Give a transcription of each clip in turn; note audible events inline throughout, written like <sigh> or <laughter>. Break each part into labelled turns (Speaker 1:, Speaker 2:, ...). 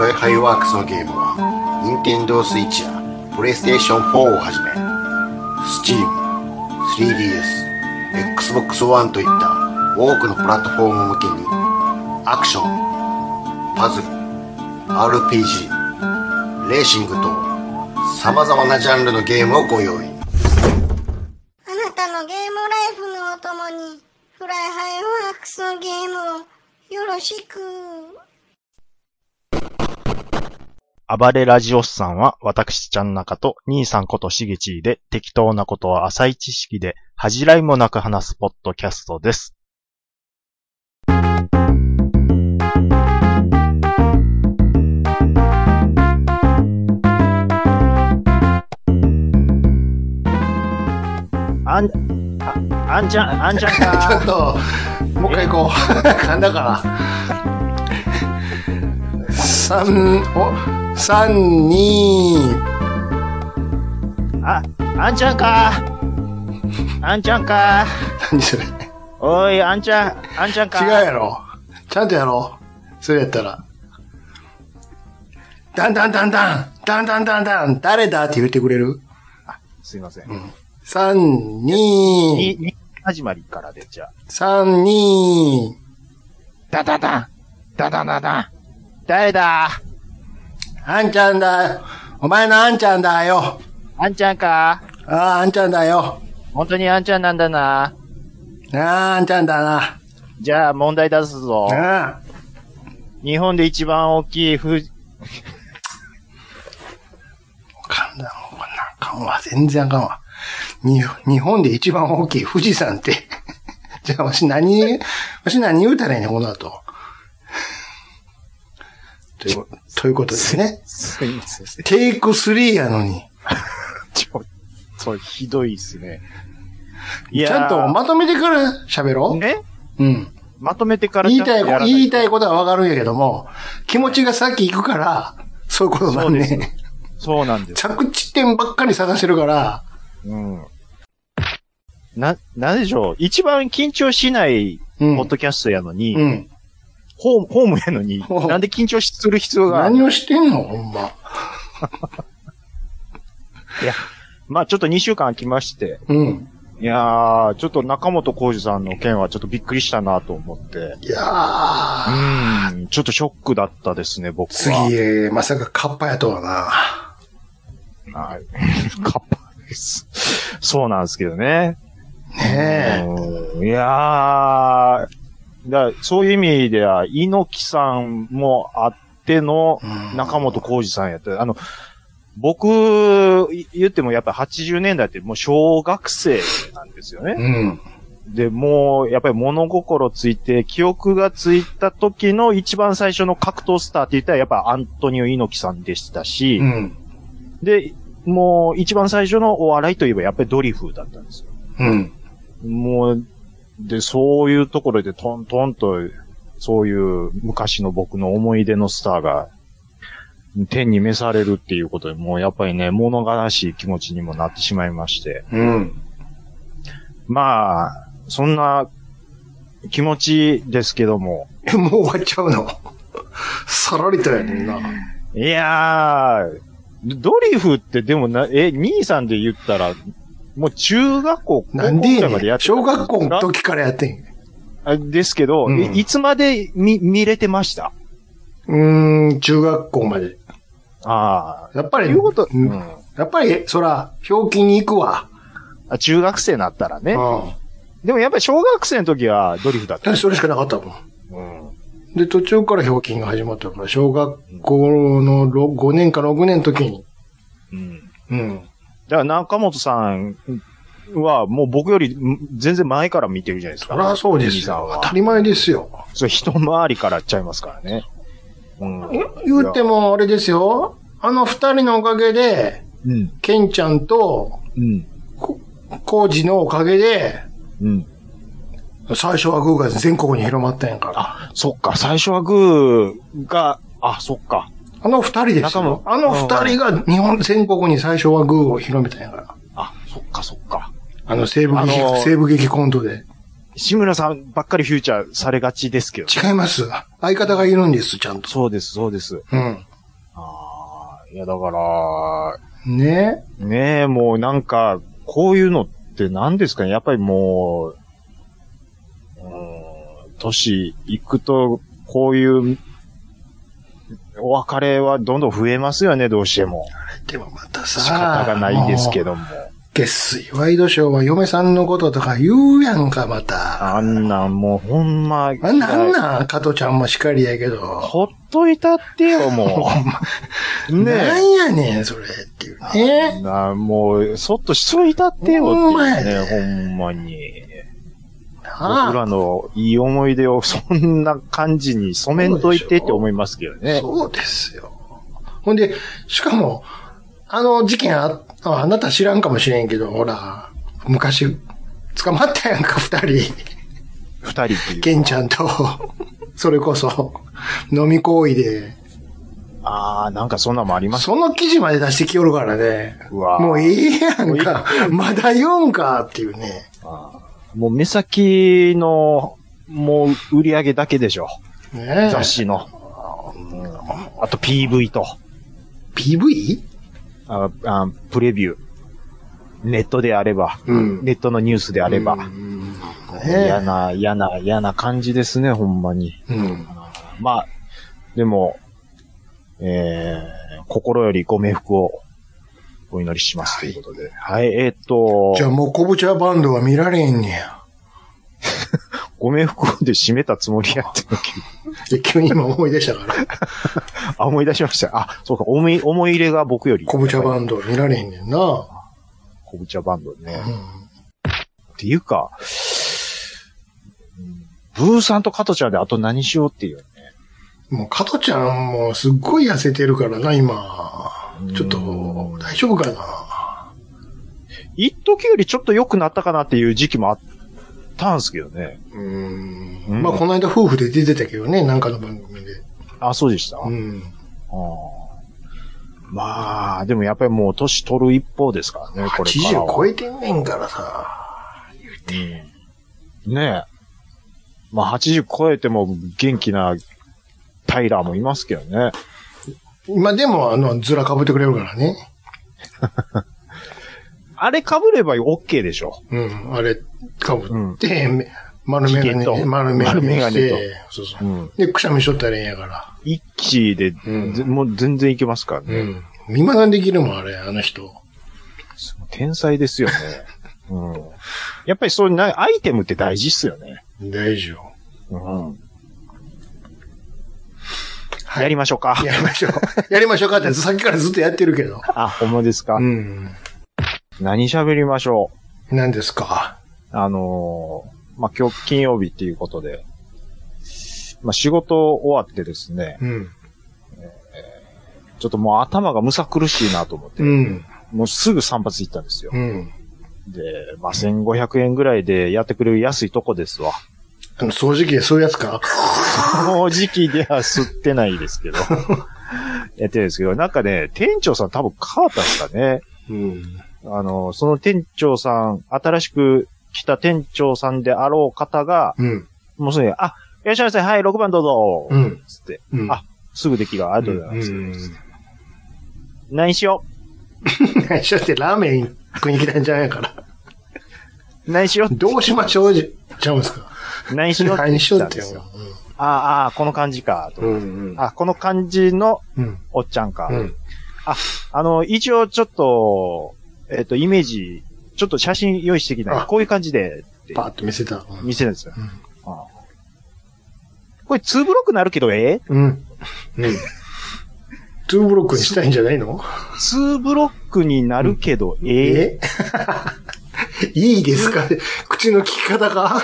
Speaker 1: ライハイワークスのゲームは、Nintendo Switch や PlayStation 4をはじめ、Steam、3DS、Xbox One といった多くのプラットフォーム向けに、アクション、パズル、RPG、レーシングと、様々なジャンルのゲームをご用意。
Speaker 2: あなたのゲームライフのお供に、フライハイワークスのゲームをよろしく。
Speaker 3: 暴れラジオスさんは、私ちゃん中と、兄さんことしげちいで、適当なことは浅い知識で、恥じらいもなく話すポッドキャストです。あん、あ、あんちゃん、あんちゃん
Speaker 1: ちょ
Speaker 3: か <laughs>
Speaker 1: っと、もう一 <laughs> 回行こう。噛んだから。三、お、三、二、
Speaker 3: あ、あんちゃんかあんちゃんか
Speaker 1: 何それ違
Speaker 3: おい、あんちゃん、あんちゃんか
Speaker 1: うやろ。ちゃんとやろう。それやったら。だんだんだんだん、だんだんだんだん、誰だって言ってくれる
Speaker 3: すいません。
Speaker 1: 三、二、
Speaker 3: に、に、始まりからで、じゃあ。
Speaker 1: 三、二、
Speaker 3: だだだだだだだ誰だ
Speaker 1: あんちゃんだよ。お前のあんちゃんだよ。
Speaker 3: あんちゃんか
Speaker 1: ああ、あんちゃんだよ。
Speaker 3: 本当にあんちゃんなんだな。
Speaker 1: ああ、あんちゃんだな。
Speaker 3: じゃあ、問題出すぞ。
Speaker 1: ああ、
Speaker 3: 日本で一番大きい富士、
Speaker 1: かんだもん、こんなんあかんわ。全然あかんわ。に、日本で一番大きい富士山って。 <laughs> じゃあ、わし何、わし何言うたらいいねん、この後。ということ、ということですね。
Speaker 3: すいません。ち
Speaker 1: テイク3やのに。
Speaker 3: ょ、それひどいっすね。い
Speaker 1: <laughs> ちゃんとまとめてから喋ろう。
Speaker 3: ね
Speaker 1: うん。
Speaker 3: まとめてから
Speaker 1: 言いたい、こと言いた
Speaker 3: い。
Speaker 1: いことはわかるんやけども、気持ちが先行くから、そういうことなん
Speaker 3: そうで
Speaker 1: ね。
Speaker 3: そうなんです。
Speaker 1: 着地点ばっかり探してるから、
Speaker 3: うん。な、なんでしょう。一番緊張しない、
Speaker 1: う
Speaker 3: ポ
Speaker 1: ん
Speaker 3: ッ。ドキャストやのに、
Speaker 1: うん。
Speaker 3: ホーム、ホームやのに、
Speaker 1: ほう
Speaker 3: なんで緊張しする必要があるの
Speaker 1: 何をしてんのほんま。
Speaker 3: まあちょっと2週間空きまして、
Speaker 1: うん。
Speaker 3: いやー、ちょっと中本浩二さんの件はちょっとびっくりしたなと思って、
Speaker 1: いやー。
Speaker 3: うん、ちょっとショックだったですね、僕
Speaker 1: 次
Speaker 3: は。、
Speaker 1: まさかカッパやとはな。
Speaker 3: はい。 <laughs> カッパです。そうなんですけどね。
Speaker 1: ね
Speaker 3: うんいやー、だそういう意味では、猪木さんもあっての
Speaker 1: え。うん
Speaker 3: 中本浩二さんやった。あの、僕、い言ってもやっぱ80年代ってもう小学生なんですよね。
Speaker 1: うん。
Speaker 3: で、もう、やっぱり物心ついて、記憶がついた時の一番最初の格闘スターって言ったら、やっぱアントニオ猪木さんでしたし、
Speaker 1: うん。
Speaker 3: で、もう一番最初のお笑いといえばやっぱりドリフだったんですよ。
Speaker 1: うん。
Speaker 3: もう、で、そういうところでトントンと、そういう昔の僕の思い出のスターが、天に召されるっていうことで、もうやっぱりね、物悲しい気持ちにもなってしまいまして。
Speaker 1: うん。
Speaker 3: まあ、そんな気持ちですけども。
Speaker 1: え、もう終わっちゃうのさらりとやねんな。
Speaker 3: いやー、ドリフってでもな、え、兄さんで言ったら、もう中学校、高校
Speaker 1: なんで
Speaker 3: くら
Speaker 1: や
Speaker 3: いまで
Speaker 1: ね
Speaker 3: や
Speaker 1: ん
Speaker 3: ってた
Speaker 1: 小学校の時からやってん。
Speaker 3: あですけど、
Speaker 1: うん
Speaker 3: いいつまで見、見れてました
Speaker 1: うーん、中学校まで。
Speaker 3: あ
Speaker 1: やっぱ
Speaker 3: あ。
Speaker 1: り、
Speaker 3: いうこと、
Speaker 1: うん
Speaker 3: うん
Speaker 1: やっぱり、そら、表記に行くわ。
Speaker 3: あ中学生になったら
Speaker 1: う
Speaker 3: ね
Speaker 1: ん。。
Speaker 3: でもやっぱり小学生の時はドリフだっ
Speaker 1: だ
Speaker 3: た。
Speaker 1: ってそれしかなかったもん。
Speaker 3: うん
Speaker 1: で、途中から表記が始まったから、小学校のろ5年か6年の時に。
Speaker 3: うん
Speaker 1: うん。
Speaker 3: だから中本さんはもう僕より全然前から見てるじゃないです
Speaker 1: そ
Speaker 3: か。
Speaker 1: らそうです
Speaker 3: 兄さん
Speaker 1: よ。
Speaker 3: は
Speaker 1: 当たり前ですよ。
Speaker 3: それ一回りからちゃいますからね。うん。
Speaker 1: 言うても、あれですよ。あの二人のおかげで、
Speaker 3: うん。
Speaker 1: ケンちゃんと、
Speaker 3: うん。
Speaker 1: コウジのおかげで、
Speaker 3: うん。
Speaker 1: 最初はグーが全国に広まったんやから。
Speaker 3: あ、そっか。最初はグーが、あ、そっか。
Speaker 1: あの二人です
Speaker 3: 仲間
Speaker 1: よ。あの二人が日本全国に最初はグーを広めたんやから。
Speaker 3: あ、そっかそっか。
Speaker 1: あの西部劇、
Speaker 3: あのー
Speaker 1: 西部劇コントで。
Speaker 3: 志村さんばっかりフューチャーされがちですけど。
Speaker 1: 違います。相方がいるんです、ちゃんと。
Speaker 3: そうです、そうです。
Speaker 1: うん。
Speaker 3: ああ、いやだから、
Speaker 1: ね
Speaker 3: ねえ、もうなんか、こういうのって何ですかねやっぱりもう、うーん、年行くと、こういう、お別れはどんどん増えますよね、どうしても。
Speaker 1: でもまたさ、
Speaker 3: 仕方がないですけ
Speaker 1: ど。
Speaker 3: ども。
Speaker 1: 月水ワイドショーは嫁さんのこととか言うやんか、また。
Speaker 3: あんなんもうほんま、
Speaker 1: あんな、あんなん、加藤ちゃんもしかりやけど。
Speaker 3: ほっといたってよ、
Speaker 1: <laughs>
Speaker 3: もう。ね
Speaker 1: な
Speaker 3: え。
Speaker 1: んやねん、それっていうね。
Speaker 3: なもう、そっとしといたってよ
Speaker 1: ほんま
Speaker 3: っ
Speaker 1: や
Speaker 3: て、
Speaker 1: ね
Speaker 3: ね、ほんまに。僕
Speaker 1: な
Speaker 3: らのいい思い出をそんな感じに染めんといてって思いますけど
Speaker 1: あ、
Speaker 3: ね。
Speaker 1: そうですよ。ほんで、しかも、あの事件あ、ああなた知らんかもしれんけど、ほら、昔、捕まったやんか、 <laughs> 二人。
Speaker 3: 二人っていう。
Speaker 1: ケンちゃんと、 <laughs> それこそ、飲み行為で、
Speaker 3: ああ、なんかそんなもんあります。
Speaker 1: その記事まで出してきよるからね。
Speaker 3: うわ
Speaker 1: もういいやんか
Speaker 3: もういい。
Speaker 1: まだ言うんかっていうね。
Speaker 3: あーもう目先の、もう売り上げだけでしょ。
Speaker 1: ねえ
Speaker 3: 雑誌の。うんあと PV と、
Speaker 1: PV?
Speaker 3: ああプレビュー。ネットであれば、
Speaker 1: うん
Speaker 3: ネットのニュースであれば、
Speaker 1: うん
Speaker 3: 嫌
Speaker 1: ね
Speaker 3: な、嫌な、嫌な感じですね、ほんまに。
Speaker 1: え。うん。
Speaker 3: まあ、でも、えー、心よりご冥福をお祈りしますということで。はい、えーっと
Speaker 1: じ、ゃあもうコブチャバンドは見られんねや。
Speaker 3: ご冥福をで締めたつもりやって、
Speaker 1: いや急に今思い出した <laughs> から。
Speaker 3: あ、思い出しました。あ、そうか、思い、思い入れが僕より。
Speaker 1: コブチャ
Speaker 3: ン
Speaker 1: バンドは見られんねんな。
Speaker 3: ド。こぶ茶バンドね。
Speaker 1: う
Speaker 3: っ
Speaker 1: ん。
Speaker 3: ていうか、うんブーさんとカトちゃんであと何しようっていうね。
Speaker 1: もう加トちゃんもすっごい痩せてるからな、今。ちょっと、
Speaker 3: うん
Speaker 1: 大丈夫かな。
Speaker 3: 一時よりちょっと良くなったかなっていう時期もあったんすけどね。
Speaker 1: うん。
Speaker 3: うん
Speaker 1: まあこの間夫婦で出てたけどね、なんかの番組で。
Speaker 3: あ、そうでした。
Speaker 1: うん。
Speaker 3: うんまあ、でもやっぱりもう年取る一方ですからね、これから
Speaker 1: 80
Speaker 3: は。
Speaker 1: 超えてんねんからさ。
Speaker 3: うんねえ。まあ80超えても元気なタイラーもいますけどね。
Speaker 1: まあでも、あの、ずらかぶってくれるからね。
Speaker 3: あれ被れば OK でしょ。
Speaker 1: うん。あれ、かぶって、め丸メガ
Speaker 3: ひげと
Speaker 1: ネ、丸メガ
Speaker 3: 丸メ
Speaker 1: ネ
Speaker 3: ガ
Speaker 1: し
Speaker 3: ネと
Speaker 1: て、そうそうう。
Speaker 3: ん。
Speaker 1: で、くしゃみしとったらええんやから。
Speaker 3: 一気で、
Speaker 1: ん
Speaker 3: ぜもう全然いけますからね。
Speaker 1: うん。見学んできるもん、あれ、あの人。
Speaker 3: 天才ですよね。 <laughs> うん。やっぱりそういうな、アイテムって大事っすよね。
Speaker 1: 大丈
Speaker 3: う
Speaker 1: 夫。
Speaker 3: ん。
Speaker 1: はい
Speaker 3: やりましょうか。
Speaker 1: やりましょう。 <laughs> やりましょうかって、さっきからずっとやってるけど。
Speaker 3: あ、ほんまですか。
Speaker 1: うん。
Speaker 3: 何喋りましょう。
Speaker 1: 何ですか
Speaker 3: あのーまあ、今日金曜日っていうことで、まあ、仕事終わってですね、
Speaker 1: うん。
Speaker 3: ちょっともう頭がむさ苦しいなと思って、
Speaker 1: うん。
Speaker 3: もうすぐ散髪行ったんですよ。
Speaker 1: うん。
Speaker 3: で、まあ、1500円ぐらいでやってくれる安いとこですわ。
Speaker 1: あの、掃除機でそういうやつか
Speaker 3: この時期では吸ってないですけど。 <laughs> やってるんですけど、なんかね、店長さん多分変わったんですかね。
Speaker 1: うん。
Speaker 3: あの、その店長さん、新しく来た店長さんであろう方が、
Speaker 1: うん。
Speaker 3: もうすでに、あ、いらっしゃいませ、はい、6番どうぞ、
Speaker 1: うん。
Speaker 3: つって、
Speaker 1: うん。
Speaker 3: あすぐできるわ。ありがとうございます。何しよ
Speaker 1: うん。内緒ってラーメン食いに来たんじゃないから。
Speaker 3: う何しよう
Speaker 1: どうしましょうじちゃうんすか
Speaker 3: 何しようって
Speaker 1: 内
Speaker 3: 言
Speaker 1: 緒
Speaker 3: った
Speaker 1: っ
Speaker 3: ん
Speaker 1: て
Speaker 3: で
Speaker 1: よ
Speaker 3: すよ。。ああ、ああ、この感じか。と
Speaker 1: んうん。
Speaker 3: あ、この感じの
Speaker 1: うん。
Speaker 3: おっちゃんか。
Speaker 1: うん。
Speaker 3: あの、一応ちょっと、えっ、と、イメージ、ちょっと写真用意してきた
Speaker 1: あ
Speaker 3: こういう感じで、って
Speaker 1: パーって見せた。
Speaker 3: 見せるんですよ。
Speaker 1: うん
Speaker 3: ああこれ2ブロックなるけど、え
Speaker 1: うん。うん。トゥーブロックにしたいんじゃないの
Speaker 3: ?2 ブロックになるけど、ええ
Speaker 1: え <laughs> いいですか口の利き方か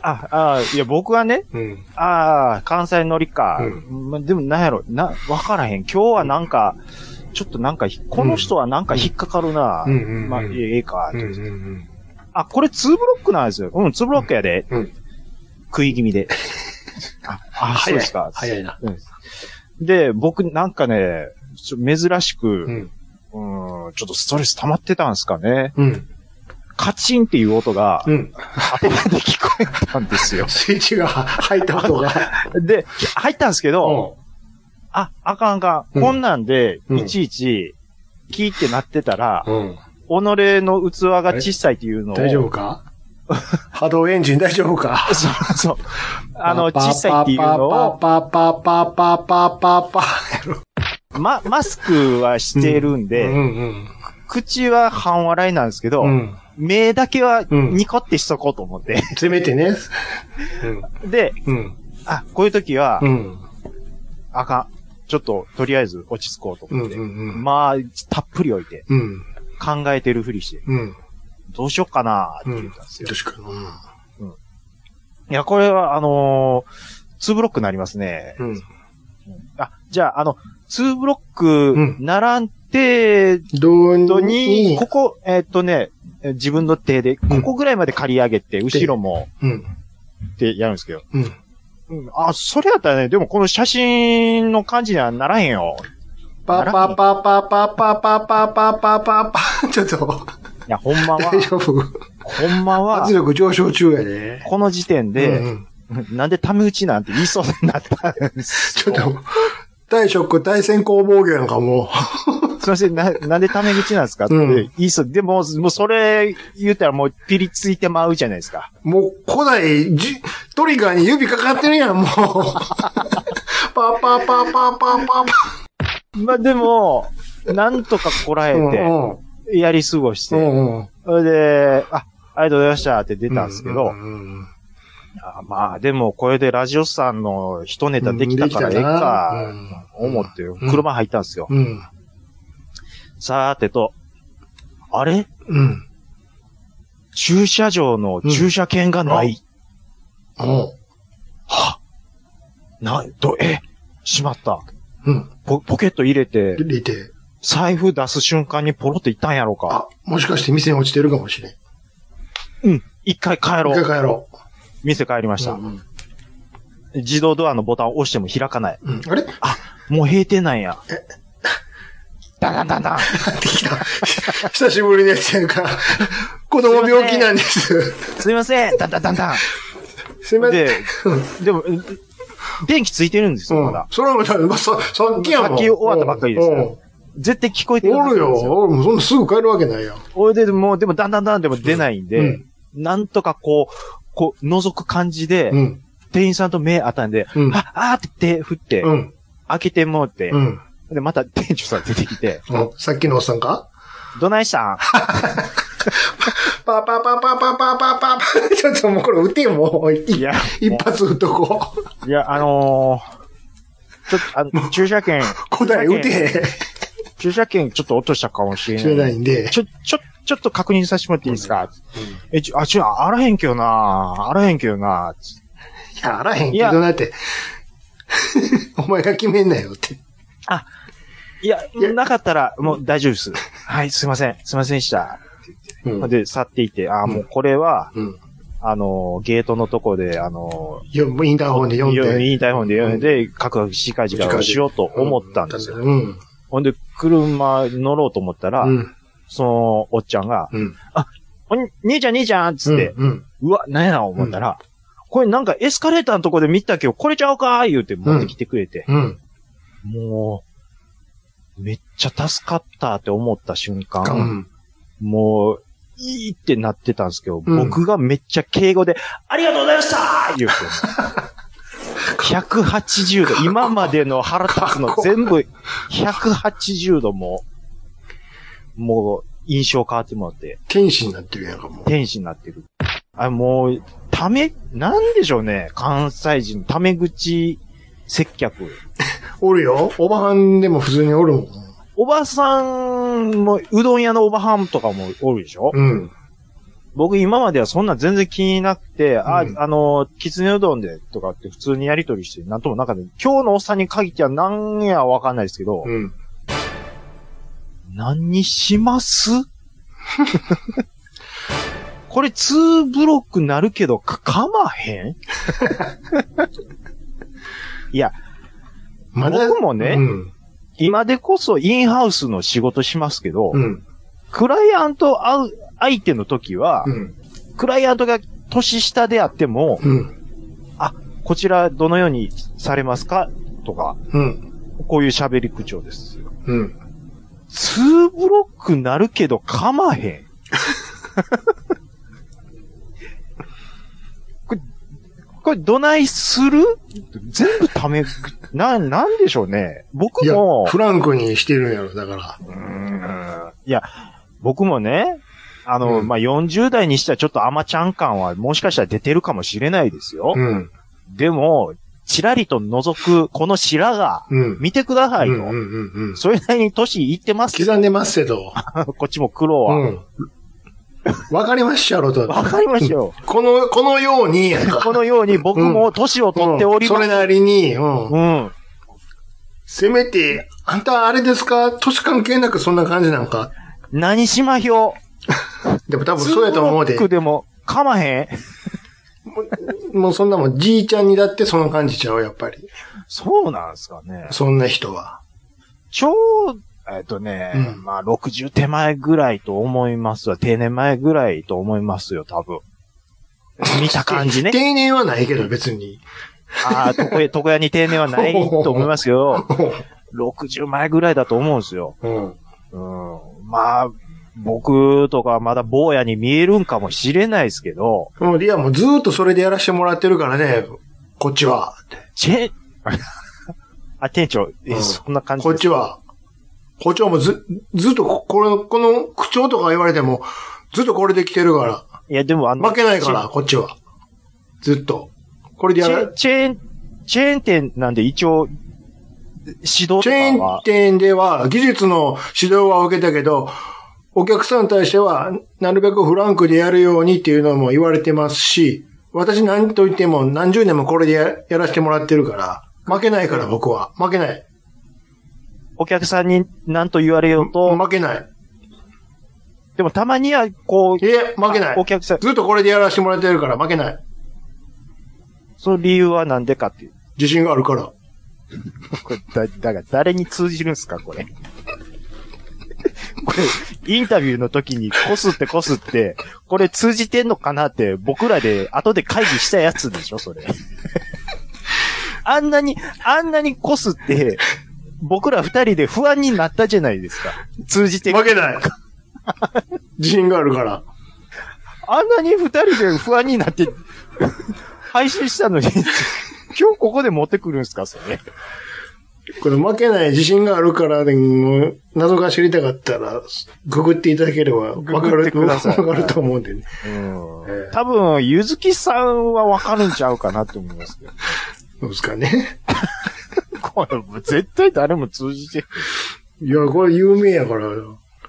Speaker 3: あ、ああ、いや、僕はね、
Speaker 1: うん。
Speaker 3: ああ、関西乗りか。
Speaker 1: う
Speaker 3: まあ、でもなんやろ、な、わからへん。今日はなんか、ちょっとなんかひ、この人はなんか引っかかるな。
Speaker 1: うんうんうん
Speaker 3: まあ、えええか、
Speaker 1: うんうんうん。
Speaker 3: あ、これ2ブロックなんですよ。うん、2ブロックやで。
Speaker 1: うん
Speaker 3: 食い気味
Speaker 1: <laughs>
Speaker 3: で。あ、あそうですか。
Speaker 1: 早いな。
Speaker 3: うんで、僕なんかね、ちょ珍し
Speaker 1: う
Speaker 3: く、
Speaker 1: ん。
Speaker 3: うん、ちょっとストレス溜まってたんですかね。
Speaker 1: うん。
Speaker 3: カチンっていう音が
Speaker 1: うん。
Speaker 3: 頭で聞こえ
Speaker 1: <laughs>。
Speaker 3: たんですよ
Speaker 1: スイッチが入った音が。
Speaker 3: で、入ったんですけど、
Speaker 1: う
Speaker 3: あ、あかんあかん。
Speaker 1: うん
Speaker 3: こんなんで、
Speaker 1: うん
Speaker 3: いちいち、キーってなってたら、
Speaker 1: うん。
Speaker 3: 己の器が小さいっていうのを、
Speaker 1: 大丈夫か波動エンジン大丈夫
Speaker 3: <laughs>
Speaker 1: か
Speaker 3: そうそう。あの、
Speaker 1: パ
Speaker 3: 小
Speaker 1: パ
Speaker 3: さいっていうのを、
Speaker 1: パパパパパパパパ
Speaker 3: ま、マスクはしてるん
Speaker 1: うん
Speaker 3: で、
Speaker 1: うん。
Speaker 3: 口は半笑いなんですけど、
Speaker 1: うん。
Speaker 3: 目だけは
Speaker 1: うん
Speaker 3: ニコってしとこうと思って。 <laughs>
Speaker 1: せめてね。
Speaker 3: で、
Speaker 1: うん。うん。
Speaker 3: あ、こういう時は、
Speaker 1: うん。
Speaker 3: あかん。ちょっと、とりあえず落ち着こうと
Speaker 1: うん。
Speaker 3: 思
Speaker 1: う
Speaker 3: って。
Speaker 1: ん。
Speaker 3: まあ、たっぷり置いて、
Speaker 1: うん。
Speaker 3: 考えてるふりして、
Speaker 1: うん。
Speaker 3: どうしよっかなーって
Speaker 1: うん
Speaker 3: 言ったんですよ。
Speaker 1: 確かに。
Speaker 3: いや、これは、あのー、2ブロックになりますね。
Speaker 1: うん。
Speaker 3: あ、じゃあ、あの、2ブロック、ならん程
Speaker 1: どう
Speaker 3: 度
Speaker 1: に
Speaker 3: に、こ、こ、えーっとね、えー自分の手で、こ
Speaker 1: ん
Speaker 3: こぐらいまで借り上げて、後ろも、
Speaker 1: うん。
Speaker 3: ってやるんですけど。
Speaker 1: うん。
Speaker 3: うん、あ、それやったらね、でもこの写真の感じにはならへんよ。
Speaker 1: パパパパパパパパパパパパ。ちょっと、
Speaker 3: いや、ほん
Speaker 1: <laughs>
Speaker 3: まは、
Speaker 1: 大丈夫。
Speaker 3: ほんまは
Speaker 1: 圧、力上昇中やで。
Speaker 3: この時点
Speaker 1: う
Speaker 3: で、
Speaker 1: ん、
Speaker 3: なんでタメ打ちなんて言いそうになったんです
Speaker 1: ちょ
Speaker 3: よ
Speaker 1: っと、大ショック、大先行防御やんか、も
Speaker 3: すいません、な、なんでタメ口なんですかって
Speaker 1: うん
Speaker 3: 言いそう。でも、もうそれ言ったらもうピリついてまうじゃないですか。
Speaker 1: う。もう、古代、じ、トリガーに指かかってるやん、もう。パパパパパパ
Speaker 3: まあでも、なんとかこら
Speaker 1: パ。うん
Speaker 3: えて、やり過ごして、
Speaker 1: うん。うん。
Speaker 3: それで、あ、ありがとうございましたって出たんですけど、
Speaker 1: うんうん
Speaker 3: あまあでもこれでラジオさんの一ネ
Speaker 1: う
Speaker 3: タ
Speaker 1: ん。
Speaker 3: できたからええか、思って、
Speaker 1: ん
Speaker 3: 車入ったんですよ。
Speaker 1: うん。うん。
Speaker 3: さーてと、あれ
Speaker 1: うん。
Speaker 3: 駐車場の駐車券がない。
Speaker 1: うん
Speaker 3: はなんと、え、しまった。
Speaker 1: うん。
Speaker 3: ポポケット入れて、
Speaker 1: で、いて、
Speaker 3: 財布出す瞬間にポロっていったんやろうか。
Speaker 1: あ、もしかして店に落ちてるかもしれん。
Speaker 3: うん。一回帰ろ
Speaker 1: 一回
Speaker 3: う。
Speaker 1: 帰ろう。
Speaker 3: 店帰りました、
Speaker 1: うん
Speaker 3: 自動ドアのボタンを押しても開かない。
Speaker 1: うんあれ
Speaker 3: もう閉店なんや。ダダダダン。
Speaker 1: ってきた。久しぶりですやんか。子供病気なんです。
Speaker 3: すいません。ダダダダン。
Speaker 1: すいません。
Speaker 3: で、でも、うん電気ついてるんですよ、まだ
Speaker 1: うん。それはまた、まあささっきやもん
Speaker 3: さっき終わったばっかりですよ絶対聞こえ
Speaker 1: う
Speaker 3: て
Speaker 1: ん
Speaker 3: る
Speaker 1: うん
Speaker 3: は
Speaker 1: お
Speaker 3: ず
Speaker 1: る
Speaker 3: なん
Speaker 1: よ。
Speaker 3: ですよ。
Speaker 1: 俺もそんなすぐ帰るわけないやん。
Speaker 3: おいで、もう、でも、だんだんだんでも出ないんで、
Speaker 1: うん
Speaker 3: なんとかこう、こう、覗く感じで、
Speaker 1: うん。
Speaker 3: 店員さんと目あったんで、
Speaker 1: うん
Speaker 3: あ、あーって手振って、
Speaker 1: うん。
Speaker 3: 開けてもうて、
Speaker 1: うん。
Speaker 3: で、また店長さん出てきて、
Speaker 1: うんさっきのおっさんか
Speaker 3: どないしたん
Speaker 1: パパパパパパパパパ。ちょっともうこれ撃てよ、もう。い
Speaker 3: いや、
Speaker 1: 一発撃っとこう。
Speaker 3: いや、あのー、ちょっと、あの、駐車券、
Speaker 1: 答え撃て。
Speaker 3: 駐車券ちょっと落としたかもしれ
Speaker 1: 知ら
Speaker 3: な。
Speaker 1: ないいんで。
Speaker 3: ちょ、ちょ、ちょっと確認させてもらっていいですか、え、ちょ、あ、ちょ、あらへんけどなあらへんけどなつって
Speaker 1: いや、あらへんけ
Speaker 3: いや
Speaker 1: どなって。 <laughs> お前が決めんなよって。
Speaker 3: いや、
Speaker 1: いや
Speaker 3: なかったら、もう大丈夫です。はい、すいません。すいませんでした。
Speaker 1: うん
Speaker 3: で、去っていて、あー、もうこれは、
Speaker 1: うん。
Speaker 3: あのー、ゲートのとこで、あのー、
Speaker 1: よインターホンで読ん
Speaker 3: 読ん
Speaker 1: で。
Speaker 3: で、いい台本で読んで、カクカクしかじかをしようと思ったんですよ。
Speaker 1: うん。
Speaker 3: ほんで、車乗ろうと思ったら、
Speaker 1: うん。
Speaker 3: そのおっちゃんが、
Speaker 1: うん。
Speaker 3: おに兄ちゃん兄ちゃんっつって、
Speaker 1: うん。
Speaker 3: うわ、なんやな思ったら、これなんかエスカレーターのとこで見たけど、これちゃうかー言うて持ってきてくれて、
Speaker 1: うん。
Speaker 3: もう、めっちゃ助かったって思った瞬間、
Speaker 1: うん。
Speaker 3: もう、いいってなってたんですけど、
Speaker 1: うん
Speaker 3: 僕がめっちゃ敬語で、ありがとうございました
Speaker 1: <laughs>
Speaker 3: 言うて。180度、今までの腹立つの全部、180度もう、もう、印象変わってもらって、
Speaker 1: 天使になってるやんか、もう。
Speaker 3: 天使になってる。あ、もう、ため、なんでしょうね、関西人、ため口接客。
Speaker 1: おるよ。おばはんでも普通におるもん。
Speaker 3: おばさんも、うどん屋のおばはんとかもおるでしょ
Speaker 1: うん。
Speaker 3: 僕今まではそんな全然気になくて、あ、
Speaker 1: うん
Speaker 3: あの、きつねうどんでとかって普通にやりとりして、なんともなかった。今日のおっさんに限ってはなんやわかんないですけど、
Speaker 1: うん。
Speaker 3: 何にします <laughs> これ2ブロックなるけど、か、かまへん
Speaker 1: ま
Speaker 3: 僕もね
Speaker 1: うん。
Speaker 3: 今でこそインハウスの仕事しますけど、
Speaker 1: うん。
Speaker 3: クライアント会う、相手の時は
Speaker 1: う、ん。
Speaker 3: クライアントが年下であっても、
Speaker 1: うん。
Speaker 3: こちらどのようにされますかとか、
Speaker 1: うん。
Speaker 3: こういう喋り口調ですよ。
Speaker 1: うん。
Speaker 3: ツーブロックなるけど噛まへ
Speaker 1: <laughs>
Speaker 3: ん。これ、これどないする全部ため、な、なんでしょうね。僕
Speaker 1: いや
Speaker 3: も、、
Speaker 1: フランクにしてるんやろ、だから。
Speaker 3: うーんいや、僕もね、あの、
Speaker 1: うん
Speaker 3: まあ、40代にしてはちょっと甘ちゃん感はもしかしたら出てるかもしれないですよ。
Speaker 1: うん。
Speaker 3: でも、ちらりと覗くこの白髪、
Speaker 1: うん。
Speaker 3: 見てください
Speaker 1: うん
Speaker 3: よ。
Speaker 1: うんうんうん。
Speaker 3: それなりに年いってますけど
Speaker 1: 刻んでますけど。
Speaker 3: こっちも苦労
Speaker 1: う
Speaker 3: は。
Speaker 1: ん。わかりましたやろ、と。
Speaker 3: わかりましたよ。
Speaker 1: この、このように、やんか
Speaker 3: このように僕も年を取っており
Speaker 1: うんそ
Speaker 3: ま
Speaker 1: れ
Speaker 3: す。
Speaker 1: なりに、うん。
Speaker 3: うん。
Speaker 1: せめて、あんたあれですか年関係なくそんな感じなんか
Speaker 3: 何しまひょ
Speaker 1: でも多分そうやと思う
Speaker 3: ツー
Speaker 1: で
Speaker 3: ブロッ。クでも、かまへん。
Speaker 1: もうそんなもん、じいちゃんにだってその感じちゃう、やっぱり。
Speaker 3: そうなんすかね。
Speaker 1: そんな人は。
Speaker 3: 超、えっとね、
Speaker 1: うん
Speaker 3: まあ、60手前ぐらいと思いますわ。定年前ぐらいと思いますよ、多
Speaker 1: <laughs>
Speaker 3: 分。見た感じね。
Speaker 1: 定年はないけど、別に。
Speaker 3: ああ、床屋、床屋に定年はないと思いますけ
Speaker 1: <laughs>
Speaker 3: ど、60前ぐらいだと思うんですよ。
Speaker 1: うん。
Speaker 3: うん。まあ、僕とかまだ坊やに見えるんかもしれないですけど、
Speaker 1: もうリアもずーっとそれでやらしてもらってるからね、こっちは。
Speaker 3: チ
Speaker 1: <laughs>
Speaker 3: ェ、あ、店長、え
Speaker 1: うん
Speaker 3: そんな感じ
Speaker 1: こっ
Speaker 3: です
Speaker 1: ちは。こっちはもうず、ずっとこ、この、この口調とか言われても、ずっとこれで来てるから。
Speaker 3: いや、でもあの、
Speaker 1: 負けないから、こっちは。ずっと。これで
Speaker 3: チ
Speaker 1: や
Speaker 3: ェー
Speaker 1: る
Speaker 3: ン、。チェーン、チェーン店なんで一応、指導と
Speaker 1: チ
Speaker 3: か
Speaker 1: ェーン
Speaker 3: は、
Speaker 1: 店では技術の指導は受けたけど、お客さんに対しては、なるべくフランクでやるようにっていうのも言われてますし、私何と言っても何十年もこれでややらせてもらってるから、負けないから僕は。負けない。
Speaker 3: お客さんに何と言われようと、
Speaker 1: 負けない。
Speaker 3: でもたまには、こう
Speaker 1: い、え、負けな
Speaker 3: お
Speaker 1: い。
Speaker 3: 客さん、
Speaker 1: ずっとこれでやらせてもらってるから負けない。
Speaker 3: その理由はなんでかっていう。
Speaker 1: 自信があるから。
Speaker 3: これ、だ、だから誰に通じるんすか、これ。これ、インタビューの時にこすってこすって、これ通じてんのかなって、僕らで後で会議したやつでしょ、それ。あんなに、あんなにこすって、僕ら二人で不安になったじゃないですか。通じて。
Speaker 1: 負けない。自信があるから。
Speaker 3: あんなに二人で不安になって、 <laughs> 配信したのに、 <laughs> 今日ここで持ってくるんすか、それ。
Speaker 1: これ負けない自信があるから、でも謎が知りたかったら、ググっていただければわ
Speaker 3: グ
Speaker 1: か
Speaker 3: グっ
Speaker 1: る
Speaker 3: てください
Speaker 1: わかると思うんでね。
Speaker 3: うん
Speaker 1: ええ
Speaker 3: 多分、ゆずきさんはわかるんちゃうかなって思いますけど。
Speaker 1: どうですかね。
Speaker 3: これ、絶対誰も通じて。
Speaker 1: いや、これ有名やから。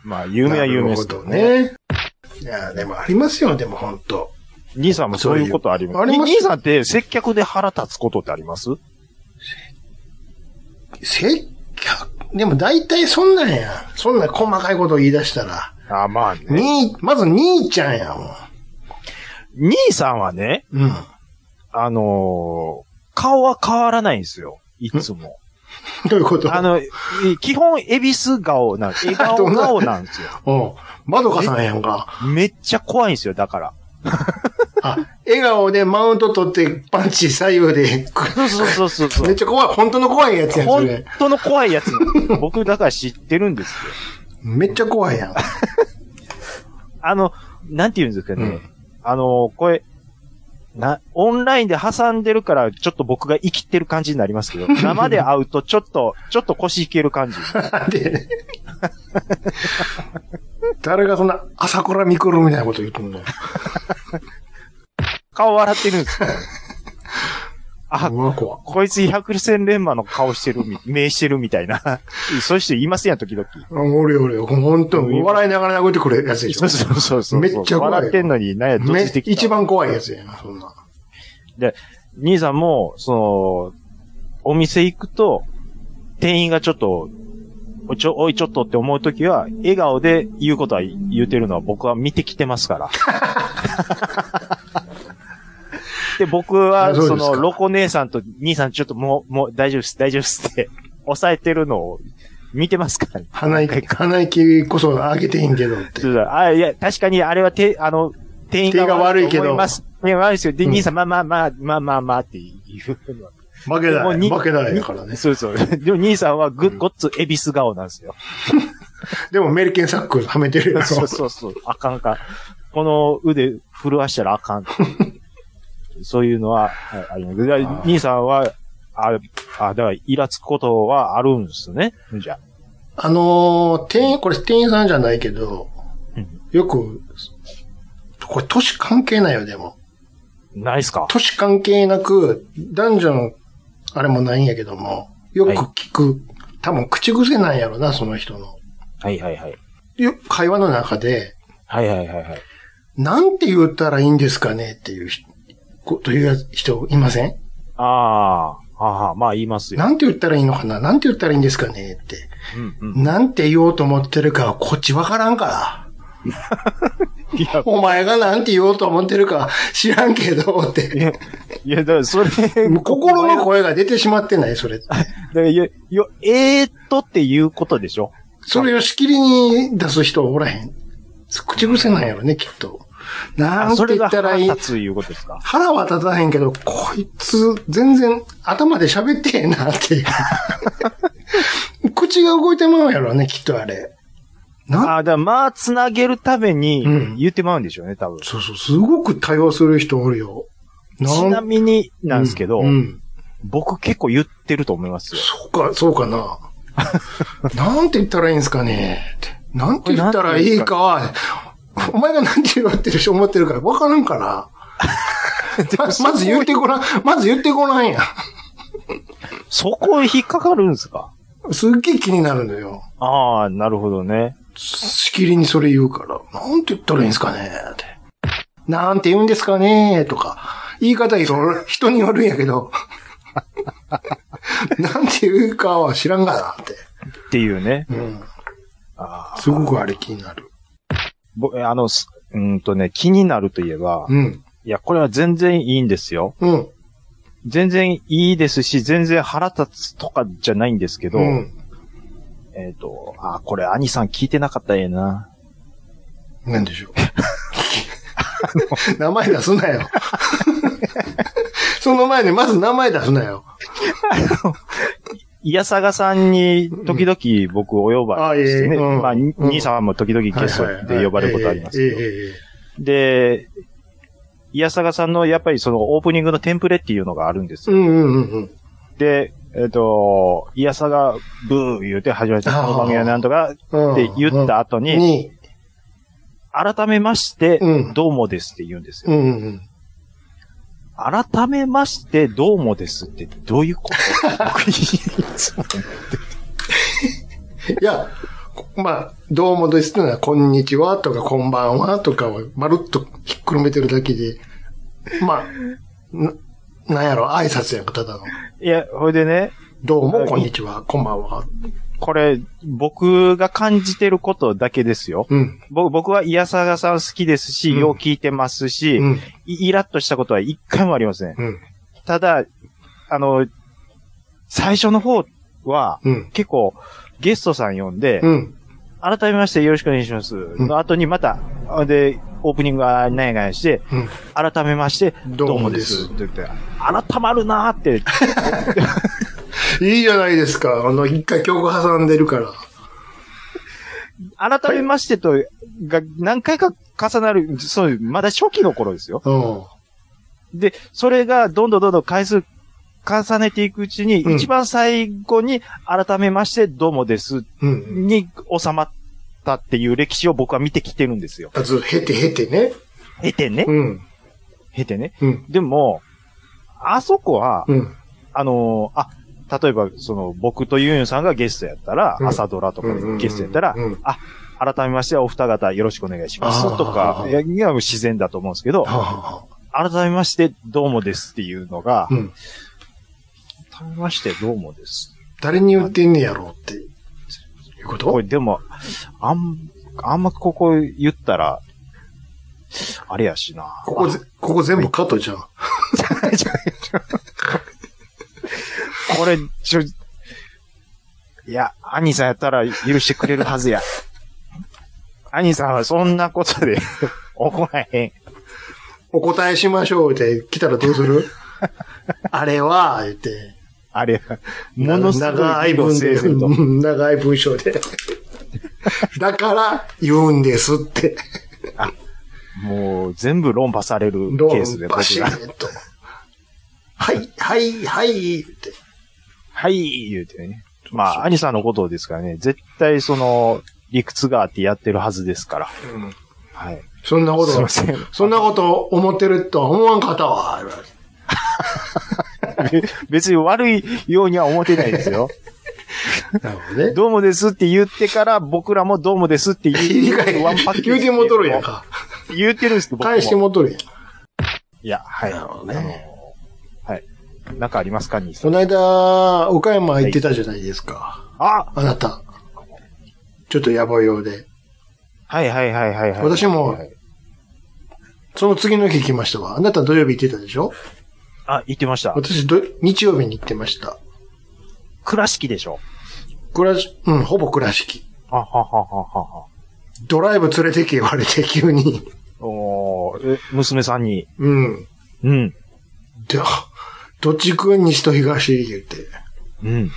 Speaker 3: まあ、有名は有名ですけど
Speaker 1: なる
Speaker 3: ね。
Speaker 1: ほどね。いや、でもありますよ、でも本当
Speaker 3: 兄さんもそういうことあります。
Speaker 1: あります
Speaker 3: 兄さんって接客で腹立つことってあります
Speaker 1: 接客、でも大体そんなんや。そんな細かいことを言い出したら。
Speaker 3: あ、まあね。
Speaker 1: に、まず兄ちゃんやもん。
Speaker 3: 兄さんはね、
Speaker 1: うん。
Speaker 3: あのー顔は変わらないんですよ。いつも。
Speaker 1: どういうこと
Speaker 3: あの、い基本、エビス顔 <laughs> なん、笑顔顔なんですよ。
Speaker 1: うん。まどかさんやんか。
Speaker 3: めっちゃ怖いんですよ、だから。
Speaker 1: あ、笑顔でマウント取ってパンチ左右で。
Speaker 3: そうそうそうそ
Speaker 1: めっ
Speaker 3: う。
Speaker 1: ちゃ怖い。本当の怖いやつやん、そ
Speaker 3: 本
Speaker 1: れ。
Speaker 3: 当の怖い <laughs> やつなの。僕、だから知ってるんですよ。
Speaker 1: めっちゃ怖いやん。
Speaker 3: あの、なんて言うんですかね。
Speaker 1: うん
Speaker 3: あの、これ、な、オンラインで挟んでるから、ちょっと僕が生きてる感じになります <laughs> けど、生で会うと、ちょっと、ちょっと腰引ける感じ。 <laughs>
Speaker 1: で、 <laughs> 誰がそんな朝倉みくるみたいなこと言ってんの
Speaker 3: 顔笑ってるんですよ。 <laughs> あ
Speaker 1: う、わ、怖い
Speaker 3: こいつ百戦錬磨の顔してるみ、目してるみたいな。 <laughs> そういう人いますやん、時々。
Speaker 1: あおるよおるよ。ほんと、笑いながら殴ってくれるやつでし
Speaker 3: そう
Speaker 1: ょ。
Speaker 3: そうそうそう。
Speaker 1: めっちゃ怖い
Speaker 3: 笑ってんのに、なんや、どっ
Speaker 1: め
Speaker 3: ちできた
Speaker 1: 一番怖いやつやな、そんな。
Speaker 3: 兄さんも、その、お店行くと、店員がちょっと、おいちょ、おいちょっとって思うときは、笑顔で言うことは言うてるのは僕は見てきてます
Speaker 1: <laughs>
Speaker 3: から。で、僕は、
Speaker 1: あそうです
Speaker 3: そ
Speaker 1: か
Speaker 3: の、ロコ姉さんと兄さんちょっともう、もう大丈夫です、大丈夫ですって、抑えてるのを見てますから、ね。
Speaker 1: 鼻息、鼻息こ
Speaker 3: <laughs>
Speaker 1: そ上げていいんけどって
Speaker 3: ち。ょっとあ、いや、確かにあれは手、あの、店員
Speaker 1: 手
Speaker 3: が
Speaker 1: が悪いけど
Speaker 3: 思います。いや、悪いですよ。で、
Speaker 1: うん
Speaker 3: 兄さん、まあまあまあ、まあまあまあっていうのは。
Speaker 1: 負け
Speaker 3: も
Speaker 1: な
Speaker 3: う
Speaker 1: い。
Speaker 3: に <laughs>
Speaker 1: 負けないからね。
Speaker 3: そうそう。でも兄さんはぐ、ごっつエビス顔なんですよ。
Speaker 1: でもメリケンサックはめてるや
Speaker 3: <laughs>
Speaker 1: ろ。
Speaker 3: そうそうそう。あかんあかん。この腕震わしたらあか
Speaker 1: <laughs>
Speaker 3: ん。そういうのは、はいあります。だから兄さんは、あ、あ、だから、イラつくことはあるんですね。じゃ
Speaker 1: あのー、店員、これ店員さんじゃないけど
Speaker 3: うん、
Speaker 1: よく、これ年関係ないよ、でも。
Speaker 3: ないっすか
Speaker 1: 年関係なく、男女の、あれもないんやけども、よく聞く、多分口癖なんやろな、その人の。
Speaker 3: はいはいはい。
Speaker 1: よ会話の中で、
Speaker 3: はいはいはいはい。
Speaker 1: なんて言ったらいいんですかねっていう人、こと言うやつ人いません
Speaker 3: ああ、はあ、まあ言いますよ。
Speaker 1: なんて言ったらいいのかななんて言ったらいいんですかねって。
Speaker 3: うんうん。
Speaker 1: なんて言おうと思ってるかはこっちわからんから。
Speaker 3: いや、
Speaker 1: お前がなんて言おうと思ってるか知らんけど、っ
Speaker 3: い
Speaker 1: て。
Speaker 3: や、いやだからそれ、
Speaker 1: もう <laughs> 心の
Speaker 3: だか
Speaker 1: 声が出てしまってない、それって。
Speaker 3: らいやよ、えーっとっていうことでしょ
Speaker 1: それをしきりに出す人おらへん。口癖なんやろね、きっと。な
Speaker 3: あ
Speaker 1: ん
Speaker 3: そ
Speaker 1: て
Speaker 3: れ
Speaker 1: 言
Speaker 3: が
Speaker 1: った
Speaker 3: 腹
Speaker 1: らいい
Speaker 3: 立。ついうことですか
Speaker 1: 腹は立たへんけど、こいつ、全然頭で喋ってへんなっ
Speaker 3: <laughs>
Speaker 1: ていう。口が動いてまうやろね、きっとあれ。な、
Speaker 3: ああ、だからまあ、つなげるために
Speaker 1: うん
Speaker 3: 言ってまうんでしょうね、多分。
Speaker 1: そうそう、すごく対応する人おるよ。
Speaker 3: ちなみになんですけど、
Speaker 1: うんうん
Speaker 3: 僕結構言ってると思いますよ。
Speaker 1: そうか、そうかな。 <laughs> なんて言ったらいいんですかねって。なんて言ったらいいかは、お前がなんて言ってるし思ってるから分からんから。ま <laughs> まず言ってごらん、まず言ってごらんや。
Speaker 3: <laughs> そこへ引っかかるんですか
Speaker 1: すっげえ気になるのよ。
Speaker 3: ああ、なるほどね。
Speaker 1: しきりにそれ言うから。なんて言ったらいいんですかねって。なんて言うんですかねとか。言い方人人によるんやけど。 <laughs> なんて言うかは知らんがなって。
Speaker 3: っていうね。
Speaker 1: うん。
Speaker 3: ああ
Speaker 1: すごくあれ気になる。
Speaker 3: 僕、あの、すうーんとね、気になるといえば、
Speaker 1: うん。
Speaker 3: いや、これは全然いいんですよ。
Speaker 1: うん。
Speaker 3: 全然いいですし、全然腹立つとかじゃないんですけど、
Speaker 1: うん。
Speaker 3: えっ、と、ああ、これ、兄さん聞いてなかったらええな。
Speaker 1: なんでしょう。名前出すなよ。その前にまず名前出すなよ。
Speaker 3: いやさがさんに、時々僕お呼ばれしてね、
Speaker 1: うんあええうん
Speaker 3: まあ、に
Speaker 1: うん
Speaker 3: 兄さんも時々ゲストで呼ばれることありますけど、
Speaker 1: ええええええ
Speaker 3: で、いやさがさんのやっぱりそのオープニングのテンプレっていうのがあるんです
Speaker 1: う
Speaker 3: よ。
Speaker 1: んうんうんうん。
Speaker 3: で、えっ、と、いやさがブー言うて始まった
Speaker 1: あー
Speaker 3: この番組はなんとか
Speaker 1: うん
Speaker 3: って言った後
Speaker 1: うん
Speaker 3: に、
Speaker 1: に、
Speaker 3: 改めまして
Speaker 1: うん、
Speaker 3: どうもですって言うんです
Speaker 1: う
Speaker 3: よ。
Speaker 1: んうんうん。
Speaker 3: 改めまして、どうもですってどういうこと僕いつも
Speaker 1: いや、こまあ、どうもですってのは、こんにちはとか、こんばんはとかを、まるっとひっくるめてるだけで、まあ、な、なんやろ、挨拶やんか、ただの。
Speaker 3: いや、ほいでね、
Speaker 1: どうも、こんにちは、こんばんは。
Speaker 3: これ、僕が感じてることだけですよ。
Speaker 1: うん。
Speaker 3: ぼ僕は、いやさがさん好きですし、
Speaker 1: うん
Speaker 3: よう聞いてますし、
Speaker 1: うん。
Speaker 3: いイラッとしたことは一回もありません。
Speaker 1: うん。
Speaker 3: ただ、あの、最初の方は、
Speaker 1: うん。
Speaker 3: 結構、ゲストさん呼んで、
Speaker 1: うん。
Speaker 3: 改めましてよろしくお願いします。
Speaker 1: ん
Speaker 3: の後にまた、あで、オープニングがなんやかんやして、
Speaker 1: うん
Speaker 3: 改めまして、
Speaker 1: どうもです
Speaker 3: どうもって言って、改まるなーって、
Speaker 1: いいじゃないですか。あの、一回曲挟んでるから。
Speaker 3: 改めましてと、が何回か重なる、そう、まだ初期の頃ですよ。
Speaker 1: うん。
Speaker 3: で、それがどんどんどんどん回数重ねていくうちに、
Speaker 1: うん
Speaker 3: 一番最後に改めましてどうもです
Speaker 1: うん。
Speaker 3: に収まったっていう歴史を僕は見てきてるんですよ。
Speaker 1: あず、へてへてね。
Speaker 3: 経てね
Speaker 1: う。ん。
Speaker 3: 経てね。
Speaker 1: うん。
Speaker 3: でも、あそこは、
Speaker 1: うん。
Speaker 3: あのーあ、例えば、その、僕とユンユンさんがゲストやったら、
Speaker 1: うん
Speaker 3: 朝ドラとかでゲストやったら
Speaker 1: うんうんうん、
Speaker 3: あ、改めましてお二方よろしくお願いしますと
Speaker 1: あ
Speaker 3: か、
Speaker 1: ー
Speaker 3: いやいや自然だと思うんですけど
Speaker 1: は、あ、は
Speaker 3: 改めましてどうもですっていうのが
Speaker 1: あ、う、ん。
Speaker 3: 改めましてどうもです。
Speaker 1: 誰に言ってんねやろうって。いうこと
Speaker 3: これでも、あん、あんまここ言ったら、あれやしな。
Speaker 1: ここぜ、ここ全部カットじゃん。
Speaker 3: これ、ちょ、いや、アニさんやったら許してくれるはずや。 <laughs> アニさんはそんなことで怒らへん。
Speaker 1: お答えしましょうって来たらどう
Speaker 3: <laughs>
Speaker 1: するあれは、言って。
Speaker 3: あれ、ものすごい
Speaker 1: 長い文
Speaker 3: せい
Speaker 1: で、
Speaker 3: ぜい <laughs> と。
Speaker 1: うん長い文章で。だから言うんですって。
Speaker 3: もう全部論破される
Speaker 1: どう
Speaker 3: ケースで、
Speaker 1: バシ
Speaker 3: 僕が。
Speaker 1: ッと。はい、はい、はい、って。
Speaker 3: はい、言うてね。まあ、兄さんのことですからね、絶対その、理屈があってやってるはずですから。
Speaker 1: うん
Speaker 3: はい。
Speaker 1: そんなこ
Speaker 3: すい
Speaker 1: と
Speaker 3: ま、せん。
Speaker 1: そんなこと思ってるとは思わん方は、言われて
Speaker 3: べ <laughs> 別に悪いようには思ってないです
Speaker 1: <laughs>
Speaker 3: よ。
Speaker 1: なるほどね。
Speaker 3: どうもですって言ってから、僕らもどうもですって言
Speaker 1: 言う
Speaker 3: う、ワンパッケージ。
Speaker 1: てもとるやん。か。
Speaker 3: 言うてるんですけど、僕も
Speaker 1: 返してもとるやん。
Speaker 3: いや、はい。
Speaker 1: なるほどね
Speaker 3: あのはい。なんかありますか、兄さ
Speaker 1: こ
Speaker 3: ん。
Speaker 1: の間、岡山行ってたじゃないですか。
Speaker 3: あ
Speaker 1: あなた。ちょっとやばいようで。
Speaker 3: はいはいはいはいはい。
Speaker 1: 私もその次の日来ましたわ。あなた土曜日行ってたでしょ
Speaker 3: あ、言ってました。
Speaker 1: 私ど、日曜日に行ってました。
Speaker 3: 倉敷でしょ。
Speaker 1: 倉敷、うん、ほぼ倉敷。
Speaker 3: あははははは。
Speaker 1: ドライブ連れてけ言われて、急に。
Speaker 3: おーえ、娘さんに。
Speaker 1: うん。
Speaker 3: うん。
Speaker 1: で、あどっち行くん西と東言って。
Speaker 3: うん。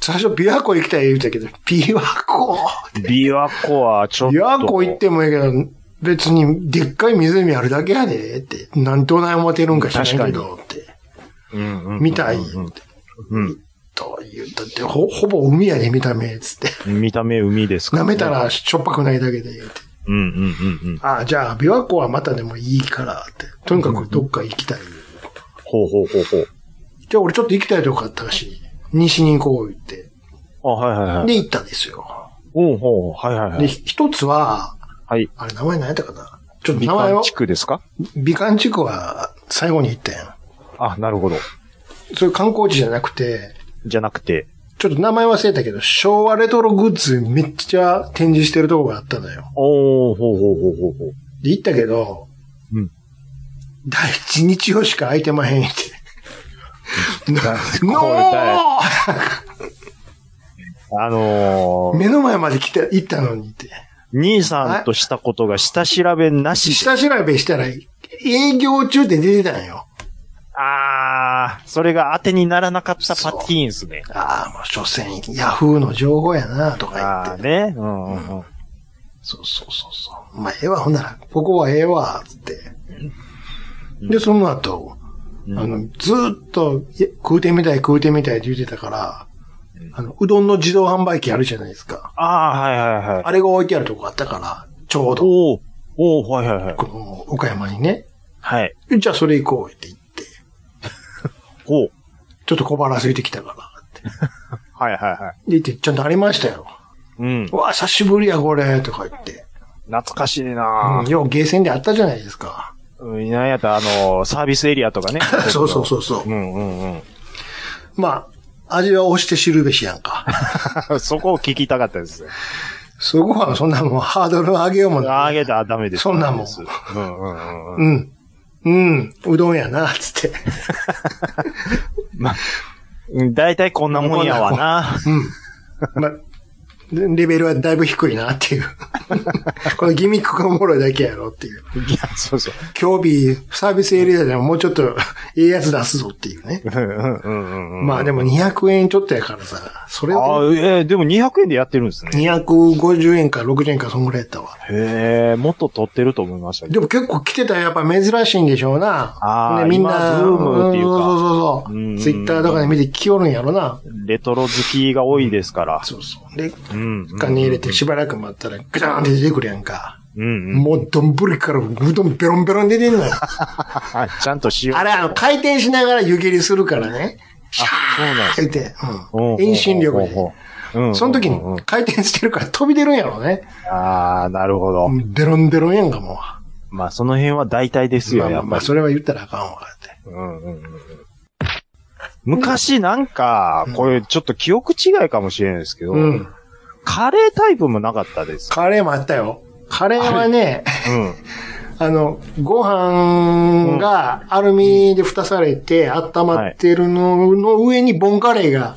Speaker 1: 最初、琵琶湖行きたい言うたけど、琵琶湖
Speaker 3: 琵琶湖はちょっと。
Speaker 1: 琵琶湖行ってもええけど、別に、でっかい湖あるだけやで、って。なんとない思ってるんか知らんけど、って。
Speaker 3: うん、うん。
Speaker 1: みたい、
Speaker 3: うん
Speaker 1: って。
Speaker 3: うん。
Speaker 1: と言うだって、ほ、ほぼ海やで、見た目、つって。
Speaker 3: うん見た目海ですか
Speaker 1: 舐
Speaker 3: ら
Speaker 1: めた。らしょっぱくないだけで言うて。
Speaker 3: うんうんうんうん。
Speaker 1: ああ、じゃあ、琵琶湖はまたでもいいからって。とにかくどっか行きたい。
Speaker 3: ほうほうほうほう。
Speaker 1: じゃあ、俺ちょっと行きたいとこあったらしい。西に行こう言って。
Speaker 3: あ、はいはいはい。
Speaker 1: で、行ったんですよ。
Speaker 3: おうほう、はいはいは
Speaker 1: で、
Speaker 3: い。
Speaker 1: 一つは、
Speaker 3: はい。
Speaker 1: あれ、名前何やったかなちょっと
Speaker 3: 美
Speaker 1: 名前を
Speaker 3: 観地、区ですか
Speaker 1: 美観地区は最後に行ったやん。
Speaker 3: あ、なるほど。
Speaker 1: そういう観光地じゃなくて、
Speaker 3: じゃなくて。
Speaker 1: ちょっと名前忘れたけど、昭和レトログッズめっちゃ展示してるとこがあったのよ。
Speaker 3: おー、ほうほうほうほうほう。
Speaker 1: で、行ったけど、
Speaker 3: うん。
Speaker 1: 第一日曜しか空いてまへんって。
Speaker 3: <laughs>
Speaker 1: な
Speaker 3: これだ
Speaker 1: の
Speaker 3: あのー、
Speaker 1: 目の前まで来て、行ったのにって。
Speaker 3: 兄さんとしたことが下調べなしで。
Speaker 1: 下調べしたら、営業中って出てたんよ。
Speaker 3: あー、それが当てにならなかったパティーンですね。
Speaker 1: ああ、もう所詮、ヤフーの情報やな、とか
Speaker 3: あ
Speaker 1: 言っ
Speaker 3: ー
Speaker 1: て。
Speaker 3: ね。うんうんうん。
Speaker 1: そうそうそうそう。まあ、ええわ、ほんなら、ここはええわ、つって。で、その後、
Speaker 3: うん
Speaker 1: あの、ずーっと、いや食うてみたい、食うてみたいって言ってたから、あの、うどんの自動販売機あるじゃないですか。
Speaker 3: あー、はいはいはい。
Speaker 1: あれが置いてあるとこあったから、ちょうど、
Speaker 3: おー、おー、はいはいはい。
Speaker 1: この、岡山にね。
Speaker 3: はい。
Speaker 1: じゃあそれ行こうって言って、
Speaker 3: ほう。
Speaker 1: ちょっと小腹空いてきたからって。
Speaker 3: はいはいはい。
Speaker 1: で、言って、ちゃんとありましたよ。
Speaker 3: うん。
Speaker 1: うわ、久しぶりや、これ、とか言って。
Speaker 3: 懐かしいな
Speaker 1: うん、ようゲーセンであったじゃないですか。。
Speaker 3: うん、いないやったら、あの、サービスエリアとかね。
Speaker 1: <laughs> そうそうそうそう
Speaker 3: うんうん
Speaker 1: う。まあ、味は押して知るべしやんか。
Speaker 3: うん。 <laughs> そこを聞きたかったです。
Speaker 1: そこはそんなもんハードル上げようもない。
Speaker 3: あげたらダメです。
Speaker 1: そんなもん
Speaker 3: うんうんうんう。
Speaker 1: うんん。うん。うどんやな、つって。
Speaker 3: うん大体こんなもんやわな。
Speaker 1: うん。まあ、レベルはだいぶ低いな、っていう。 <laughs> このギミックがおもろいだけやろ、っていう。
Speaker 3: いや、そうそう。
Speaker 1: 今日日、サービスエリアでももうちょっと、 <laughs> ええやつ出すぞっていうね。
Speaker 3: うんうんうんうん。
Speaker 1: まあでも200円ちょっとやからさ、それ
Speaker 3: あ
Speaker 1: を
Speaker 3: ーえーでも200円でやってるんですね。
Speaker 1: 250円か60円かそんぐらいやったわ。
Speaker 3: へえ、もっと取ってると思いましたけど。
Speaker 1: でも結構来てたらやっぱ珍しいんでしょうな。
Speaker 3: あー
Speaker 1: ねみんな、
Speaker 3: 今ブームっていうか
Speaker 1: んそうそうそう
Speaker 3: うんうんうん
Speaker 1: ツイッターとかで見て来よるんやろな。
Speaker 3: レトロ好きが多いですから。
Speaker 1: そうそう。で、
Speaker 3: うん。うん
Speaker 1: 金入れてしばらく待ったら、ガチャーンって出てくるやんか。
Speaker 3: うんうん。
Speaker 1: もうどんぶりから、うどんベロンベロン出てんのよ。
Speaker 3: あちゃんとしよう。
Speaker 1: あれ、あの、回転しながら湯切りするからね。シ
Speaker 3: そうなん
Speaker 1: ャー
Speaker 3: で
Speaker 1: って言って、
Speaker 3: うん
Speaker 1: うん。遠心力で。。
Speaker 3: うんうん。
Speaker 1: その時
Speaker 3: うんうん
Speaker 1: に回転してるから飛び出るんやろうね。
Speaker 3: ああ、なるほど。
Speaker 1: ベロンベロンやんか、もう。
Speaker 3: まあ、その辺は大体です
Speaker 1: ま
Speaker 3: よ、
Speaker 1: あま
Speaker 3: や
Speaker 1: あ
Speaker 3: っ
Speaker 1: ま
Speaker 3: ぱ
Speaker 1: あ、
Speaker 3: り。
Speaker 1: それは言ったらあかんわ、って。
Speaker 3: うんうんうんうん昔なんか、これちょっと記憶違いかもしれないですけど、
Speaker 1: うん。
Speaker 3: カレータイプもなかったです。
Speaker 1: カレーもあったよ。カレーはね、
Speaker 3: うん。
Speaker 1: あの、ご飯がアルミで蓋されて温まってるのの上にボンカレーが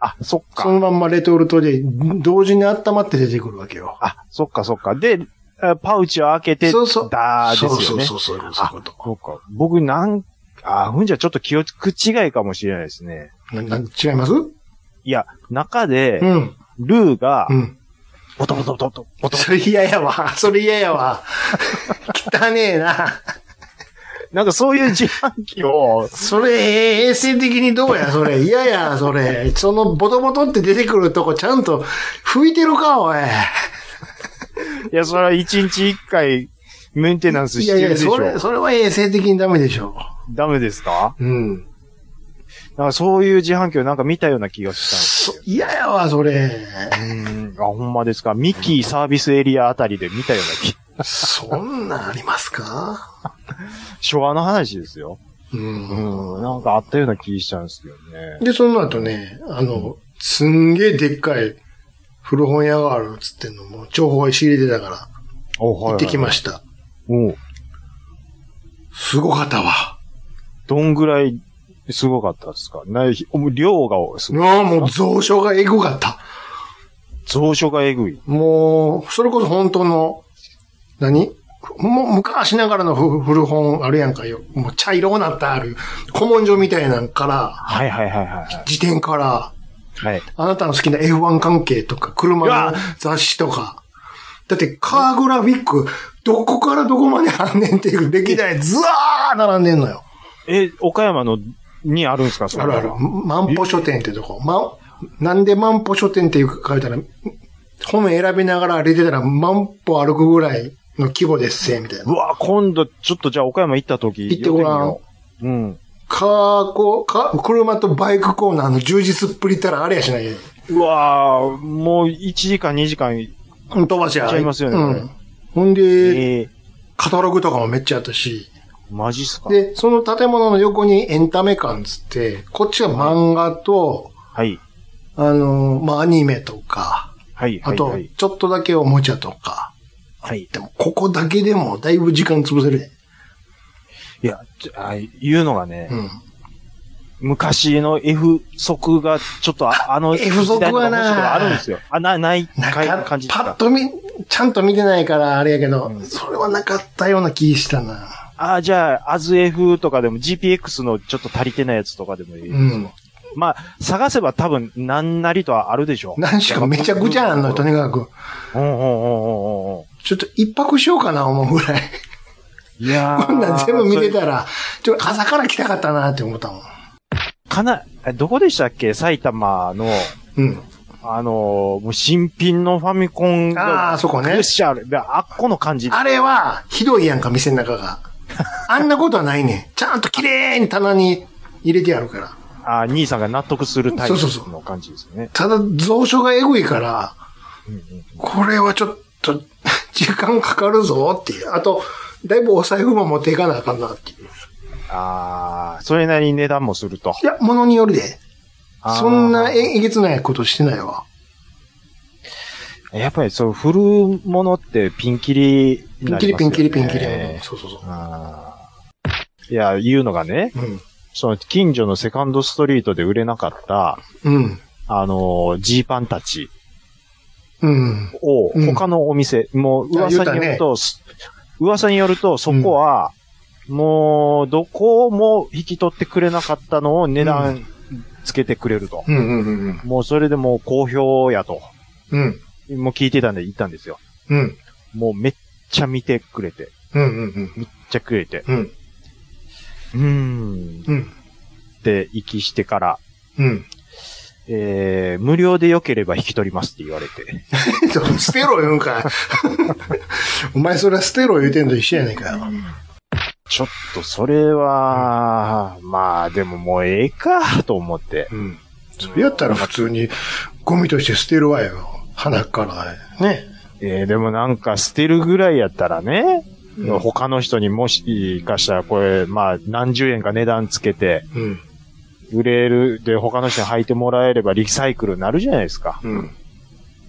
Speaker 3: あ、そっ
Speaker 1: そ
Speaker 3: か。
Speaker 1: のまんまレトルトで同時に温まって出てくるわけよ。
Speaker 3: あ、そっかそっか。で、あパウチを開けて、
Speaker 1: そうそう
Speaker 3: だーですよね。
Speaker 1: そうそうそう、そういうこと。
Speaker 3: そうか。僕、なん、あ、ふんじゃちょっと記憶違いかもしれないですね。
Speaker 1: なな違いますう
Speaker 3: いや、中で、
Speaker 1: ん。
Speaker 3: ルーが
Speaker 1: う、ん。
Speaker 3: ボトボトボトボトボト
Speaker 1: それ嫌やわ。それ嫌やわ。汚ねえな。
Speaker 3: なんかそういう自販機
Speaker 1: <laughs>
Speaker 3: を、
Speaker 1: それ、え衛生的にどうや、それ。嫌や、それ。その、ボトボトって出てくるとこちゃんと拭いてるか、おい。
Speaker 3: いや、それは一日一回、メンテナンス
Speaker 1: い
Speaker 3: し
Speaker 1: や
Speaker 3: て
Speaker 1: い
Speaker 3: るで
Speaker 1: や、
Speaker 3: しょ
Speaker 1: そ。れ、それは衛生的にダメでしょ
Speaker 3: ダメですか
Speaker 1: う。うん。
Speaker 3: なんかそういう自販機をなんか見たような気がした
Speaker 1: そ
Speaker 3: んですよ。
Speaker 1: 嫌やわ、それ。
Speaker 3: うん。あ、ほんまですか。ミッキーサービスエリアあたりで見たような気。
Speaker 1: そんなんありますか
Speaker 3: 昭和の話ですよ。
Speaker 1: う。
Speaker 3: うんん。なんかあったような気しちゃうんですけどね。
Speaker 1: で、その後ね、あの、すんげえでっかい古本屋があるっつってんのも、情報を仕入れてたから、
Speaker 3: お、はい、
Speaker 1: 行ってきま
Speaker 3: し
Speaker 1: した。
Speaker 3: た。おう
Speaker 1: すごかったわ。
Speaker 3: どんぐらいすごかったですかない、量がすごい。
Speaker 1: ああ、もう蔵書がエグかった。
Speaker 3: 蔵書がえぐい。
Speaker 1: もう、それこそ本当の、何もう昔ながらの古古本あるやんかよ。もう茶色なったある。古文書みたいなんから、
Speaker 3: はいはいはいはい
Speaker 1: 辞典から、
Speaker 3: はい。はい。
Speaker 1: あなたの好きな F1 関係とか、
Speaker 3: う
Speaker 1: 車
Speaker 3: わ
Speaker 1: の雑誌とか。だって、カーグラフィック、どこからどこまであんねんっていう歴代ずわー並んでんのよ。
Speaker 3: え、岡山の、にあるんですかそれ
Speaker 1: あるある。万歩書店ってとこ。ま、なんで万歩書店っていうか書いたら、本選びながら歩いてたら万歩歩くぐらいの規模ですせ、みたいうな。
Speaker 3: わ、今度、ちょっとじゃあ岡山行った時。
Speaker 1: 行ってごらん
Speaker 3: 寄てみよう。うん。
Speaker 1: カーコ、カー、車とバイクコーナーの充実っぷりったらあれやしない。
Speaker 3: うわーもう1時間2時間、え
Speaker 1: 飛ばしゃ。
Speaker 3: ちゃいますよね
Speaker 1: うん
Speaker 3: こ。
Speaker 1: ほんで、
Speaker 3: ー、
Speaker 1: カタログとかもめっちゃあったし。
Speaker 3: マジっすか
Speaker 1: で、その建物の横にエンタメ館つって、こっちは漫画と、
Speaker 3: はい。
Speaker 1: あの、まあ、アニメとか、
Speaker 3: はい、は
Speaker 1: あ
Speaker 3: い、
Speaker 1: と
Speaker 3: は、い。
Speaker 1: ちょっとだけおもちゃとか。
Speaker 3: はい。
Speaker 1: でも、ここだけでもだいぶ時間潰せるね。
Speaker 3: いや、ちょあ言うのがね、
Speaker 1: ん。
Speaker 3: 昔の F 足が、ちょっとあ、あの、
Speaker 1: <laughs> F 足は
Speaker 3: 時
Speaker 1: な
Speaker 3: 代の面白いがあるんですよ。あ、な、ない、
Speaker 1: な
Speaker 3: かい
Speaker 1: んか
Speaker 3: 感じ、です
Speaker 1: パッ
Speaker 3: か。
Speaker 1: と見、ちゃんと見てないからあれやけど、
Speaker 3: うん
Speaker 1: それはなかったような気したな。
Speaker 3: あ、じゃあ、アズ F とかでも GPX のちょっと足りてないやつとかでもいいです
Speaker 1: う
Speaker 3: よ
Speaker 1: ん。
Speaker 3: まあ、探せば多分、なんなりとはあるでしょう。
Speaker 1: 何しかめちゃくちゃあんのよ、とにかく。
Speaker 3: うんうんうんうんうんうん。
Speaker 1: ちょっと一泊しようかな、思うぐらい。
Speaker 3: いやー
Speaker 1: こんなん全部見てたら、ちょっと朝から来たかったなって思ったもん。
Speaker 3: かな、えどこでしたっけ埼玉の、
Speaker 1: うん。
Speaker 3: あのーもう新品のファミコン
Speaker 1: あ
Speaker 3: が、
Speaker 1: あ、そこ
Speaker 3: ク
Speaker 1: ね
Speaker 3: ッ。シャル、であっこの感じ。
Speaker 1: あれは、ひどいやんか、店の中が。あんなことはないねん。ちゃんと綺麗に棚に入れてあるから。
Speaker 3: あー兄さんが納得するタイ
Speaker 1: そうそうそ
Speaker 3: プ
Speaker 1: う
Speaker 3: の感じですよね。
Speaker 1: ただ、蔵書がエグいから、
Speaker 3: うんうん
Speaker 1: これはちょっと、時間かかるぞっていう。あと、だいぶお財布も持っていかなあかんなっていう。
Speaker 3: ああ、それなりに値段もすると。
Speaker 1: いや、ものによるで。
Speaker 3: あー
Speaker 1: そんなええげつないことしてないわ。
Speaker 3: やっぱりそう、古物ってピンキリに
Speaker 1: ピン
Speaker 3: な
Speaker 1: キ
Speaker 3: り
Speaker 1: リ
Speaker 3: ます
Speaker 1: ピ
Speaker 3: よ
Speaker 1: ン
Speaker 3: ね、
Speaker 1: キリピンキリ。うんそうそうそ
Speaker 3: あーいや、言うのがね、
Speaker 1: う。うん。
Speaker 3: その近所のセカンドストリートで売れなかった、
Speaker 1: うん。
Speaker 3: あのー、ジーパンたち
Speaker 1: うん。
Speaker 3: を、
Speaker 1: うん
Speaker 3: 他のお店、もう
Speaker 1: あ言う
Speaker 3: 噂
Speaker 1: たね
Speaker 3: によると、す噂によると、そこは、もう、どこも引き取ってくれなかったのを値段つけてくれると。
Speaker 1: うんうんうん
Speaker 3: もうそれでもう好評やと。
Speaker 1: うん。うん。
Speaker 3: もう聞いてたんで行ったんですよ。
Speaker 1: うん。
Speaker 3: もうめっちゃ見てくれて、めっ
Speaker 1: うんうんうん。
Speaker 3: ちゃくれて、
Speaker 1: うん。
Speaker 3: うーん、
Speaker 1: うん。
Speaker 3: って息してから、
Speaker 1: うん。
Speaker 3: えー、無料で良ければ引き取りますって言われて。
Speaker 1: <laughs> ちょっと捨てろ言うんかい。 <laughs> お前それは捨てろ言うてんと一緒やねんかよ。
Speaker 3: ちょっとそれは、まあでももうええか、と思って。
Speaker 1: うん。それやったら普通にゴミとして捨てるわよ。鼻から。ね。
Speaker 3: えー、でもなんか捨てるぐらいやったらね、
Speaker 1: うん
Speaker 3: 他の人にもしかしたらこれ、まあ何十円か値段つけて、
Speaker 1: うん。
Speaker 3: 売れるで他の人に履いてもらえればリサイクルになるじゃないですか。
Speaker 1: うん。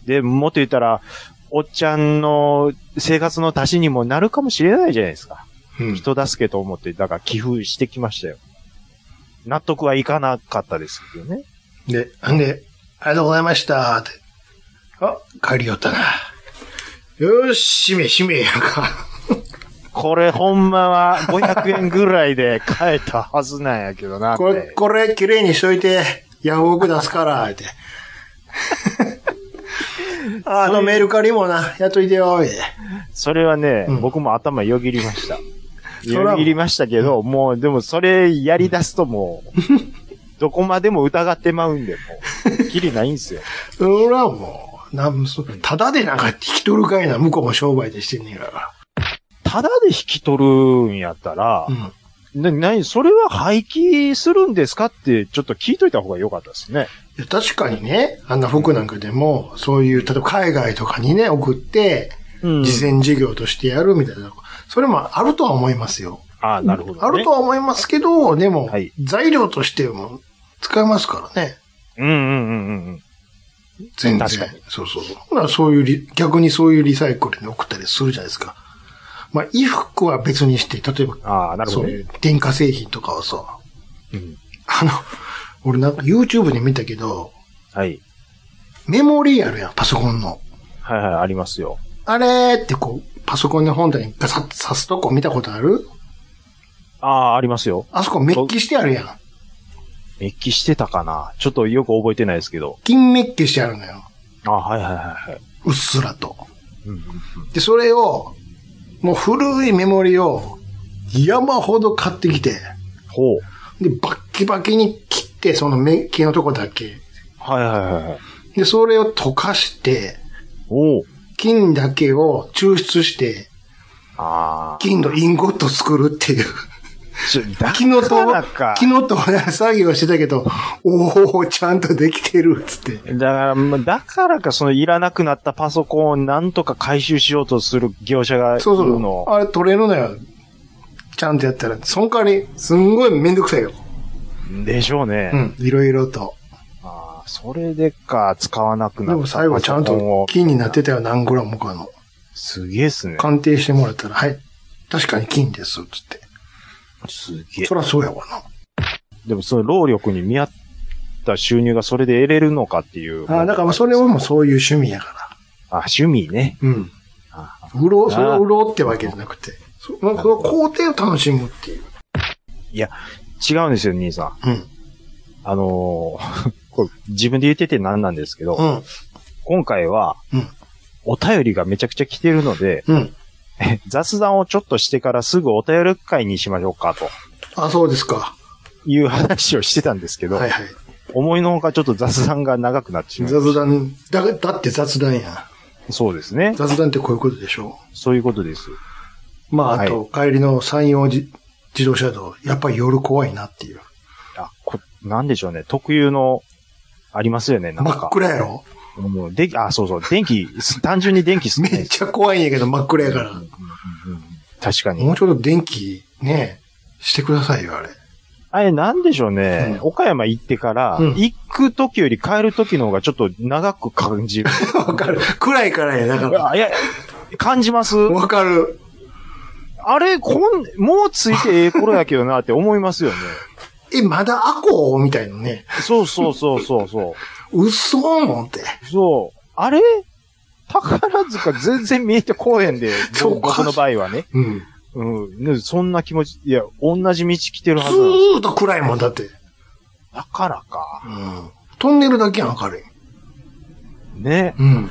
Speaker 3: で、もっと言ったら、おっちゃんの生活の足しにもなるかもしれないじゃないですか。
Speaker 1: うん
Speaker 3: 人助けと思って、だから寄付してきましたよ。納得はいかなかったですけどね。
Speaker 1: で、ほんで、ありがとうございましたって。あ、帰りよったな。よし、しめしめやんか。
Speaker 3: これほんまは500円ぐらいで買えたはずなんやけどなって。
Speaker 1: これ、これ、綺麗にしといて、ヤフオク出すから、って。あのメルカリもな、やっといてよ、言うて
Speaker 3: それはね、
Speaker 1: うん
Speaker 3: 僕も頭よぎりま
Speaker 1: <laughs>
Speaker 3: した。
Speaker 1: そら
Speaker 3: よぎりましたけど、もう、でもそれやり出すともう、
Speaker 1: <laughs>
Speaker 3: どこまでも疑ってまうんで、もう、きりないんすよ。
Speaker 1: そらもう、なんそただでなんか引き取るかいな、向こうも商売でしてんねんから。
Speaker 3: ただで引き取るんやったら
Speaker 1: う、ん。
Speaker 3: な、なそれは廃棄するんですかって、ちょっと聞いといた方が良かったですね。
Speaker 1: いや確かにね、あんな服なんかでも、そういう、例えば海外とかにね、送って、
Speaker 3: うん
Speaker 1: 事前事業としてやるみたいな、それもあるとは思いますよ。
Speaker 3: ああ、なるほど、ね。
Speaker 1: あるとは思いますけど、でも、
Speaker 3: はい
Speaker 1: 材料としても使えますからね。
Speaker 3: うんうんうんうんうん。
Speaker 1: 全然。
Speaker 3: 確かに
Speaker 1: そうそうそう。ほなそういうリ、逆にそういうリサイクルに送ったりするじゃないですか。まあ、衣服は別にして、例えば、
Speaker 3: ああ、なるほ
Speaker 1: そ
Speaker 3: ど、
Speaker 1: う
Speaker 3: ね
Speaker 1: いう電化製品とかはさ、
Speaker 3: うん。
Speaker 1: あの、俺なんか YouTube で見たけど、
Speaker 3: はい。
Speaker 1: メモリーあるやん、パソコンの。
Speaker 3: はいはい、ありますよ。
Speaker 1: あれってこう、パソコンの本体にガサッと刺すとこ見たことある
Speaker 3: ああ、ありますよ。
Speaker 1: あそこメッキしてあるやん。
Speaker 3: メッキしてたかなちょっとよく覚えてないですけど。
Speaker 1: 金メッキしてあるのよ。
Speaker 3: ああ、はいはいはいはい。
Speaker 1: うっすらと。
Speaker 3: うんうんうん
Speaker 1: で、それを、もう古いメモリを山ほど買ってきて、
Speaker 3: ほう。
Speaker 1: で、バッキバキに切って、そのメッキのとこだけ。
Speaker 3: はいはいはいはい。
Speaker 1: で、それを溶かして、
Speaker 3: おう。
Speaker 1: 金だけを抽出して、
Speaker 3: ああ。
Speaker 1: 金のインゴット作るっていう。
Speaker 3: ちょだ
Speaker 1: 昨日と
Speaker 3: からか、。
Speaker 1: 昨日と同じ作業してたけど、おおちゃんとできてるっつって。
Speaker 3: だから、まだからか、そのいらなくなったパソコンをなんとか回収しようとする業者がい
Speaker 1: そう
Speaker 3: る
Speaker 1: そ
Speaker 3: の。
Speaker 1: う。あれ取れるのよ。ちゃんとやったら。その代わり、すんごいめんどくさいよ。
Speaker 3: でしょうね。
Speaker 1: うん。いろいろと。
Speaker 3: ああ、それでか、使わなくなった。
Speaker 1: でも最後ちゃんと金になってたよ、何グラムかの。
Speaker 3: すげえっすね。
Speaker 1: 鑑定してもらったら、はい。確かに金です、つっ
Speaker 3: すげ
Speaker 1: て。
Speaker 3: え
Speaker 1: そ。らそうやわな。
Speaker 3: でもその労力に見合った収入がそれで得れるのかっていう。
Speaker 1: ああ、だからまあそれはもうそういう趣味やか
Speaker 3: あ、趣味ね。
Speaker 1: ら。うん。
Speaker 3: あ
Speaker 1: うろう、それをうろうってわけじゃなくて。そなんかその工程を楽しむっていう。
Speaker 3: 違うんですよ、兄さん。
Speaker 1: うん。
Speaker 3: あのー <laughs> これ自分で言ってて何なんですけど、
Speaker 1: うん。
Speaker 3: 今回は
Speaker 1: うん、
Speaker 3: お便りがめちゃくちゃ来てるので、
Speaker 1: うん。
Speaker 3: 雑談をちょっとしてからすぐお便り会にしましょうか、と
Speaker 1: あ、そうですか。
Speaker 3: いう話をしてたんですけど、
Speaker 1: はいはい。
Speaker 3: 思いのほかちょっと雑談が長くなってしまう。
Speaker 1: 雑談、だ、だって雑談や
Speaker 3: そうですね
Speaker 1: ん。。雑談ってこういうことでしょ
Speaker 3: そういうことです。
Speaker 1: う。まあ、あと、帰りの山陽自自動車道、やっぱり夜怖いなっていう。
Speaker 3: あ、こ、なんでしょうね。特有の、ありますよね、なん
Speaker 1: 真っ
Speaker 3: か。
Speaker 1: 暗やろ
Speaker 3: もう、で、あ、そうそう。電気、単純に電気少な
Speaker 1: <laughs> め
Speaker 3: い
Speaker 1: っちゃ怖いんやけど真っ暗やから。
Speaker 3: 確か
Speaker 1: も
Speaker 3: に
Speaker 1: う。ちょっと電気、ね、してくださいよ、あれ。 <laughs>
Speaker 3: あれ、なんでしょうね。
Speaker 1: うん
Speaker 3: 岡山行ってから、
Speaker 1: うん
Speaker 3: 行く時より帰る時の方がちょっと長く感じる。
Speaker 1: わかる。暗いからや、だから。
Speaker 3: あいや、感じます。
Speaker 1: わかる。
Speaker 3: あれ、こん、もうついてええ頃やけどなって思いますよね。
Speaker 1: え、まだアコーみたいなね。
Speaker 3: そうそうそうそうそ
Speaker 1: 嘘ーって。
Speaker 3: う。そう。あれ宝塚全然見えてこうへんで、
Speaker 1: そう
Speaker 3: 僕
Speaker 1: か
Speaker 3: 僕の場合はね。
Speaker 1: うん。
Speaker 3: うん。ねそんな気持ち、いや、同じ道来てるは
Speaker 1: ず
Speaker 3: ずなんですよ
Speaker 1: ーっと暗いもんだって。う
Speaker 3: だからか。
Speaker 1: ん。トンネルだけやん明るい。
Speaker 3: ね。
Speaker 1: うん。
Speaker 3: うん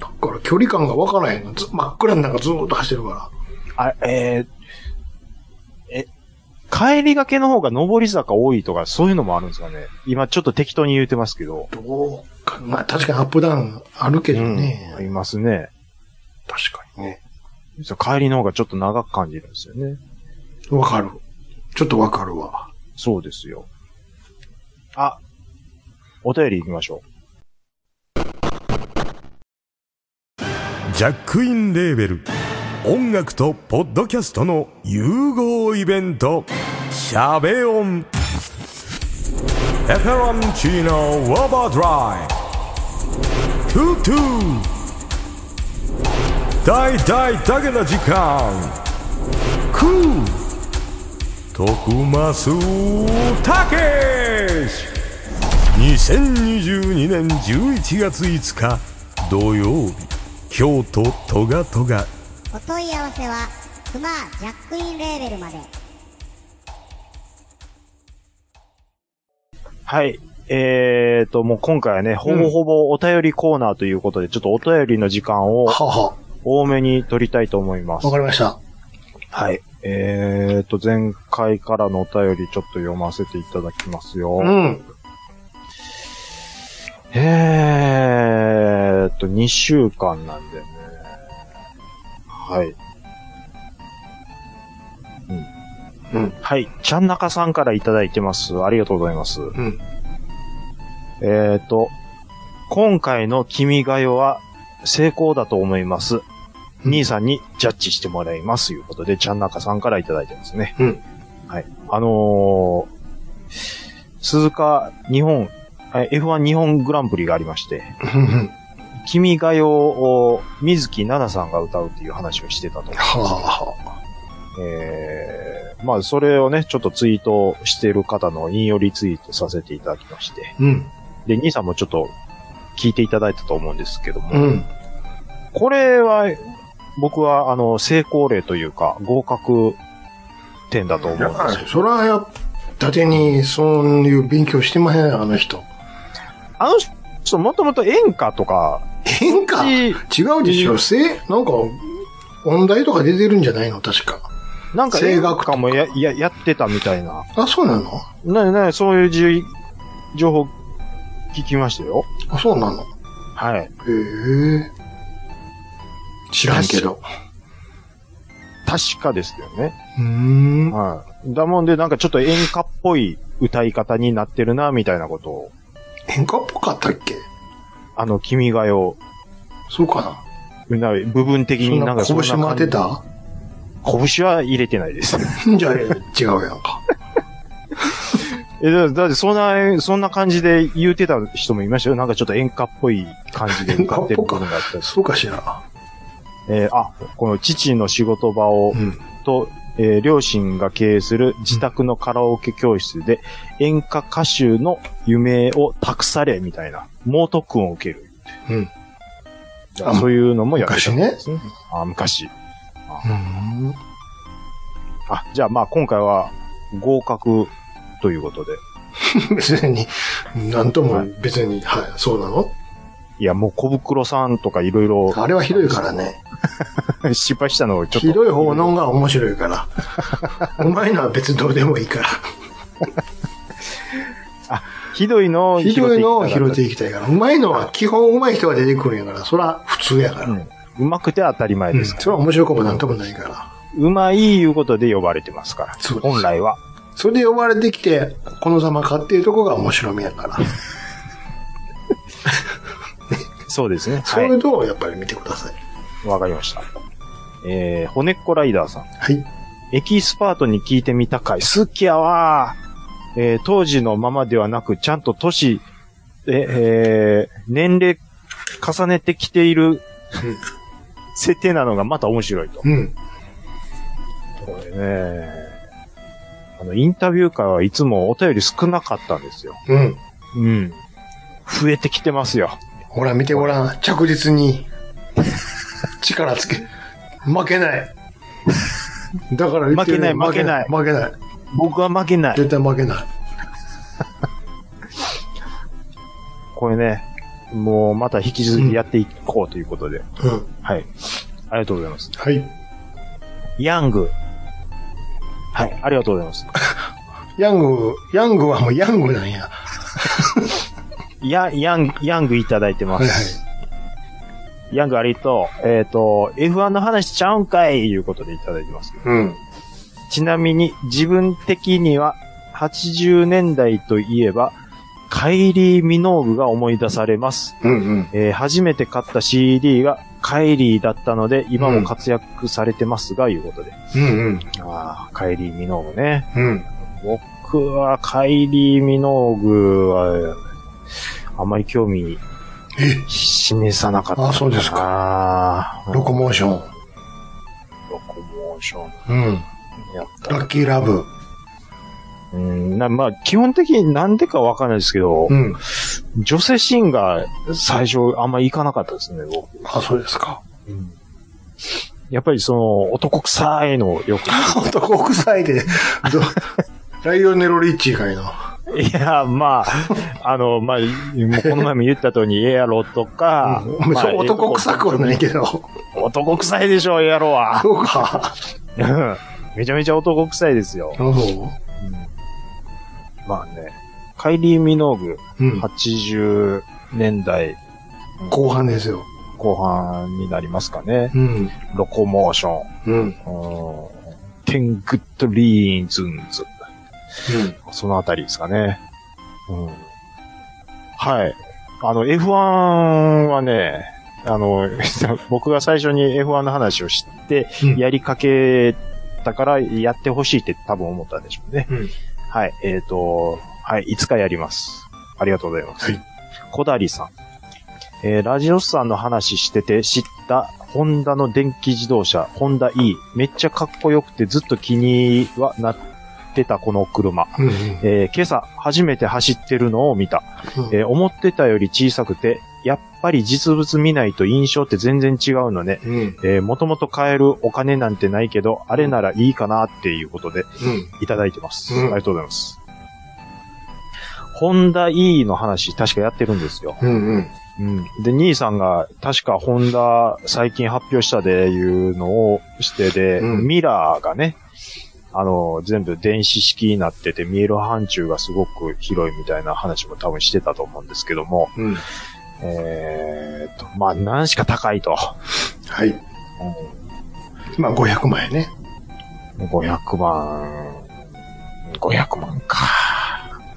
Speaker 1: だから距離感がわからへんの。ず真っ暗の中ずーっと走ってるか
Speaker 3: あ、えーえ、帰りがけの方が上り坂多いとか、そういうのもあるんですかね。今ちょっと適当に言うてますけど。
Speaker 1: ら。どうか。まあ確かにアップダウンあるけどね。
Speaker 3: うん。いますね。
Speaker 1: 確かにね。
Speaker 3: そう帰りの方がちょっと長く感じるんですよね。
Speaker 1: わかる。ちょっとわかるわ。
Speaker 3: そうですよ。あ、お便り行きましょ
Speaker 4: ジャックインレーベル音楽とポッドキャストの融合イベント「シャベオン」「エフェロンチーノウォーバードライ」「トゥトゥ」「大大だけの時間」「クー」「徳マスたけし」2022年11月5日土曜日京都トガトガ
Speaker 2: お問い合わせはクマジャックインレーベルまで
Speaker 3: はい。えーと、もう今回はね、ほぼほぼお便りコーナーということで、ちょっとお便りの時間を
Speaker 1: はは。
Speaker 3: 多めに取りたいと思います
Speaker 1: わ。かりました。
Speaker 3: はい。えーと、前回からのお便りちょっと読ませていただきますよ。
Speaker 1: うん。
Speaker 3: えーっと、2週間なんでね。はい。うん。
Speaker 1: うん
Speaker 3: はい。ちゃんなかさんからいただいてます。ありがとうございます。
Speaker 1: ん
Speaker 3: えーっと、今回の君が代は成功だと思います。
Speaker 1: うん
Speaker 3: 兄さんにジャッジしてもらいます。ということで、ちゃんなかさんからいただいてますね。
Speaker 1: うん
Speaker 3: はい。あのー、鈴鹿日本、え F1 日本グランプリがありまして、
Speaker 1: うん
Speaker 3: 君が代を水木奈々さんが歌うっていう話をしてたと。
Speaker 1: はは。
Speaker 3: えー、まあそれをね、ちょっとツイートしてる方の引用リツイートさせていただきまして。
Speaker 1: うん。
Speaker 3: で、兄さんもちょっと聞いていただいたと思うんですけども。
Speaker 1: うん。
Speaker 3: これは、僕はあの、成功例というか、合格点だと思うん
Speaker 1: い
Speaker 3: ですよ。
Speaker 1: やそらや、伊達にそういう勉強してません、あの人。
Speaker 3: あの人、もともと演歌とか、
Speaker 1: 変か違
Speaker 3: し
Speaker 1: うでし
Speaker 3: う
Speaker 1: ょ
Speaker 3: ん
Speaker 1: せなんか、音大とか出てるんじゃないの確か。
Speaker 3: なんか
Speaker 1: 声
Speaker 3: 演
Speaker 1: 楽とか
Speaker 3: 歌もやややってたみたいな。
Speaker 1: あ、そうなの
Speaker 3: ねねそういうじゅ情報聞きましたよ。
Speaker 1: あ、そうなの
Speaker 3: はい。
Speaker 1: へえ。知らんけど。
Speaker 3: 確かですよね。
Speaker 1: うーん。
Speaker 3: はい。だもんで、なんかちょっと演歌っぽい歌い方になってるな、みたいなことを、
Speaker 1: 変化っぽかったっけ
Speaker 3: あの、君が代、
Speaker 1: そうかな
Speaker 3: な部分的
Speaker 1: そん
Speaker 3: になん
Speaker 1: な
Speaker 3: かそんな
Speaker 1: 拳回
Speaker 3: 感
Speaker 1: っ
Speaker 3: じ
Speaker 1: てた
Speaker 3: 拳は入れてないです。
Speaker 1: じゃあ、違うやんか。
Speaker 3: え、だだってそんな、そんな感じで言うてた人もいましたよ。なんかちょっと演歌っぽい感じで歌ってる部分があったり。
Speaker 1: そうかしら。
Speaker 3: えーあ、この父の仕事場を、
Speaker 1: うん。
Speaker 3: と、えー両親が経営する自宅のカラオケ教室で演歌歌手の夢を託されみたいな猛特訓を受ける。
Speaker 1: うん
Speaker 3: あ。そういうのもやってた
Speaker 1: 昔
Speaker 3: んで
Speaker 1: ね。
Speaker 3: すね。あ昔。
Speaker 1: うん。
Speaker 3: あ、じゃあまあ今回は合格ということで。
Speaker 1: 別に、なんとも別に、はい、そうなの
Speaker 3: いやもう小袋さんとかいろいろ
Speaker 1: あれはひどいからね。
Speaker 3: <laughs> 失敗したのをちょっと。
Speaker 1: ひどい方のが面白い
Speaker 3: <laughs>
Speaker 1: から。うまいのは別にどうでもいいから。
Speaker 3: ひどいのを拾っ
Speaker 1: ひ
Speaker 3: ていきた
Speaker 1: どいのを
Speaker 3: かった
Speaker 1: 拾っていきたいから。うまいのは基本うまい人が出てくるんやから、そら普通やから。
Speaker 3: うんうまくて当たり前
Speaker 1: うん、
Speaker 3: ですから。
Speaker 1: それは面白くもなんともないから。
Speaker 3: うまいいうことで呼ばれてますから。
Speaker 1: そうです
Speaker 3: 本来は。
Speaker 1: それで呼ばれてきて、このざまかっていうとこが面白みやから。
Speaker 3: そうですね。
Speaker 1: そ
Speaker 3: は
Speaker 1: う
Speaker 3: い
Speaker 1: いう。とこをやっぱり見てください。
Speaker 3: わかりました。えー、骨っこライダーさん。
Speaker 1: はい。
Speaker 3: エキスパートに聞いてみたかい。好きやわー。えー、当時のままではなく、ちゃんと年、え、えー、年齢重ねてきている
Speaker 1: うん
Speaker 3: 設定なのがまた面白いと。
Speaker 1: うん。
Speaker 3: これね、あの、インタビュー会はいつもお便り少なかったんですよ。
Speaker 1: うん。
Speaker 3: うん。増えてきてますよ。
Speaker 1: ほら見てごらん。着実に。力つけ。負けない。だから言って
Speaker 3: 負
Speaker 1: る
Speaker 3: けない
Speaker 1: 負けない。負けない。
Speaker 3: 僕は負けない。
Speaker 1: 絶対負けない。
Speaker 3: これね、もうまた引き続きやっていこうということで。
Speaker 1: うん。
Speaker 3: はい。ありがとうございます。
Speaker 1: はい。
Speaker 3: ヤング。はい。ありがとうございます。
Speaker 1: ヤング、ヤングはもうヤングなんや。
Speaker 3: や、ヤン、ヤングいただいてま
Speaker 1: はいは
Speaker 3: す。ヤングありとう、えっ、と、F1 の話ちゃうんかいいうことでいただいてます。
Speaker 1: うん。
Speaker 3: ちなみに、自分的には、80年代といえば、カイリー・ミノーグが思い出されます。
Speaker 1: うんうん。
Speaker 3: えー初めて買った CD がカイリーだったので、今も活躍されてますが、いうことで。
Speaker 1: うん
Speaker 3: ああ、カイリー・ミノーグね。
Speaker 1: うん。うん。
Speaker 3: 僕はカイリー・ミノーグは、あまり興味
Speaker 1: え、
Speaker 3: 示さなかったな。
Speaker 1: あそうです
Speaker 3: か。
Speaker 1: ロコモーション。
Speaker 3: ロコモーション
Speaker 1: うん。
Speaker 3: やった。
Speaker 1: ラッキーラブ。
Speaker 3: うん、なまあ、基本的になんでかわかんないですけど、
Speaker 1: うん。
Speaker 3: 女性シーンが最初あんまりいかなかったですね、僕。
Speaker 1: あ、そうですか。
Speaker 3: やっぱりその、男臭いのをよく。
Speaker 1: 男臭いで、どライオネロリッチ以外の。
Speaker 3: いや、まあ、あの、まあ、もうこの前も言った通り、エアロとか、
Speaker 1: うん
Speaker 3: まあ
Speaker 1: そう男臭くはないけど。
Speaker 3: 男臭いでしょ、エアロは。 <laughs>
Speaker 1: そうか。
Speaker 3: うんめちゃめちゃ男臭いですよ。
Speaker 1: う
Speaker 3: まあね、カイリー・ミノーグ、
Speaker 1: ん。
Speaker 3: 80年代
Speaker 1: 後半ですよ。
Speaker 3: 後半になりますかね。
Speaker 1: うん。
Speaker 3: ロコモーション。
Speaker 1: うん。うん。
Speaker 3: テングッドリーンズンズ。そのあたりですかね。うん。はい。あの、F1 はね、あの、 <laughs> 僕が最初に F1 の話を知って、
Speaker 1: うん
Speaker 3: やりかけたからやってほしいって多分思ったんでしょうね。
Speaker 1: うん
Speaker 3: はい。えっ、と、はい。いつかやります。ありがとうございます。
Speaker 1: はい
Speaker 3: 小谷さん。えーラジオスさんの話してて知ったホンダの電気自動車、ホンダ E。めっちゃかっこよくてずっと気にはなってたこの車。
Speaker 1: うん。
Speaker 3: えー今朝初めて走ってるのを見た、
Speaker 1: うん
Speaker 3: えー思ってたより小さくて、やっぱり実物見ないと印象って全然違うのね。
Speaker 1: うん。うん。
Speaker 3: えー、もともと買えるお金なんてないけど、あれならいいかなっていうことでいただいてます。
Speaker 1: うん
Speaker 3: ありがとうございます。ホンダ E の話、確かやってるんですよ。
Speaker 1: うん。うん。
Speaker 3: うん。で、兄さんが、確かホンダ最近発表したでいうのをしてで、
Speaker 1: うん
Speaker 3: ミラーがね、あの、全部電子式になってて、見える範疇がすごく広いみたいな話も多分してたと思うんですけども、
Speaker 1: うん。
Speaker 3: えーっと、まあ、何しか高いと。
Speaker 1: はい。まあ、500万やね。
Speaker 3: 500万、500万か。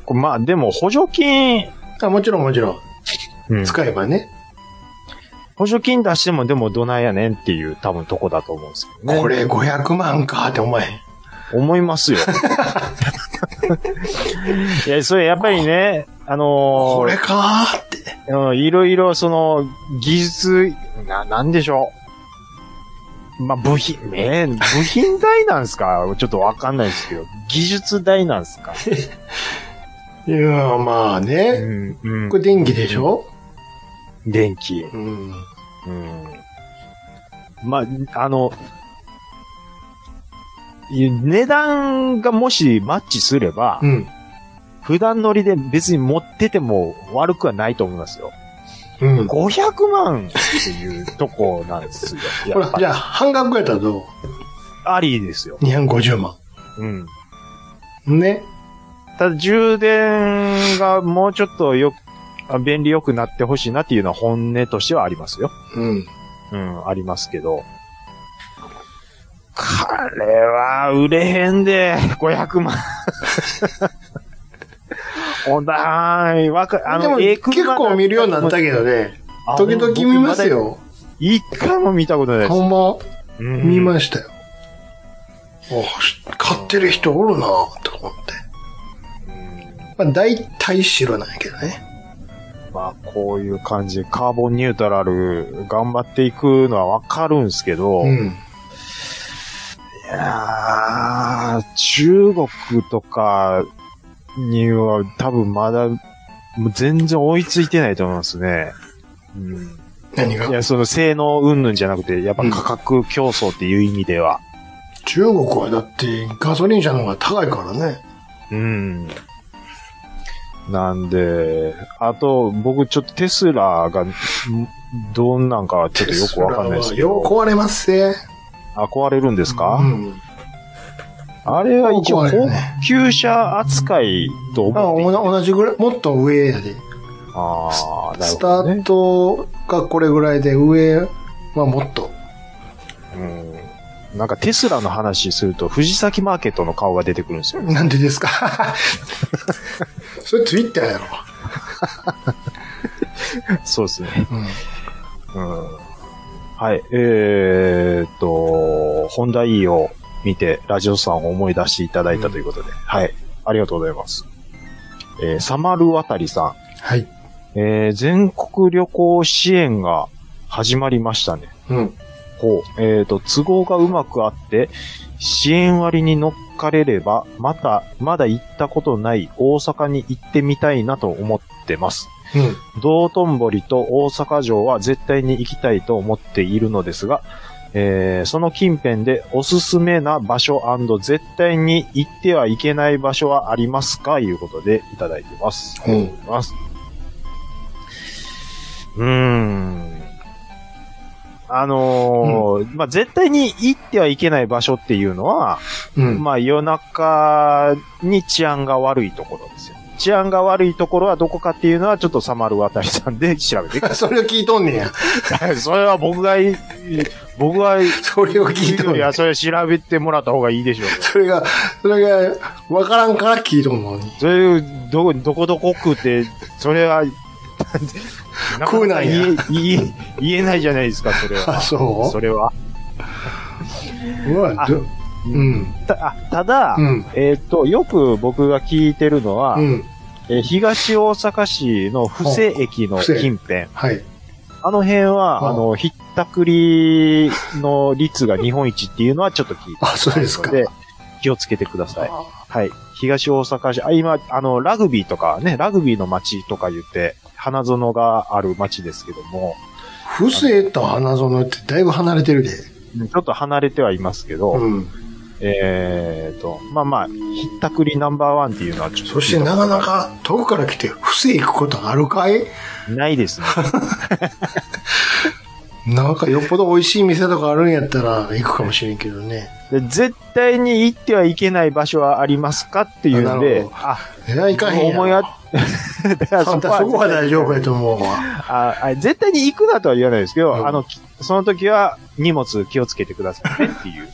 Speaker 3: これまあ、でも補助金、
Speaker 1: あもちろんもちろん。
Speaker 3: うん
Speaker 1: 使えばね。
Speaker 3: 補助金出してもでもどないやねんっていう多分とこだと思うんですけどね。
Speaker 1: これ500万かって思えへん。
Speaker 3: 思いますよ。 <laughs> いや、それやっぱりね、あの
Speaker 1: これ
Speaker 3: ー
Speaker 1: かーって。
Speaker 3: うん、いろいろその、技術、な、なんでしょう。まあ、部品、ね部品代なんですかちょっとわかんないですけど、技術代なんですか、
Speaker 1: いやー、まあ
Speaker 3: う
Speaker 1: ね。
Speaker 3: んうん
Speaker 1: これ電気でしょ
Speaker 3: 電気。
Speaker 1: う
Speaker 3: うん。
Speaker 1: ん。
Speaker 3: まあ、あの、い値段がもしマッチすれば、
Speaker 1: うん。
Speaker 3: 普段乗りで別に持ってても悪くはないと思いますよ。
Speaker 1: うん。ほ
Speaker 3: 500万っていうとこなんです
Speaker 1: <laughs>
Speaker 3: よ。や
Speaker 1: ら
Speaker 3: っ、ぱり
Speaker 1: じゃあ、半額やったらどう
Speaker 3: ありですよ。
Speaker 1: ?250 万。
Speaker 3: うん。
Speaker 1: ね。
Speaker 3: ただ充電がもうちょっとよ、あ便利よくなってほしいなっていうのは本音としてはありますよ。
Speaker 1: うん。
Speaker 3: うん、ありますけど。これは売れへんで、500万。
Speaker 1: <laughs>
Speaker 3: おだーい、わか、あ
Speaker 1: で
Speaker 3: の、
Speaker 1: も
Speaker 3: ええ
Speaker 1: 結
Speaker 3: 車だ
Speaker 1: 構見るようになったけどね。
Speaker 3: あ
Speaker 1: 時々見ます。よ。
Speaker 3: 一回も見たことないです。
Speaker 1: ほんま、
Speaker 3: うん
Speaker 1: 見ましたよ。あし買ってる人おるなぁと思って。まあ、大体白なんやけどね。
Speaker 3: まあ、こういう感じでカーボンニュートラル頑張っていくのはわかるんすけど、
Speaker 1: う
Speaker 3: い
Speaker 1: ん。
Speaker 3: やー中国とかには多分まだもう全然追いついてないと思いますね。うん
Speaker 1: 何が
Speaker 3: いや、その性能云々じゃなくて、やっぱ価格競争っていう意味では。
Speaker 1: 中国はだってガソリン車の方が高いからね。
Speaker 3: うん。なんで、あと、僕ちょっとテスラが、んどんなんかはちょっとよくわかんないですけ
Speaker 1: よ
Speaker 3: ど
Speaker 1: う。壊れますね。
Speaker 3: あ、壊れるんですか、
Speaker 1: うん。
Speaker 3: あれは一応
Speaker 1: 壊れる
Speaker 3: 高
Speaker 1: ね
Speaker 3: 級車扱いと
Speaker 1: あ
Speaker 3: 思
Speaker 1: お
Speaker 3: っていい
Speaker 1: な同じぐらい、もっと上やで。
Speaker 3: ああ、なる
Speaker 1: ス
Speaker 3: ほ
Speaker 1: タ
Speaker 3: ど、
Speaker 1: ー
Speaker 3: ね。
Speaker 1: トがこれぐらいで、上はもっと。
Speaker 3: うん。なんかテスラの話すると、藤崎マーケットの顔が出てくるんですよ。
Speaker 1: なんでですか <laughs> それツイッターやろ。
Speaker 3: そうですね。
Speaker 1: うん。
Speaker 3: うんはい、えー、っと、ホンダ E を見て、ラジオさんを思い出していただいたということで、はい、ありがとうございます。えーサマルワタリさ
Speaker 1: はい。
Speaker 3: ん、えー全国旅行支援が始まりましたね。
Speaker 1: うん。
Speaker 3: ほう、えー、っと、都合がうまくあって、支援割に乗っかれれば、また、まだ行ったことない大阪に行ってみたいなと思ってます。
Speaker 1: うん。
Speaker 3: 道頓堀と大阪城は絶対に行きたいと思っているのですが、えーその近辺でおすすめな場所絶対に行ってはいけない場所はありますかいうことでいただいてます。
Speaker 1: うん
Speaker 3: ありがとうございます。うーん。あのーまあ、絶対に行ってはいけない場所っていうのは、
Speaker 1: うん。
Speaker 3: まあ夜中に治安が悪いところですよ。治安が悪いところはどこかっていうのはちょっとサマルワタリさんで調べてくだ
Speaker 1: それを聞いとんねや。
Speaker 3: さい。 <laughs> それは僕が、僕が、い
Speaker 1: <laughs> それを聞いとんねや
Speaker 3: や、。それ調べてもらった方がいいでしょう。
Speaker 1: それが、それが、わからんから聞いとんのに。
Speaker 3: それ、ど、どこどこ食うて、それ <laughs> は、
Speaker 1: 食うなんや
Speaker 3: かか言え、言え、言えないじゃないですか、それ
Speaker 1: あ、
Speaker 3: は。
Speaker 1: そ
Speaker 3: それは。
Speaker 1: ううわ、
Speaker 3: あ
Speaker 1: どうん。
Speaker 3: た、あただ、
Speaker 1: うん
Speaker 3: えーっと、よく僕が聞いてるのは、
Speaker 1: うん。
Speaker 3: えー東大阪市の布施駅の
Speaker 1: 布施
Speaker 3: 近辺。
Speaker 1: はい。
Speaker 3: あの辺は、
Speaker 1: はあ
Speaker 3: あの、ひったくりの率が日本一っていうのはちょっと聞いて
Speaker 1: あ、そうです
Speaker 3: ます
Speaker 1: か
Speaker 3: の。で、気をつけてください。
Speaker 1: あ
Speaker 3: はい。東大阪市、あ、今、あの、ラグビーとかね、ラグビーの街とか言って、花園がある街ですけども、
Speaker 1: 不正と花園ってだいぶ離れてるで。
Speaker 3: ちょっと離れてはいますけど、
Speaker 1: うん。
Speaker 3: えーと、まあまあ、ひったくりナンバーワンっていうのはちょっと。
Speaker 1: そしてなかな。か遠くから来て不正行くことあるかい
Speaker 3: ないですね。
Speaker 1: なんかよっぽど美味しい店とかあるんやったら行くかもしれんけどね。
Speaker 3: で絶対に行ってはいけない場所はありますかって
Speaker 1: <laughs>
Speaker 3: いうん
Speaker 1: なる
Speaker 3: で
Speaker 1: ほ、ど
Speaker 3: あ、
Speaker 1: えらいかへんやろ
Speaker 3: 思いあ <laughs> だから
Speaker 1: そ
Speaker 3: は
Speaker 1: こは大丈夫やと思うわ。
Speaker 3: ああ絶対に行くなとは言わないですけど、
Speaker 1: うん
Speaker 3: あの、きその時は荷物気をつけてくださいねっていう。 <laughs>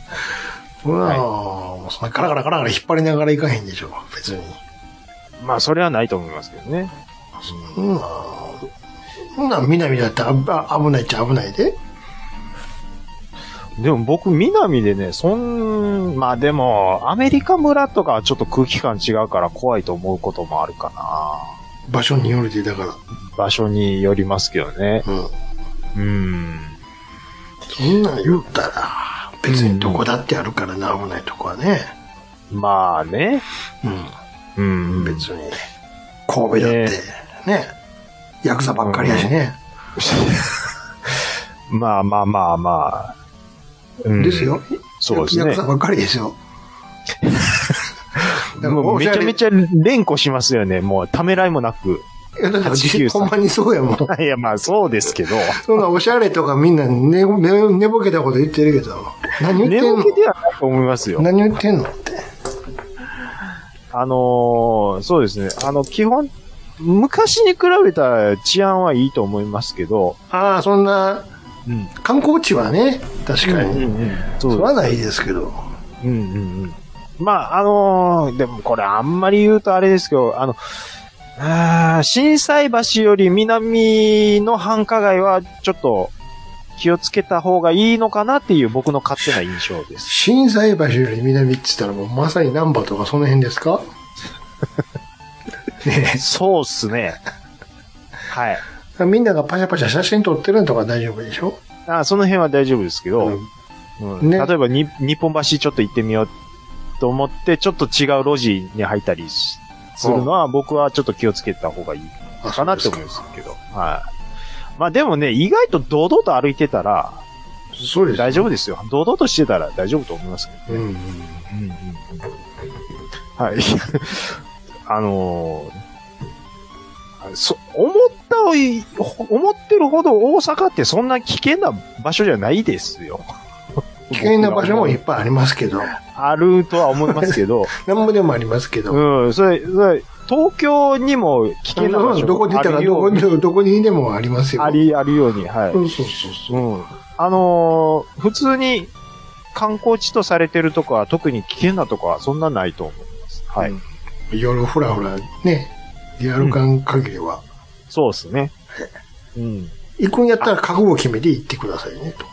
Speaker 1: うわぁ、もうそんなカラカラカラカラ引っ張りながら行かへんでしょ、別に。
Speaker 3: まあ、それはないと思いますけどね。
Speaker 1: そんな、そんなん南だってああ危ないっちゃ危ないで。
Speaker 3: でも僕、南でね、そん、まあでも、アメリカ村とかはちょっと空気感違うから怖いと思うこともあるかな。
Speaker 1: 場所によるで、だか
Speaker 3: 場所によりますけどね。
Speaker 1: ら。うん。
Speaker 3: うん。
Speaker 1: そんなん言ったら、別にどこだってあるからな、危ないとこはね。
Speaker 3: まあね。
Speaker 1: う
Speaker 3: うん。
Speaker 1: ん。別に。神戸だって、ね。ヤクザばっかりやしね。
Speaker 3: まあまあまあまあ。うん
Speaker 1: です。よ。
Speaker 3: そうです
Speaker 1: ヤ
Speaker 3: ね
Speaker 1: クザ。ばっかりですよ。だから
Speaker 3: <laughs> もうめちゃめちゃ連呼しますよね。もう、ためらいもなく。 <laughs>
Speaker 1: いや、だから
Speaker 3: 89
Speaker 1: ほんまにそうやもん。
Speaker 3: いや、まあそうです
Speaker 1: <laughs>
Speaker 3: けど。
Speaker 1: そんなおしゃれとかみんな寝ぼ寝寝ぼけたこと言ってるけど、何言って
Speaker 3: 寝
Speaker 1: ん
Speaker 3: ぼ
Speaker 1: の
Speaker 3: けではないと思いますよ。
Speaker 1: 何言ってんのって。
Speaker 3: あのーそうですね。あの、基本、昔に比べたら治安はいいと思いますけど、
Speaker 1: ああ、そんな
Speaker 3: うん。
Speaker 1: 観光地はね、確かに。
Speaker 3: そ
Speaker 1: そうれはないですけど。
Speaker 3: うんうんうん。まあ、あのーでもこれあんまり言うとあれですけど、あの、あー震災橋より南の繁華街はちょっと気をつけた方がいいのかなっていう僕の勝手な印象です。
Speaker 1: 震災橋より南って言ったらもうまさに南波とかその辺で
Speaker 3: <laughs>
Speaker 1: すかね
Speaker 3: そうっすね。はい。
Speaker 1: え。みんながパシャパシャ写真撮ってるのとか大丈夫でしょ
Speaker 3: あその辺は大丈夫ですけど、うん
Speaker 1: ね
Speaker 3: 例えばに日本橋ちょっと行ってみようと思って、ちょっと違う路地に入ったりしするのは、僕はちょっと気をつけた方がいい
Speaker 1: あ
Speaker 3: かなって思うんですけど。はい。まあでもね、意外と堂々と歩いてたら、
Speaker 1: そうです。
Speaker 3: 大丈夫ですよ。堂々としてたら大丈夫と思いますけ
Speaker 1: う
Speaker 3: どね。
Speaker 1: ん。
Speaker 3: うんうんはい。 <laughs> あのーそ、思ったより思ってるほど大阪ってそんな危険な場所じゃないですよ。
Speaker 1: <laughs> 危険な場所もいっぱいありますけど、
Speaker 3: あるとは思いますけ
Speaker 1: <laughs>
Speaker 3: ど、
Speaker 1: なんぼでもありますけど。
Speaker 3: うん、それ、それ、東京にも危険な場所
Speaker 1: どこにいた
Speaker 3: あ
Speaker 1: ら
Speaker 3: る
Speaker 1: ど
Speaker 3: よ
Speaker 1: こ
Speaker 3: うに
Speaker 1: に、どこにでもありますよ。
Speaker 3: あり、あるように、はい。
Speaker 1: そうそうそうそう。
Speaker 3: うん。あのー普通に観光地とされてるとこは、特に危険なとこはそんなないと思います。はい。
Speaker 1: うん夜ふらふらね、やる感限りは、
Speaker 3: そうです
Speaker 1: <laughs>
Speaker 3: ね。うん。
Speaker 1: 行くんやったら覚悟決めて行ってくださいね、と。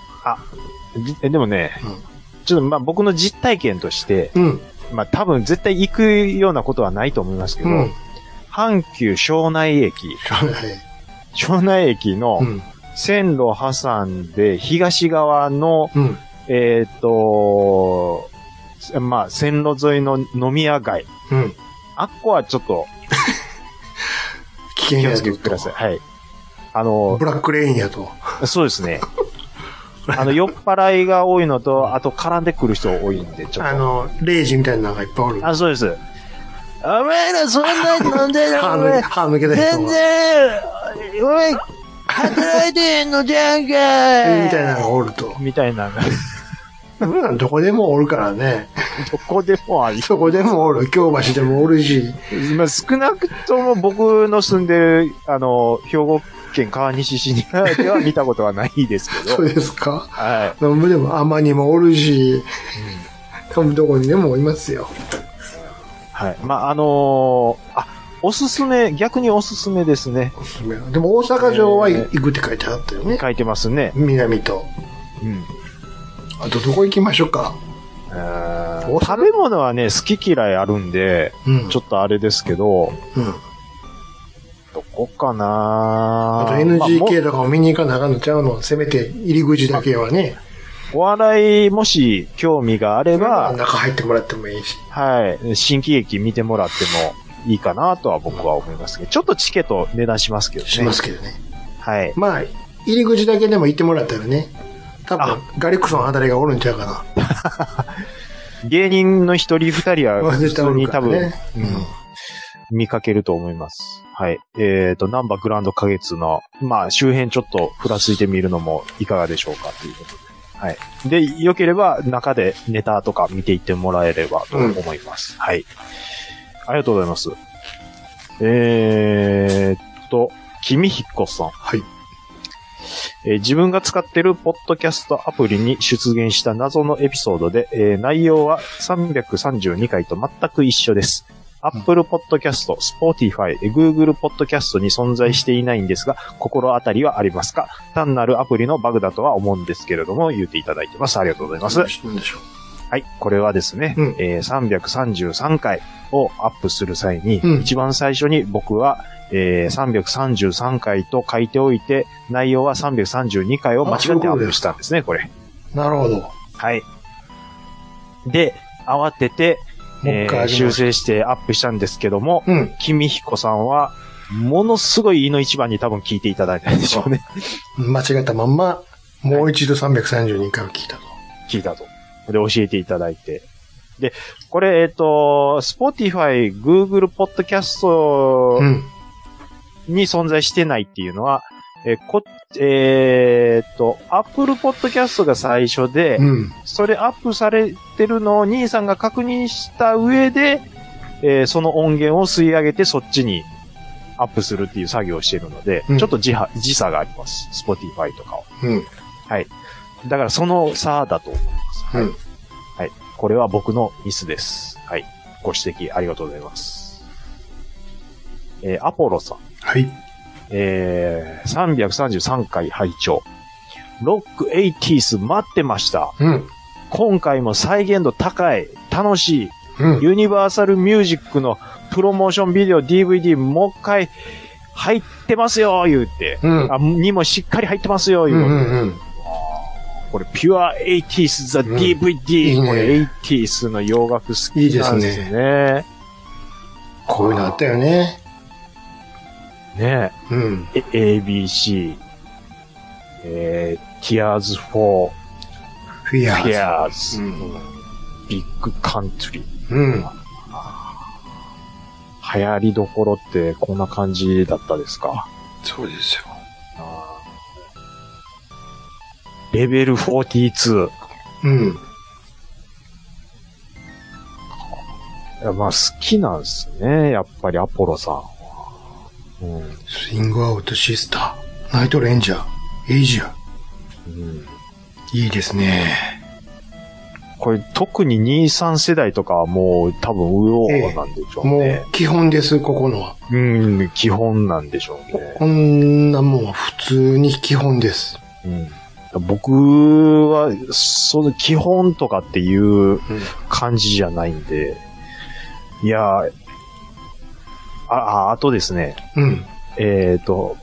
Speaker 3: じえでもね、
Speaker 1: うん
Speaker 3: ちょっとまあ僕の実体験として、
Speaker 1: うん。
Speaker 3: まあ多分絶対行くようなことはないと思いますけ
Speaker 1: う
Speaker 3: ど、
Speaker 1: ん。
Speaker 3: 阪急庄内駅、
Speaker 1: そうね
Speaker 3: 庄内駅の
Speaker 1: うん。
Speaker 3: 線路を挟んで東側の、
Speaker 1: うん。
Speaker 3: えっ、と、まあ、線路沿いの飲み屋街。
Speaker 1: うん。
Speaker 3: あっこはちょっと
Speaker 1: 危険
Speaker 3: 気を
Speaker 1: や
Speaker 3: つけ
Speaker 1: と
Speaker 3: てください。はい。あ
Speaker 1: <laughs>
Speaker 3: の
Speaker 1: ブ、ラックレインやと。
Speaker 3: そうですね。あの、酔っ払いが多いのと、あと絡んでくる人多いんで、ちょっ
Speaker 1: あ
Speaker 3: と。
Speaker 1: の、レイジみたいなのがいっぱいおる。
Speaker 3: あ、そうです。お前らそんなに飲んでる
Speaker 1: 歯 <laughs>
Speaker 3: お
Speaker 1: 抜け
Speaker 3: 前
Speaker 1: 歯抜けた人
Speaker 3: 全
Speaker 1: が。
Speaker 3: 然、お前、働いてんのじゃんかい
Speaker 1: みたいなのがおると。
Speaker 3: みたいなのが。
Speaker 1: そんなんどこでもおるからね。
Speaker 3: どこでもあり。
Speaker 1: どこでもおる。京橋でもおるし。
Speaker 3: <laughs> まあ、少なくとも僕の住んでる、あの、兵庫県川西市にでは見たことはないですけ
Speaker 1: <laughs> そ
Speaker 3: ど
Speaker 1: う。ですか。
Speaker 3: は
Speaker 1: 飲むでも甘にもおるし、飲むとこにでもいますよ。
Speaker 3: い。はい。まあ、あのーあ、おすすめ、逆におすすめですね。
Speaker 1: おすすめはでも大阪城はい行くって書いてあったよね。
Speaker 3: 書いてますね。
Speaker 1: 南と。
Speaker 3: うん。
Speaker 1: あとどこ行きましょうか。
Speaker 3: あー食べ物はね、好き嫌いあるんで、
Speaker 1: うん。
Speaker 3: ちょっとあれですけど、
Speaker 1: うん。
Speaker 3: どこかな
Speaker 1: あと
Speaker 3: まも
Speaker 1: NGK とかも見に行かなあかんのちゃうの。せめて入り口だけはね。
Speaker 3: お笑い、もし興味があれば、
Speaker 1: 中入ってもらってもいいし。
Speaker 3: はい、新喜劇見てもらってもいいかなとは僕は思いますけど、ちょっとチケット値段しますけどね。
Speaker 1: しますけどね。
Speaker 3: はい。
Speaker 1: まあ、入り口だけでも行ってもらったらね。多
Speaker 3: あ
Speaker 1: 分、ガリクソンあたりがおるんちゃうか
Speaker 3: 芸人の一人二人
Speaker 1: な。
Speaker 3: は
Speaker 1: <laughs> まあ
Speaker 3: 普
Speaker 1: 絶対
Speaker 3: 通
Speaker 1: おる
Speaker 3: に
Speaker 1: か
Speaker 3: 多
Speaker 1: ら
Speaker 3: 分、
Speaker 1: ね。うん
Speaker 3: 見かけると思います。はい。えっ、と、ナンバグランド花月の、まあ、周辺ちょっとふらついてみるのもいかがでしょうかということで。はい。で、良ければ中でネタとか見ていってもらえればと思います。はい。ありがとうございます。えー、っと、君彦さん。
Speaker 1: はい。
Speaker 3: えー自分が使ってるポッドキャストアプリに出現した謎のエピソードで、えー内容は332回と全く一緒です。Apple Podcast、Spotify、Google Podcast に存在していないんですが、心当たりはありますか単なるアプリのバグだとは思うんですけれども、言っていただいてます。ありがとうございます。
Speaker 1: なんでしょ
Speaker 3: はい、これはですね、
Speaker 1: うん
Speaker 3: えー333回をアップする際に、
Speaker 1: うん
Speaker 3: 一番最初に僕は、えー333回と書いておいて、内容は332回を間違ってアップしたんですね、これ。
Speaker 1: う。なるほど。も
Speaker 3: はい。で、慌てて、
Speaker 1: う一回
Speaker 3: えー
Speaker 1: あげま
Speaker 3: 修
Speaker 1: す。
Speaker 3: 正してアップしたんですけども、
Speaker 1: うん。
Speaker 3: 君彦さんは、ものすごい胃の一番に多分聞いていただいたんでしょうね。
Speaker 1: 間違ったまんま、もう一度332回を聞いたと。
Speaker 3: 聞いたと。で、教えていただいて。で、これ、えっ、と、Spotify、Google Podcast
Speaker 1: うん。
Speaker 3: に存在してないっていうのは、えーこ、えーっと、Apple Podcast が最初で、
Speaker 1: うん。
Speaker 3: それアップされてるのを兄さんが確認した上で、えーその音源を吸い上げてそっちにアップするっていう作業をしてるので、
Speaker 1: うん
Speaker 3: ちょっと時波時差があります。Spotify とかは。
Speaker 1: うん。
Speaker 3: だからその差だと思います。はい。
Speaker 1: うん
Speaker 3: はい。これは僕のミスです。はい。ご指摘ありがとうございます。えーアポロさん。
Speaker 1: はい。
Speaker 3: えー、333回拝聴ロック 80s 待ってました。
Speaker 1: うん。
Speaker 3: 今回も再現度高い、楽しい、
Speaker 1: うん。
Speaker 3: ユニバーサルミュージックのプロモーションビデオ DVD もう一回入ってますよ、言うて。
Speaker 1: うん。
Speaker 3: あ、にもしっかり入ってますよ、
Speaker 1: う
Speaker 3: 言うて。
Speaker 1: んうんうん。
Speaker 3: これ、ピュア 80s
Speaker 1: うん
Speaker 3: the DVD、
Speaker 1: いいね
Speaker 3: これ、80s の洋楽好きなんですね。
Speaker 1: いいです
Speaker 3: ね
Speaker 1: こういうのあったよね。
Speaker 3: ね
Speaker 1: うん。
Speaker 3: え ABC、えー、Tears for
Speaker 1: フィアーズ。
Speaker 3: Fears、
Speaker 1: うん
Speaker 3: ビッグカントリー。
Speaker 1: うん。
Speaker 3: 流行りどころってこんな感じだったですか。
Speaker 1: そうですよ。
Speaker 3: レベル42。
Speaker 1: うん。
Speaker 3: いやまあ好きなんですね。やっぱりアポロさんは。うん
Speaker 1: スイングアウトシスター、ナイトレンジャー、エイジア。
Speaker 3: うん
Speaker 1: いいですね。
Speaker 3: これ特に23世代とかはもう多分右往なんでしょう
Speaker 1: も
Speaker 3: ね
Speaker 1: う、。基本です、ここのは。
Speaker 3: うん、基本なんでしょうね。
Speaker 1: こんなもんは普通に基本です。
Speaker 3: うん、僕は、その基本とかっていう感じじゃないんで、いやー、あ、ああとですね、
Speaker 1: うん。
Speaker 3: えっ、と、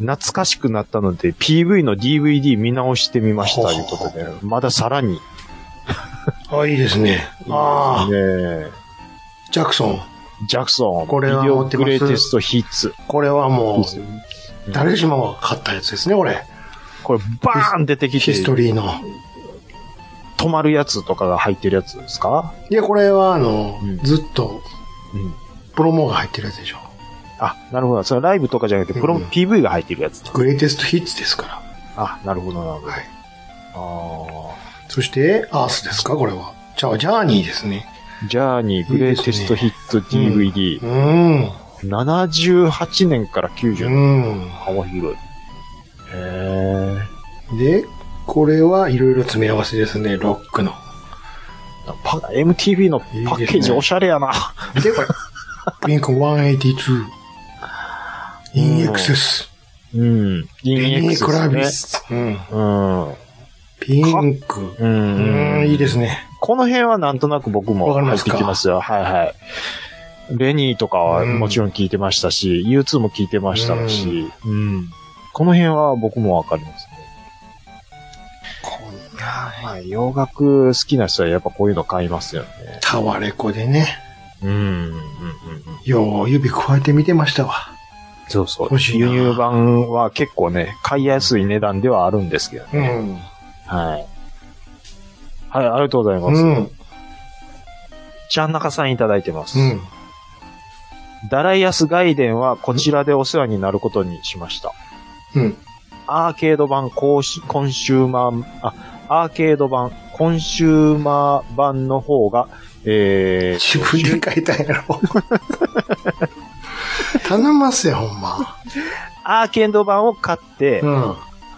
Speaker 3: 懐かしくなったので、PV の DVD 見直してみましたということで、まださらに
Speaker 1: あ、いいですね。ああ、
Speaker 3: え
Speaker 1: ジャクソン。
Speaker 3: ジャクソン、
Speaker 1: これは
Speaker 3: ビデ
Speaker 1: 持
Speaker 3: オ
Speaker 1: って
Speaker 3: グ
Speaker 1: ます
Speaker 3: レイテストヒッツ。
Speaker 1: これはも
Speaker 3: ヒ
Speaker 1: う、誰しもが買ったやつですね、これ。
Speaker 3: これバーン出てきて
Speaker 1: ヒ、ストリーの。
Speaker 3: 止まるやつとかが入ってるやつですか
Speaker 1: いや、これは、あの、
Speaker 3: うん
Speaker 1: ずっと、
Speaker 3: うん。
Speaker 1: プロモが入ってるやつでしょ。
Speaker 3: あ、なるほど。それはライブとかじゃなくて、プロ、
Speaker 1: うん
Speaker 3: PV が入ってるやつと。
Speaker 1: グレイテストヒッツですか
Speaker 3: あ、なるほど、なるほ
Speaker 1: ら。はい。
Speaker 3: ど。あ
Speaker 1: そして、アースですかこれは。じゃあ、ジャーニーですね。
Speaker 3: ージャーニー、グレイテストヒッツ
Speaker 1: ね
Speaker 3: DVD。
Speaker 1: うん。
Speaker 3: 78年から90年。
Speaker 1: う
Speaker 3: 幅広い。へえ。
Speaker 1: ん。で、これはいろいろ詰め合わせですね、ロックの。
Speaker 3: パ MTV のパッケ
Speaker 1: いい
Speaker 3: ー
Speaker 1: で
Speaker 3: ジ
Speaker 1: すね
Speaker 3: おしゃれやな。
Speaker 1: で、これ。ピンク182。インエクセス。
Speaker 3: うん。インエ
Speaker 1: ピ
Speaker 3: ク
Speaker 1: ン
Speaker 3: セ
Speaker 1: クラ
Speaker 3: ス
Speaker 1: ビ
Speaker 3: ね。
Speaker 1: ス。うん。
Speaker 3: うん。
Speaker 1: ピンク。
Speaker 3: う。
Speaker 1: うんん、いいですね。
Speaker 3: この辺はなんとなく僕も
Speaker 1: わかり
Speaker 3: 入
Speaker 1: ま
Speaker 3: っ
Speaker 1: す
Speaker 3: て
Speaker 1: か
Speaker 3: きますよ。はいはい。レニーとかはもちろん聞いてましたし、U2 も聞いてましたし、うん。この辺は僕もわかりますね。はい、洋楽好きな人はやっぱこういうの買いますよね。
Speaker 1: タワレコでね、
Speaker 3: うん。うんうんうん、
Speaker 1: よう指加えて見てましたわ。
Speaker 3: そうそう。
Speaker 1: 欲しいな
Speaker 3: 輸入版は結構ね、買いやすい値段ではあるんですけどね。
Speaker 1: うん。
Speaker 3: はい。はい、ありがとうございます。
Speaker 1: うん。
Speaker 3: ちゃんなかさんいただいてます。
Speaker 1: うん。
Speaker 3: ダライアス外伝はこちらでお世話になることにしました。
Speaker 1: うん。
Speaker 3: アーケード版公式コンシューマー、あ、アーケード版、コンシューマー版の方が、えー、
Speaker 1: 自分で書いたんや <laughs> ろ。頼ますよ、ほんま。
Speaker 3: アーケード版を買って、
Speaker 1: うん。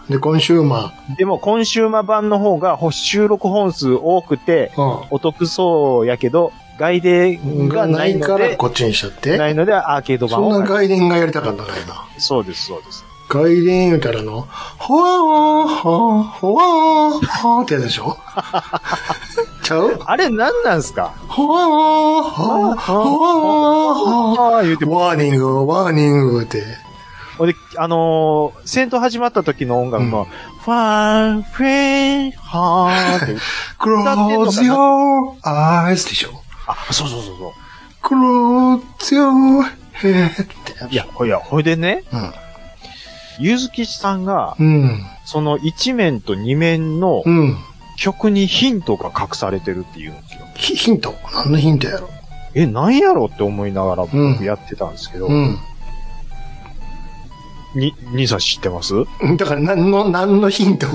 Speaker 1: で、コンシューマ
Speaker 3: でもコンシューマー版の方がほ収録本数多くて、
Speaker 1: ー。
Speaker 3: お得そうやけど、外
Speaker 1: うん。
Speaker 3: 伝
Speaker 1: が
Speaker 3: が
Speaker 1: な
Speaker 3: ない
Speaker 1: いか
Speaker 3: の
Speaker 1: ら
Speaker 3: で、
Speaker 1: こっちにしちゃっ
Speaker 3: な
Speaker 1: て。
Speaker 3: いのでアーケード版
Speaker 1: そ
Speaker 3: を
Speaker 1: んな
Speaker 3: 買っ
Speaker 1: 外伝がやりたかったからやな。
Speaker 3: そうです、そうです。
Speaker 1: 外伝言うたらの、ほわーほわーほわーほわーってやつでしょちゃう
Speaker 3: あれ何なんすか
Speaker 1: ほわーほわーほわーほわー
Speaker 3: ああ、言うて
Speaker 1: ワーニング、ワーニングって。
Speaker 3: ほんで、あのー、戦闘始まった時の音楽
Speaker 1: うん
Speaker 3: の、ファン、フェン、ハーって。
Speaker 1: Close your eyes でしょ。
Speaker 3: あ、そうそうそうそ
Speaker 1: Close your head って。
Speaker 3: う。いや、ほいや、ほいでね、ゆずきさんが、
Speaker 1: うん。うん。
Speaker 3: その1面と2面の
Speaker 1: うん。
Speaker 3: 曲にヒントが隠されてるっていうんですよ。
Speaker 1: ヒヒント何のヒントやろ
Speaker 3: え、なんやろって思いながら
Speaker 1: うん
Speaker 3: 僕やってたんですけど、
Speaker 1: うん。
Speaker 3: に、兄さん知ってます
Speaker 1: だから何の、何のヒント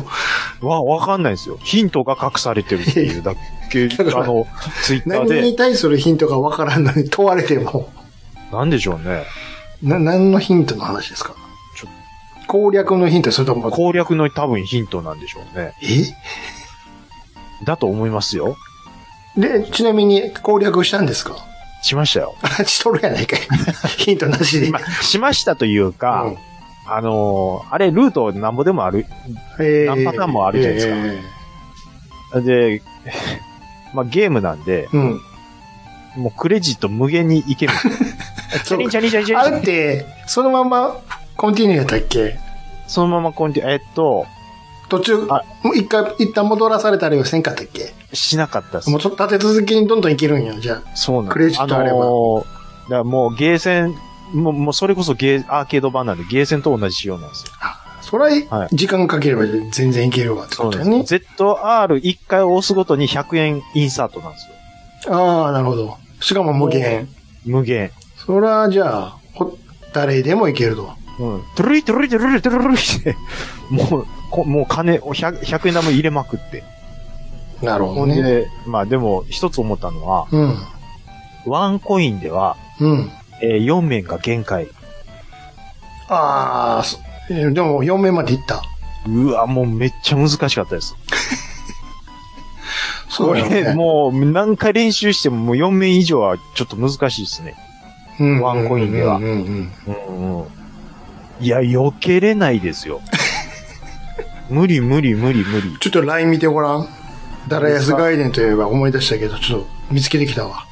Speaker 3: わ、わかんないんですよ。ヒントが隠されてるっていうだけ、
Speaker 1: だから
Speaker 3: あの、ツイッター
Speaker 1: 何
Speaker 3: で、
Speaker 1: に対するヒントがわからんのに問われても。
Speaker 3: なんでしょうね。
Speaker 1: な、何のヒントの話ですか
Speaker 3: ちょ
Speaker 1: 攻略のヒント、それとも、
Speaker 3: 攻略の多分ヒントなんでしょうね。
Speaker 1: え
Speaker 3: だと思いますよ。
Speaker 1: で、ちなみに攻略したんですか <laughs>
Speaker 3: しましたよ。
Speaker 1: しとるやないかい。 <laughs> ヒントなしで。
Speaker 3: まあ、しましたというか、
Speaker 1: うん
Speaker 3: あのーあれ、ルートなんぼでもある。
Speaker 1: え
Speaker 3: 何パターンもあるじゃないですか
Speaker 1: え
Speaker 3: で、 <laughs> まあ、ゲームなんで、
Speaker 1: ーうん。
Speaker 3: もうクレジット無限にい
Speaker 1: <laughs>
Speaker 3: ける。チャリンチャリンチャリンチャ
Speaker 1: あ
Speaker 3: リン
Speaker 1: れって、そのまま、コンティニューやったっけ
Speaker 3: そのままコンティ、えっと、
Speaker 1: 途中、も
Speaker 3: あ
Speaker 1: う一回、一旦戻らされたりはせんかったっけ
Speaker 3: しなかったっす
Speaker 1: もう。ちょっと立て続けにどんどんいけるんや、じゃあ。
Speaker 3: そうなん
Speaker 1: クレジットあれ
Speaker 3: の
Speaker 1: ば
Speaker 3: ーだからもうゲーセン、もう、もうそれこそゲー、アーケード版なんで、ゲーセンと同じ仕様なんですよ。
Speaker 1: それは
Speaker 3: はい
Speaker 1: 時間かければ全然いけるわって
Speaker 3: そ
Speaker 1: こ
Speaker 3: う
Speaker 1: と
Speaker 3: な
Speaker 1: や
Speaker 3: ん
Speaker 1: ね
Speaker 3: で。すよ。ZR1 回押すごとに100円インサートなんですよ。
Speaker 1: ああ、なるほど。しかも無限。
Speaker 3: 無限。
Speaker 1: それはじゃあ、ほ誰でもいけると。
Speaker 3: うん。トゥルリトゥルリトゥルリトゥルリって、 <laughs> もう、こもう金を100、100円玉入れまくって。
Speaker 1: なるほどね。
Speaker 3: で、まあでも、一つ思ったのは、
Speaker 1: うん。
Speaker 3: ワンコインでは、
Speaker 1: うん。
Speaker 3: え4面が限界。
Speaker 1: ああ、そえーでも4面までいった。
Speaker 3: うわ、もうめっちゃ難しかったです。
Speaker 1: そ
Speaker 3: こ
Speaker 1: うや
Speaker 3: れ、
Speaker 1: ね。
Speaker 3: もう何回練習してももう4面以上はちょっと難しいですね。
Speaker 1: うん
Speaker 3: ワンコインでは
Speaker 1: うんうんうん
Speaker 3: うんうん。いや、避けれないですよ。 <laughs> 無理無理無理無理。
Speaker 1: ちょっと LINE 見てごらん。ダラヤスガイデンといえば思い出したけど、ちょっと見つけてきたわ。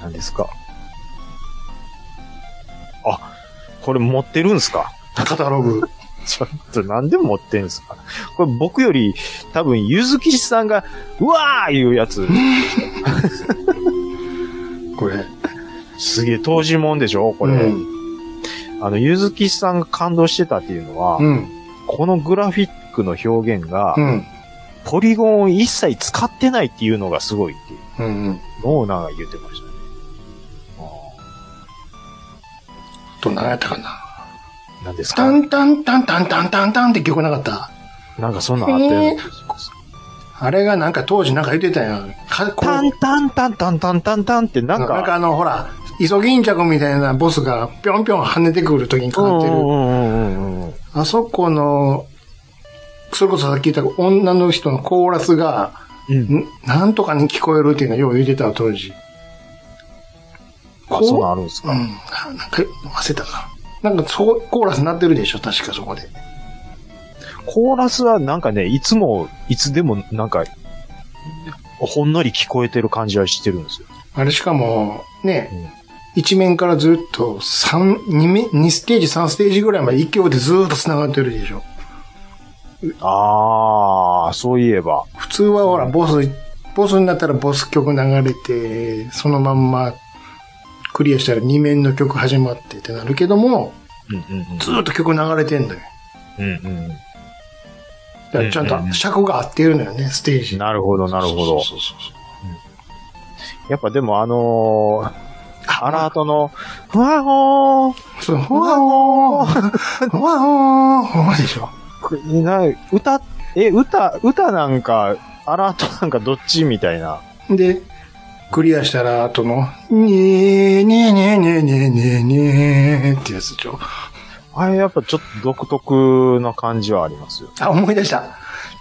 Speaker 3: なんですか。あ、これ持ってるんすか
Speaker 1: カタログ。
Speaker 3: <laughs> ちょっと何で持ってんすかこれ僕より多分ゆずきしさんが、うわーいうやつ、
Speaker 1: これ。
Speaker 3: すげえ当時もんでしょこれ。
Speaker 1: うん
Speaker 3: あの、ゆずきしさんが感動してたっていうのは、
Speaker 1: うん。
Speaker 3: このグラフィックの表現が、
Speaker 1: うん。
Speaker 3: ポリゴンを一切使ってないっていうのがすごいっていう
Speaker 1: うん。うん。
Speaker 3: のをなんか言ってましたね。
Speaker 1: と、何やったかな。
Speaker 3: 何です
Speaker 1: タ
Speaker 3: か
Speaker 1: ンタンタンタンタンタンタンって曲なかった。
Speaker 3: なんかそんなんあったような気がします。
Speaker 1: あれがなんか当時なんか言ってたやん。かこう
Speaker 3: タンタンタンタンタンタンタンってな
Speaker 1: なんんか、
Speaker 3: か、
Speaker 1: あの、ほら、イソギンチャクみたいなボスがぴょんぴょん跳ねてくるときにかかって
Speaker 3: うん
Speaker 1: る。
Speaker 3: うんうんうんうん。
Speaker 1: あそこの、それこそさっき言った女の人のコーラスが、
Speaker 3: うん。
Speaker 1: んなんとかに聞こえるっていうのはよう言ってた当時。
Speaker 3: あそんなんあるんです
Speaker 1: う
Speaker 3: か、
Speaker 1: ん。あなんか、忘れたかな。なんかそこ、コーラスなってるでしょ確かそこで。
Speaker 3: コーラスはなんかね、いつも、いつでもなんか、ほんのり聞こえてる感じはしてるんですよ。
Speaker 1: あれしかも、ね、一面からずっと三二面、二ステージ、三ステージぐらいまで一挙でずっと繋がってるでしょ。
Speaker 3: あー、そういえば。
Speaker 1: 普通はほら、ボス、ボスになったらボス曲流れて、そのまんまクリアしたら二面の曲始まってってなるけども、
Speaker 3: うんうん
Speaker 1: ずっと曲流れてんのよ。
Speaker 3: うん。うん
Speaker 1: だからちゃんと尺が合ってるのよね、ステー
Speaker 3: う
Speaker 1: ジ。
Speaker 3: ん。なるほど、なるほど。
Speaker 1: そうそうそうそう
Speaker 3: やっぱでもあのー、アラートの、ふわほー
Speaker 1: そう、ほ
Speaker 3: <laughs>
Speaker 1: わほー、ほわほー、ほわでしょ。
Speaker 3: くな、歌、え、歌、歌なんか、アラートなんかどっちみたいな。
Speaker 1: で、クリアしたら後の、ねえねえねえねえねえねえねえってやつでしょ。
Speaker 3: あれやっぱちょっと独特な感じはありますよ。
Speaker 1: あ、思い出した。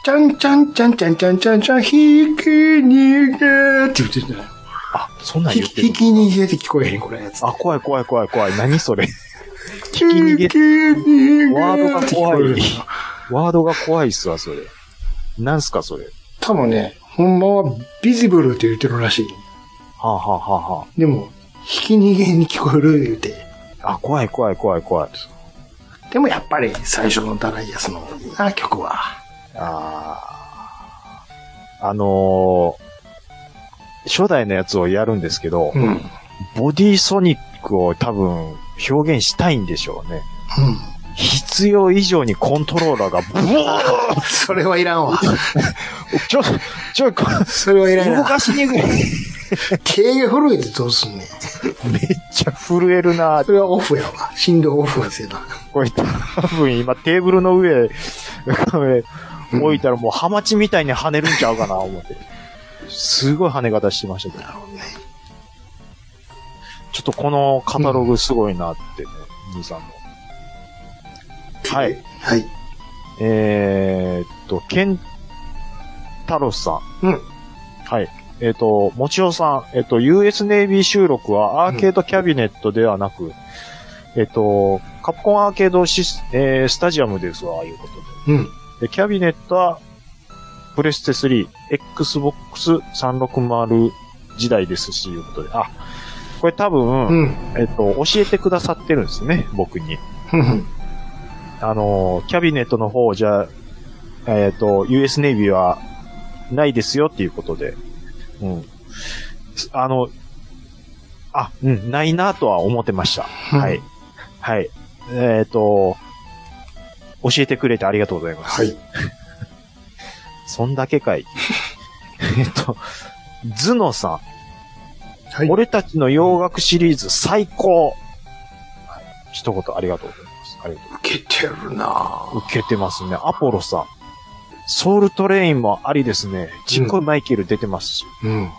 Speaker 1: ちゃんちゃんちゃんちゃんちゃんちゃんちゃん、ひき逃げって言ってんじゃない
Speaker 3: あ、そんなん
Speaker 1: ひ
Speaker 3: 言ってる
Speaker 1: ひき逃げって聞こえへん、これやつ。
Speaker 3: あ、怖い怖い怖い怖い。何そ <laughs> れ。
Speaker 1: ひき逃げ。
Speaker 3: ワードが怖
Speaker 1: って聞こえる
Speaker 3: い。ワードが怖いっすわ、それ。なんすか、それ。は
Speaker 1: 多分ね、ほんまはビジブルって言ってるらしい。
Speaker 3: あ、はあはあは
Speaker 1: でも、ひき逃げに聞こえる言うて。
Speaker 3: あ、あ、怖い怖い怖い怖い。
Speaker 1: でもやっぱり最初のダライアスのいいな曲は。
Speaker 3: あーあのー初代のやつをやるんですけど、
Speaker 1: うん。 <laughs> うん。
Speaker 3: ボディソニックを多分表現したいんでしょうね。必要以上にコントローラーがブワー
Speaker 1: それはいらんわ。
Speaker 3: ちょ、ちょ、こ
Speaker 1: <laughs> それはいらん
Speaker 3: 動
Speaker 1: わ。
Speaker 3: かしにくい。
Speaker 1: 経営が古いってどうすんね
Speaker 3: <laughs>
Speaker 1: ん。
Speaker 3: めっちゃ震えるな
Speaker 1: それはオフやわ。振動オフやせな。
Speaker 3: これ多分今テーブルの上、 <laughs> これ置いたらもうハマチみたいに跳ねるんちゃうかな、思って。すごい跳ね方してましたけど。ちょっとこのカタログすごいなってね、兄さんの。はい。
Speaker 1: はい。
Speaker 3: えーっと、ケンタロスさん。
Speaker 1: うん
Speaker 3: はい。えーっと、もちおさん。えーっと、US ネイビー収録はアーケードキャビネットではなく、えーっと、カプコンアーケードシス、えースタジアムですわ、いうことで。
Speaker 1: うん。
Speaker 3: で、キャビネットは、プレステ3、Xbox 360時代ですし、いうことで。あ、これ多分、
Speaker 1: うん。
Speaker 3: えっと、教えてくださってるんですね、僕に。
Speaker 1: うん。
Speaker 3: あのー、キャビネットの方じゃ、えっ、と、US ネイビーはないですよっていうことで。うん。あの、あ、うん、ないなとは思ってました。はい。。はい。えっ、と、教えてくれてありがとうございます。
Speaker 1: はい。
Speaker 3: そんだけかい。えっと、ズノさん、
Speaker 1: はい。
Speaker 3: 俺たちの洋楽シリーズ最高、はい一言ありがとうございます。ありがとう
Speaker 1: 受けてるなぁ
Speaker 3: 受けてますね。アポロさん。ソウルトレインもありですね。ちっこいマイケル出てますし。
Speaker 1: うん。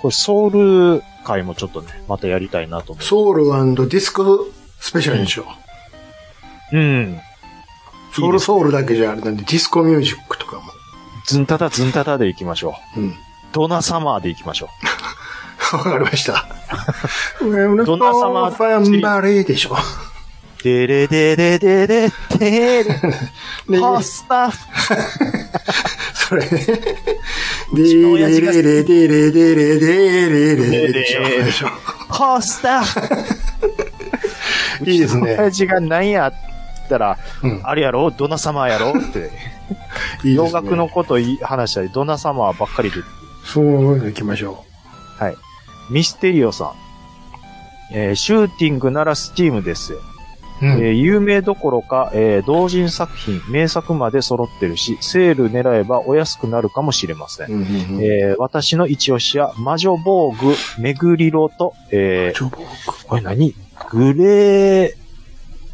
Speaker 3: これソウル界もちょっとね、またやりたいなと思
Speaker 1: ソウルディスコスペシャルにしよう。
Speaker 3: う。うん。
Speaker 1: ソウルソウルだけじゃあれなんで、ディスコミュージックとかも。
Speaker 3: ズンタタズンタタで行きましょ
Speaker 1: うん。
Speaker 3: う。ドナサマーで行きましょ
Speaker 1: わかりました。ど
Speaker 3: んな様
Speaker 1: ファンバレーでしょ。
Speaker 3: う。デレデレデレ <laughs> デレ、
Speaker 1: で
Speaker 3: パスタ
Speaker 1: それね。でれれれでれでれでれれでしょ。でしょ。
Speaker 3: パスタ
Speaker 1: いいですね。
Speaker 3: 親父が何や、ったら、
Speaker 1: うん
Speaker 3: あれやろドナ様やろって、
Speaker 1: いいです
Speaker 3: 洋
Speaker 1: ね
Speaker 3: 楽のことい話したり、ドナ様ばっかりで
Speaker 1: そういうの行きましょ
Speaker 3: ミステリオさん。えーシューティングならスチームですよ。
Speaker 1: う。うん。
Speaker 3: えー有名どころか、えー同人作品、名作まで揃ってるし、セール狙えばお安くなるかもしれません。
Speaker 1: うんうんうん
Speaker 3: えー私の一押しは、魔女防具、めぐりろと、えー
Speaker 1: ちょぼ
Speaker 3: これ何グレー、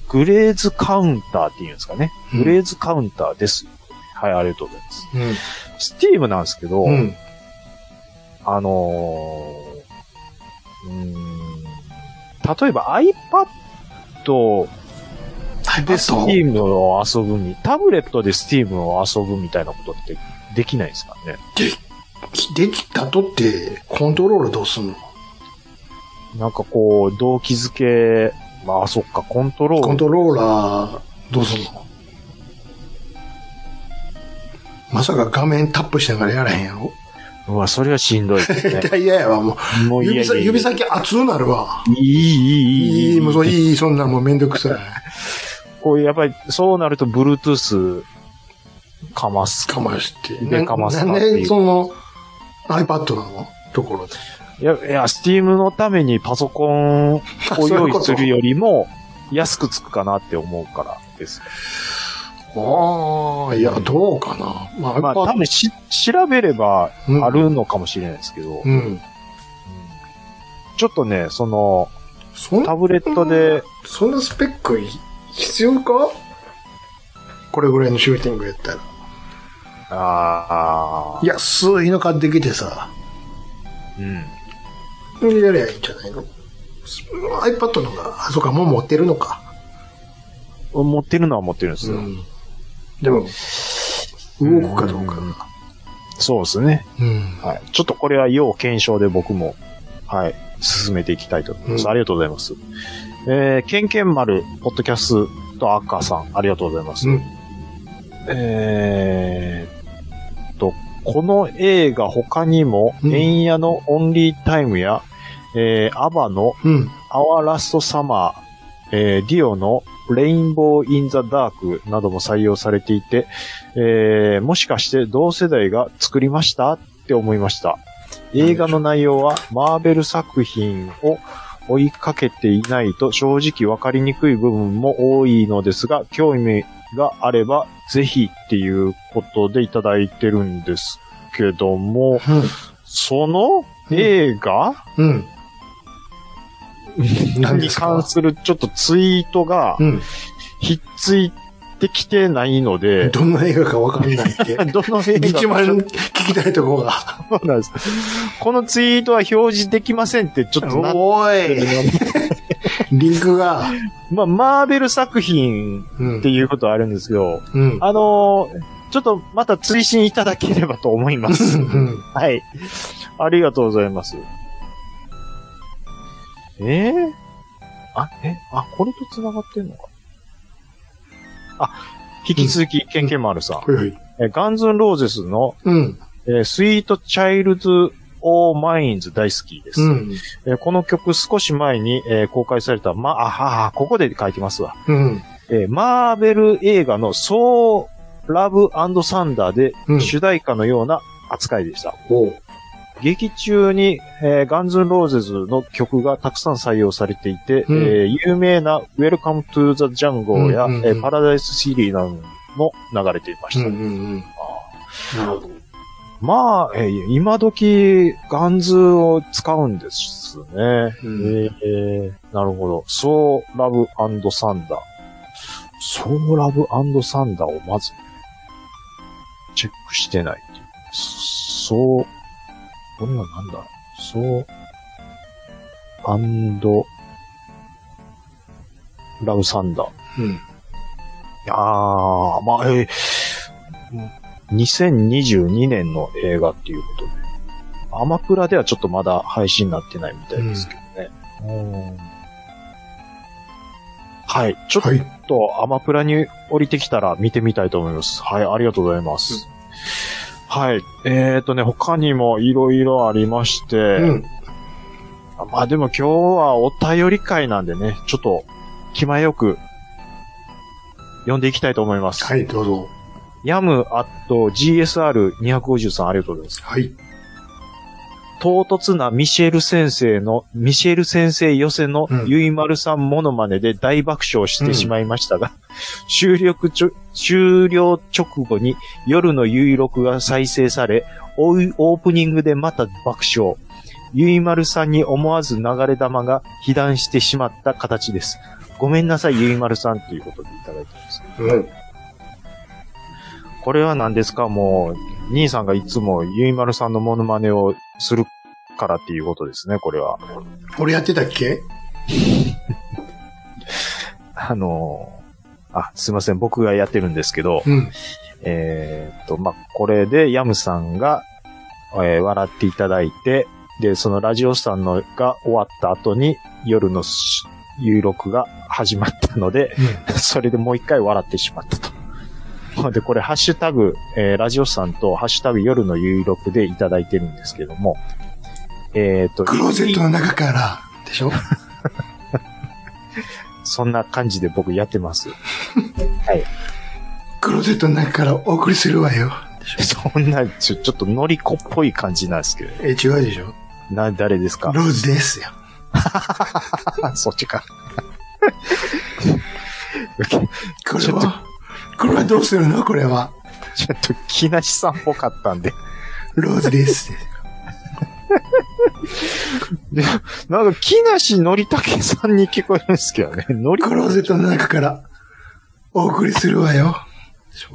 Speaker 3: グレーズカウンターっていうんですかね。
Speaker 1: うん
Speaker 3: グレーズカウンターです。はい、ありがとうございます。スティームなんですけど、
Speaker 1: うん。うん。
Speaker 3: あのー、うーん、例えば iPad で
Speaker 1: iPad
Speaker 3: Steam を遊ぶみ、タブレットで Steam を遊ぶみたいなことってできないですかね。
Speaker 1: できたとって、コントロールどうすんの
Speaker 3: なんかこう、動機づけ、まあ、そっか、コントロー
Speaker 1: コン
Speaker 3: ル。
Speaker 1: トローラー、どうすんのまさか画面タップしながらやらへんやろ
Speaker 3: うわ、それはしんどいですね
Speaker 1: 絶。対嫌やわ、も
Speaker 3: も
Speaker 1: う。
Speaker 3: ういやい
Speaker 1: <laughs> 指
Speaker 3: や
Speaker 1: 先、
Speaker 3: いや
Speaker 1: 指先熱うなるわ。
Speaker 3: いい、いい、いい、
Speaker 1: いい、もうそういい、そんなんもうめんどくさい。
Speaker 3: こう、やっぱり、そうなると、Bluetooth、かます。
Speaker 1: かまして。
Speaker 3: でかます
Speaker 1: な
Speaker 3: かっ
Speaker 1: なん
Speaker 3: ていう
Speaker 1: で、その、iPad なのとこ
Speaker 3: <laughs>
Speaker 1: ろで。
Speaker 3: いや、いや、Steam のためにパソコンを
Speaker 1: <laughs>
Speaker 3: 用意するよりも、安くつくかなって思うからです。
Speaker 1: ああ、いや、どうかな。まあ、
Speaker 3: まあ、多
Speaker 1: iPad
Speaker 3: 分し、調べれば、
Speaker 1: うん
Speaker 3: あるのかもしれないですけど、
Speaker 1: うん。
Speaker 3: ちょっとね、その、
Speaker 1: そん
Speaker 3: タブレットで、
Speaker 1: そんなスペックい必要かこれぐらいのシューティングやったら。
Speaker 3: ああ、
Speaker 1: 安いの買ってきてさ、
Speaker 3: うん。
Speaker 1: やりゃいいんじゃないの ?iPad の方が、あ、そうか、もう持ってるのか。
Speaker 3: 持ってるのは持ってるんですよ。
Speaker 1: ん。でも、動くかどうか
Speaker 3: うんそうですね。
Speaker 1: うん。
Speaker 3: はい。ちょっとこれは要検証で僕も、はい、進めていきたいと思います。
Speaker 1: うん
Speaker 3: ありがとうございます。えー、けんけん丸、ポッドキャスト赤さん、ありがとうございます。
Speaker 1: うん
Speaker 3: えーっと、この映画他にも、
Speaker 1: うん
Speaker 3: 円屋のオンリータイムや、えー、アバの
Speaker 1: うん。
Speaker 3: アワーラストサマー、えーディオのレインボー・イン・ザ・ダークなども採用されていて、えーもしかして同世代が作りましたって思いました。映画の内容はマーベル作品を追いかけていないと正直わかりにくい部分も多いのですが、興味があればぜひっていうことでいただいてるんですけども、その映画、
Speaker 1: うん。何で
Speaker 3: に
Speaker 1: す
Speaker 3: 関
Speaker 1: か
Speaker 3: するちょっとツイートが
Speaker 1: うん。
Speaker 3: ひっついてきてないので、
Speaker 1: どんな映画かわかんないって。
Speaker 3: どの映画
Speaker 1: <laughs> 一
Speaker 3: か
Speaker 1: 番聞きたいとこが。
Speaker 3: そうなんですこのツイートは表示できませんってちょっとなっ
Speaker 1: お
Speaker 3: てる
Speaker 1: いリンクが。
Speaker 3: まあ、マーベル作品
Speaker 1: う
Speaker 3: って
Speaker 1: ん。
Speaker 3: いうことはあるんですけど、
Speaker 1: うん。
Speaker 3: あのーちょっとまた追伸いただければと思います。
Speaker 1: うん
Speaker 3: はい。ありがとうございます。えー、あ、え、あ、これと繋がってんのか。あ、引き続き、ケンケンマルさん。
Speaker 1: ほいほい。
Speaker 3: えーガンズンローゼスの、
Speaker 1: うん。
Speaker 3: えースイートチャイルズ・オー・マインズ大好きです。
Speaker 1: うん。
Speaker 3: えーこの曲少し前に、えー公開された、ま、あはは、ここで書いてますわ。
Speaker 1: うん。
Speaker 3: えーマーベル映画のソー・ラブ・サンダーで
Speaker 1: うん
Speaker 3: 主題歌のような扱いでした。
Speaker 1: おう。
Speaker 3: 劇中に、えガンズンローゼズの曲がたくさん採用されていて、
Speaker 1: うん
Speaker 3: えー有名な Welcome to the Jungle や、
Speaker 1: うんうんうん
Speaker 3: えーパラダイスシリーなども流れていまし
Speaker 1: う
Speaker 3: た。
Speaker 1: んうんうん。なるほど。
Speaker 3: まあ、えー今時、ガンズを使うんですね。
Speaker 1: うん
Speaker 3: えーなるほど。ソーラブサンダー。ソーラブサンダーをまず、チェックしてないっていう。そう、これはなんだソー、アンド、ラブサンダー。
Speaker 1: うん。
Speaker 3: ああ、まあ、えー、2022年の映画っていうことで、アマプラではちょっとまだ配信になってないみたいですけどね。うんはい。ちょっ
Speaker 1: はい。
Speaker 3: とアマプラに降りてきたら見てみたいと思います。はい、ありがとうございます。はい。えっ、とね、他にもいろいろありまして、
Speaker 1: うん。
Speaker 3: まあでも今日はお便り会なんでね、ちょっと気前よく読んでいきたいと思います。
Speaker 1: はい、どうぞ。
Speaker 3: ヤムアット GSR250 さん、ありがとうございます。
Speaker 1: はい。
Speaker 3: 唐突なミシェル先生の、ミシェル先生寄せの
Speaker 1: うん
Speaker 3: ゆいまるさんモノマネで大爆笑してしまいましたが、 <laughs> 終了ちょ、終了直後に夜のゆい録が再生され、オイオープニングでまた爆笑。ゆいまるさんに思わず流れ玉が被弾してしまった形です。ごめんなさい、ゆいまるさんということでいただいてます。
Speaker 1: うん。
Speaker 3: これは何ですかもう、兄さんがいつもゆいまるさんのモノマネをするからっていうことですね、これは。
Speaker 1: 俺やってたっけ
Speaker 3: あのーあ、すいません、僕がやってるんですけど、
Speaker 1: うん。
Speaker 3: えーっと、まあ、これでヤムさんが、えー笑っていただいて、で、そのラジオさんのが終わった後に夜のし収録が始まったので、 <laughs> それでもう一回笑ってしまったと。で、これ、ハッシュタグ、えーラジオさんと、ハッシュタグ夜の有録でいただいてるんですけども、えーっと、
Speaker 1: クローゼットの中から、でしょ
Speaker 3: そんな感じで僕やってます。 <laughs>
Speaker 1: クローゼットの中からお送りするわよ。
Speaker 3: そんな、ちょ、ちょっとノリコっぽい感じなんですけど、
Speaker 1: え、違うでしょ
Speaker 3: な、誰ですか
Speaker 1: ローズですよ。
Speaker 3: あ、そっち <laughs> か。
Speaker 1: これは、これはどうするのこれは。
Speaker 3: ちょっと、木梨さんっぽかったんで。
Speaker 1: ローズです。
Speaker 3: なんか、木梨のりたけさんに聞こえるんですけどね。のり
Speaker 1: クローゼットの中からお送りするわよ。でしょ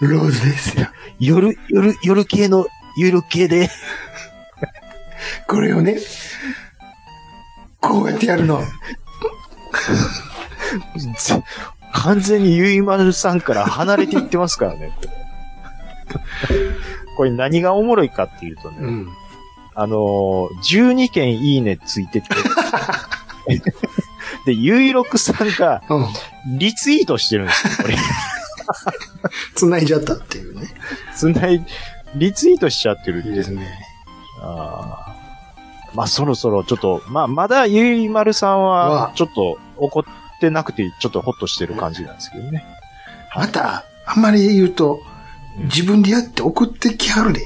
Speaker 1: ローズですよ。
Speaker 3: 夜、夜、夜系の、夜系で。
Speaker 1: これをね、こうやってやるの。
Speaker 3: ぜ <laughs> 完全にゆいまるさんから離れていってますからね。
Speaker 1: <laughs>
Speaker 3: これ何がおもろいかっていうとね、
Speaker 1: うん。
Speaker 3: あのー、12件いいねつい
Speaker 1: <laughs>
Speaker 3: てて、で、ゆいろくさんが
Speaker 1: うん。
Speaker 3: リツイートしてるんですよ、これ。
Speaker 1: 繋いじゃったっていうね。
Speaker 3: つない、リツイートしちゃってるって
Speaker 1: い
Speaker 3: い
Speaker 1: いうですね。
Speaker 3: あーまあ、そろそろちょっと、まあ、まだゆいまるさんは
Speaker 1: わ、
Speaker 3: ちょっと怒ってなくて、ちょっとホッとしてる感じなんですけどね。
Speaker 1: また、あんまり言うと、自分でやって送ってきはる <laughs> で。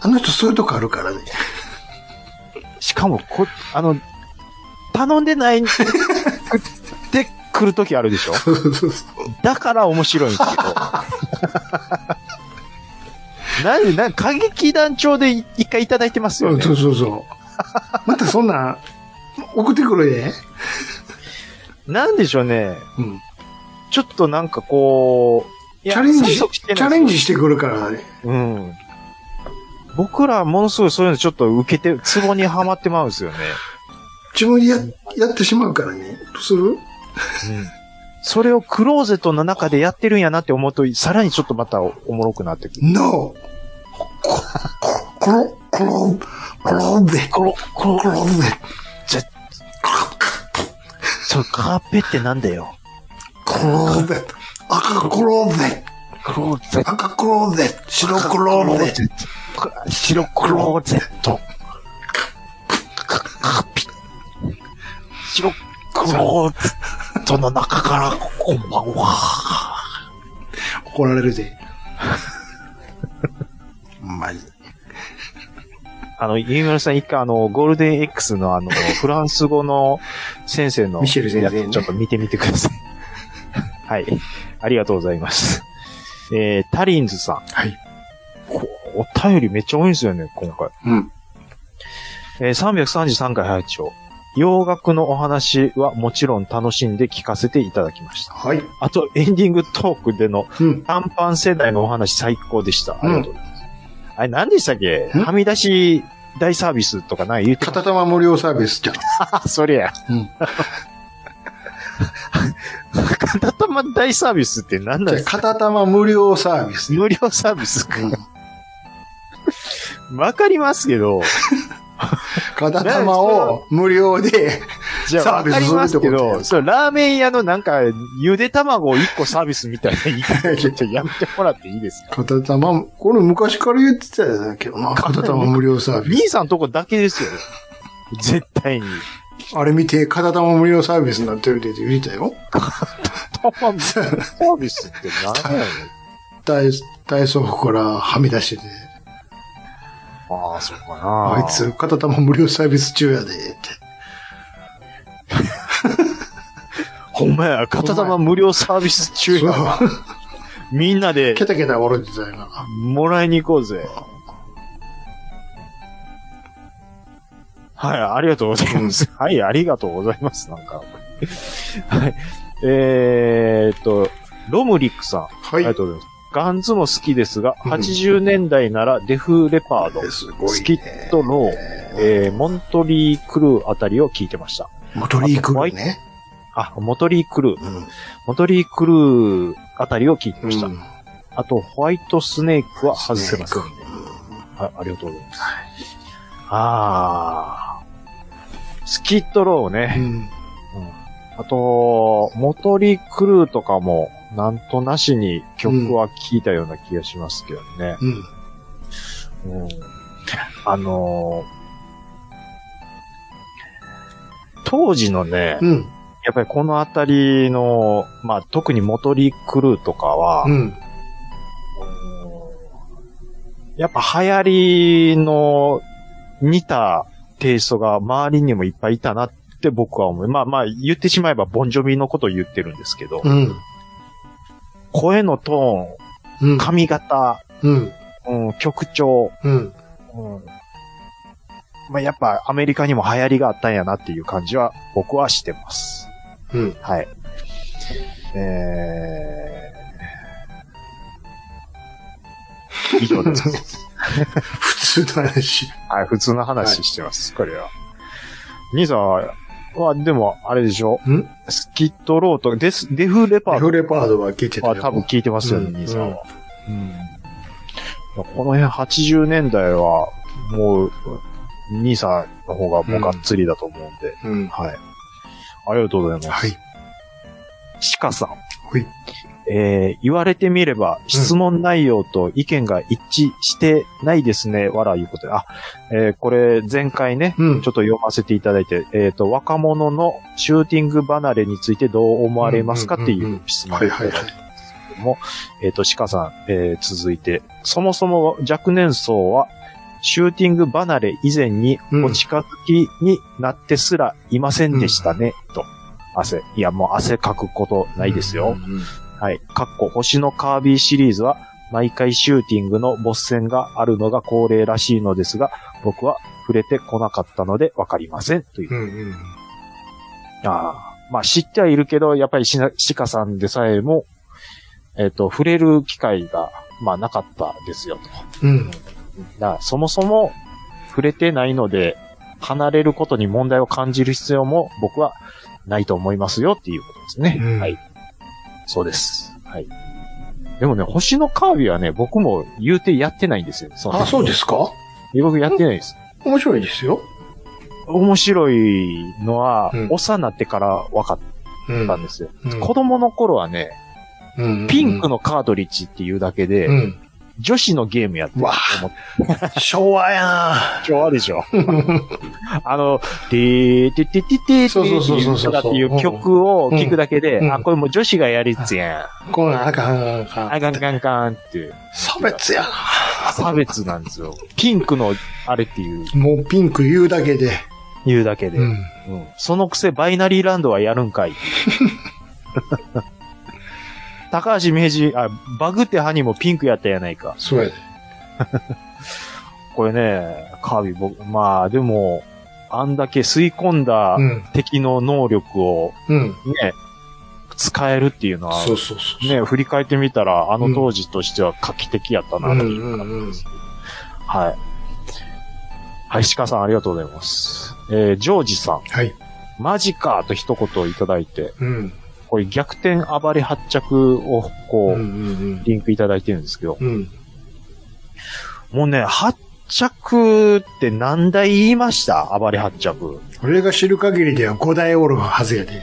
Speaker 1: あの人そういうとこあるからね。
Speaker 3: しかも、こ、あの、頼んでないで来るときあるでしょ
Speaker 1: そうそうそう。
Speaker 3: だから面白いんですけど。 <laughs> なんで、なんか、歌劇団長でい一回いただいてますよね
Speaker 1: そう。そうそう。またそんなん、送ってくるで。
Speaker 3: なんでしょうね。
Speaker 1: うん。
Speaker 3: ちょっとなんかこう、い
Speaker 1: チ
Speaker 3: や
Speaker 1: ャレンジ、
Speaker 3: 催
Speaker 1: チ
Speaker 3: 促してないですよ
Speaker 1: ャレンジしてくるからね。
Speaker 3: うん。僕らものすごいそういうのちょっと受けて、ツボにはまってまうんですよね。
Speaker 1: 自分でや、やってしまうからね。どうする
Speaker 3: うん。それをクローゼットの中でやってるんやなって思うと、さらにちょっとまたおもろくなってくる。
Speaker 1: ?No! コロ、コロ、コロベ、
Speaker 3: この、この
Speaker 1: コロベ。
Speaker 3: じゃ、そのカーペってなんだよ。
Speaker 1: コロベ。赤コロベ。
Speaker 3: クローゼット。
Speaker 1: 赤コロベ。白コロベ。
Speaker 3: 白クローゼット。カピ。白クローゼットの中から、こんばんは。
Speaker 1: 怒られるで。マジ。
Speaker 3: あの、ゆいまるさん一回あの、ゴールデン X のあ
Speaker 1: <laughs>
Speaker 3: の、フランス語の先生の、
Speaker 1: ミシェル先生ね
Speaker 3: やつちょっと見てみてください。 <laughs> はい。ありがとうございます。えー、タリンズさん。
Speaker 1: はい。
Speaker 3: こお便りめっちゃ多いんですよね、今回。
Speaker 1: うん。
Speaker 3: えー、333回拝聴洋楽のお話はもちろん楽しんで聞かせていただきました。
Speaker 1: はい。
Speaker 3: あと、エンディングトークでの
Speaker 1: うん。
Speaker 3: 短パン世代のお話最高でした。ありがとうございます。あれ、何でしたっけ
Speaker 1: ん
Speaker 3: はみ出し大サービスとかない言ってた
Speaker 1: 片玉無料サービスじゃん。
Speaker 3: あ、そりゃ。
Speaker 1: うん。
Speaker 3: 片玉大サービスって何なん
Speaker 1: じゃ
Speaker 3: です
Speaker 1: あ
Speaker 3: か
Speaker 1: 片玉無料サービス。
Speaker 3: 無料サービスか
Speaker 1: うん。
Speaker 3: わかりますけど、
Speaker 1: 片玉を無料で、
Speaker 3: じゃあわ
Speaker 1: サービ
Speaker 3: か
Speaker 1: ス
Speaker 3: り
Speaker 1: する
Speaker 3: ま
Speaker 1: って
Speaker 3: す
Speaker 1: こと
Speaker 3: け
Speaker 1: や
Speaker 3: ど、そのラーメン屋のなんか、ゆで卵を1個サービスみたいな言い方でちょっとやめてもらっていいですか
Speaker 1: 片玉、これ昔から言ってたやつだけどな。片玉無料サービス。
Speaker 3: 兄
Speaker 1: <laughs>
Speaker 3: さんとこだけですよ。絶対に。
Speaker 1: あれ見て、片玉無料サービスになってるって言ってたよ。
Speaker 3: サービスって何やねん。
Speaker 1: 体体操服からはみ出してて、
Speaker 3: ああ、そうか
Speaker 1: あ
Speaker 3: な。
Speaker 1: いつ、片玉無料サービス中やで、って。
Speaker 3: ほんまや、片玉無料サービス中やな。 <laughs> みんなで
Speaker 1: ケタケタ笑ってたよな。
Speaker 3: もらいに行こうぜ。はい、ありがとうございます。はい、ありがとうございます。なんか。はい。えー、っと、ロムリックさん。
Speaker 1: は
Speaker 3: あ
Speaker 1: い。
Speaker 3: りがとうございます。ガンズも好きですが、
Speaker 1: うん
Speaker 3: 80年代ならデフレパード、
Speaker 1: すごい、ね。
Speaker 3: スキットの、えーモントリークルーあたりを聞いてました。
Speaker 1: モトリークルね。
Speaker 3: あ、モトリークルー。
Speaker 1: うん。
Speaker 3: モトリークルーあたりを聞いてました。
Speaker 1: うん
Speaker 3: あと、ホワイトスネークは外せません。
Speaker 1: うん
Speaker 3: はい、ありがとうございます。あー。スキットロー
Speaker 1: う
Speaker 3: ね。
Speaker 1: ん。
Speaker 3: うんあと、モトリクルーとかも、なんとなしに曲は聴いたような気がしますけどね。
Speaker 1: うん。
Speaker 3: うんあのー当時のね、
Speaker 1: うん。
Speaker 3: やっぱりこのあたりの、まあ特にモトリクルーとかは、
Speaker 1: うん。
Speaker 3: やっぱ流行りの似たテイストが周りにもいっぱいいたなって僕は思う。まあまあ言ってしまえばボンジョビのことを言ってるんですけど、
Speaker 1: うん。
Speaker 3: 声のト
Speaker 1: う
Speaker 3: ーン、
Speaker 1: ん。
Speaker 3: 髪型、
Speaker 1: うん。
Speaker 3: うん、曲調、
Speaker 1: うん。
Speaker 3: うんまあやっぱアメリカにも流行りがあったんやなっていう感じは僕はしてます。
Speaker 1: うん。
Speaker 3: はい。えー、以上です。
Speaker 1: 普通の話。
Speaker 3: はい、普通の話してます、これは。兄さんは、はでも、あれでしょ
Speaker 1: ん
Speaker 3: スキットローとデス、デフレパ
Speaker 1: デ
Speaker 3: ート
Speaker 1: フレパードは聞いてた
Speaker 3: は
Speaker 1: よ。
Speaker 3: 多分聞いてますよね、
Speaker 1: うん
Speaker 3: 兄さんは。うんこの辺80年代は、もう、兄さんの方がもうがっつりだと思うんで、
Speaker 1: うん。
Speaker 3: はい。ありがとうございます。
Speaker 1: はい。
Speaker 3: 鹿さん。
Speaker 1: はい。
Speaker 3: えー言われてみれば、質問内容と意見が一致してないですね、わらいうことで。あ、えーこれ、前回ね、
Speaker 1: う
Speaker 3: ちょ
Speaker 1: ん。
Speaker 3: っと読ませていただいて、えっ、と、若者のシューティング離れについとどう思われますかっていう質問
Speaker 1: は
Speaker 3: で
Speaker 1: い
Speaker 3: す
Speaker 1: は
Speaker 3: け
Speaker 1: い
Speaker 3: ど
Speaker 1: はい。
Speaker 3: も、えっ、と、鹿さん、えー続いて、そもそも若年層は、シューティング離れ以前に
Speaker 1: うん
Speaker 3: お近づきになってすらいませんでしたね、と。汗。いや、もう汗かくことないですよ。
Speaker 1: うん。うん
Speaker 3: はい。かっこ星のカービィシリーズは、毎回シューティングのボス戦があるのが恒例らしいのですが、僕は触れてこなかったのでわかりません。という。
Speaker 1: うんうん。
Speaker 3: あーまあ知ってはいるけど、やっぱりしなシカさんでさえも、えっ、と、触れる機会が、まあなかったですよと。
Speaker 1: うん。
Speaker 3: だからそもそも触れてないので、離れることに問題を感じる必要も僕はないと思いますよっていうことですね。
Speaker 1: うん
Speaker 3: はい。そうです。はい。でもね、星のカービィはね、僕も言うてやってないんですよ。そ
Speaker 1: あ、そうですか
Speaker 3: す。僕やってないです。
Speaker 1: 面白いですよ。
Speaker 3: 面白いのは、
Speaker 1: うん
Speaker 3: 幼幼なってから分かっ
Speaker 1: うん
Speaker 3: たんですよ。
Speaker 1: うん
Speaker 3: 子供の頃はね、
Speaker 1: うん
Speaker 3: ピンクのカートリッジっていうだけで、
Speaker 1: うん。
Speaker 3: 女子のゲームやってると思って。
Speaker 1: 昭和やな
Speaker 3: 昭和でし
Speaker 1: <laughs>
Speaker 3: ょあの、てーててててて
Speaker 1: そうそうそうそう
Speaker 3: ー
Speaker 1: そう
Speaker 3: だっていう曲を聴くだけで、
Speaker 1: うん
Speaker 3: あ、これもう女子がやるやつやん。
Speaker 1: こんなんあかんあかんあ
Speaker 3: あか
Speaker 1: かん
Speaker 3: ん。かんかんって、
Speaker 1: 差別やな
Speaker 3: 差別なんですよ。ピンクのあれっていう、
Speaker 1: もうピンク言うだけで。
Speaker 3: 言うだけで。
Speaker 1: うん。
Speaker 3: うんそのくせバイナリーランドはやるん
Speaker 1: <laughs>
Speaker 3: かい。高橋名人、あ、バグってハニーもピンクやったやないか。
Speaker 1: そうやで。
Speaker 3: これね、カービィ僕、まあでも、あんだけ吸い込んだ
Speaker 1: うん。
Speaker 3: 敵の能力を、
Speaker 1: うん。
Speaker 3: ね、使えるっていうのは、
Speaker 1: そうそうそう。
Speaker 3: ね、振り返ってみたら、あの当時としては画期的やったな、
Speaker 1: うん
Speaker 3: という感じです。はい。はい、鹿さんありがとうございます。えージョージさん、
Speaker 1: はい。
Speaker 3: マジかと一言いただいて、
Speaker 1: うん。
Speaker 3: これ逆転暴れ発着を、こ
Speaker 1: うんう
Speaker 3: う、
Speaker 1: ん
Speaker 3: リンクいただいてるんですけど、
Speaker 1: うん。うん。
Speaker 3: もうね、発着って何台言いました暴れ発着。
Speaker 1: 俺が知る限りでは5代おるはずやで。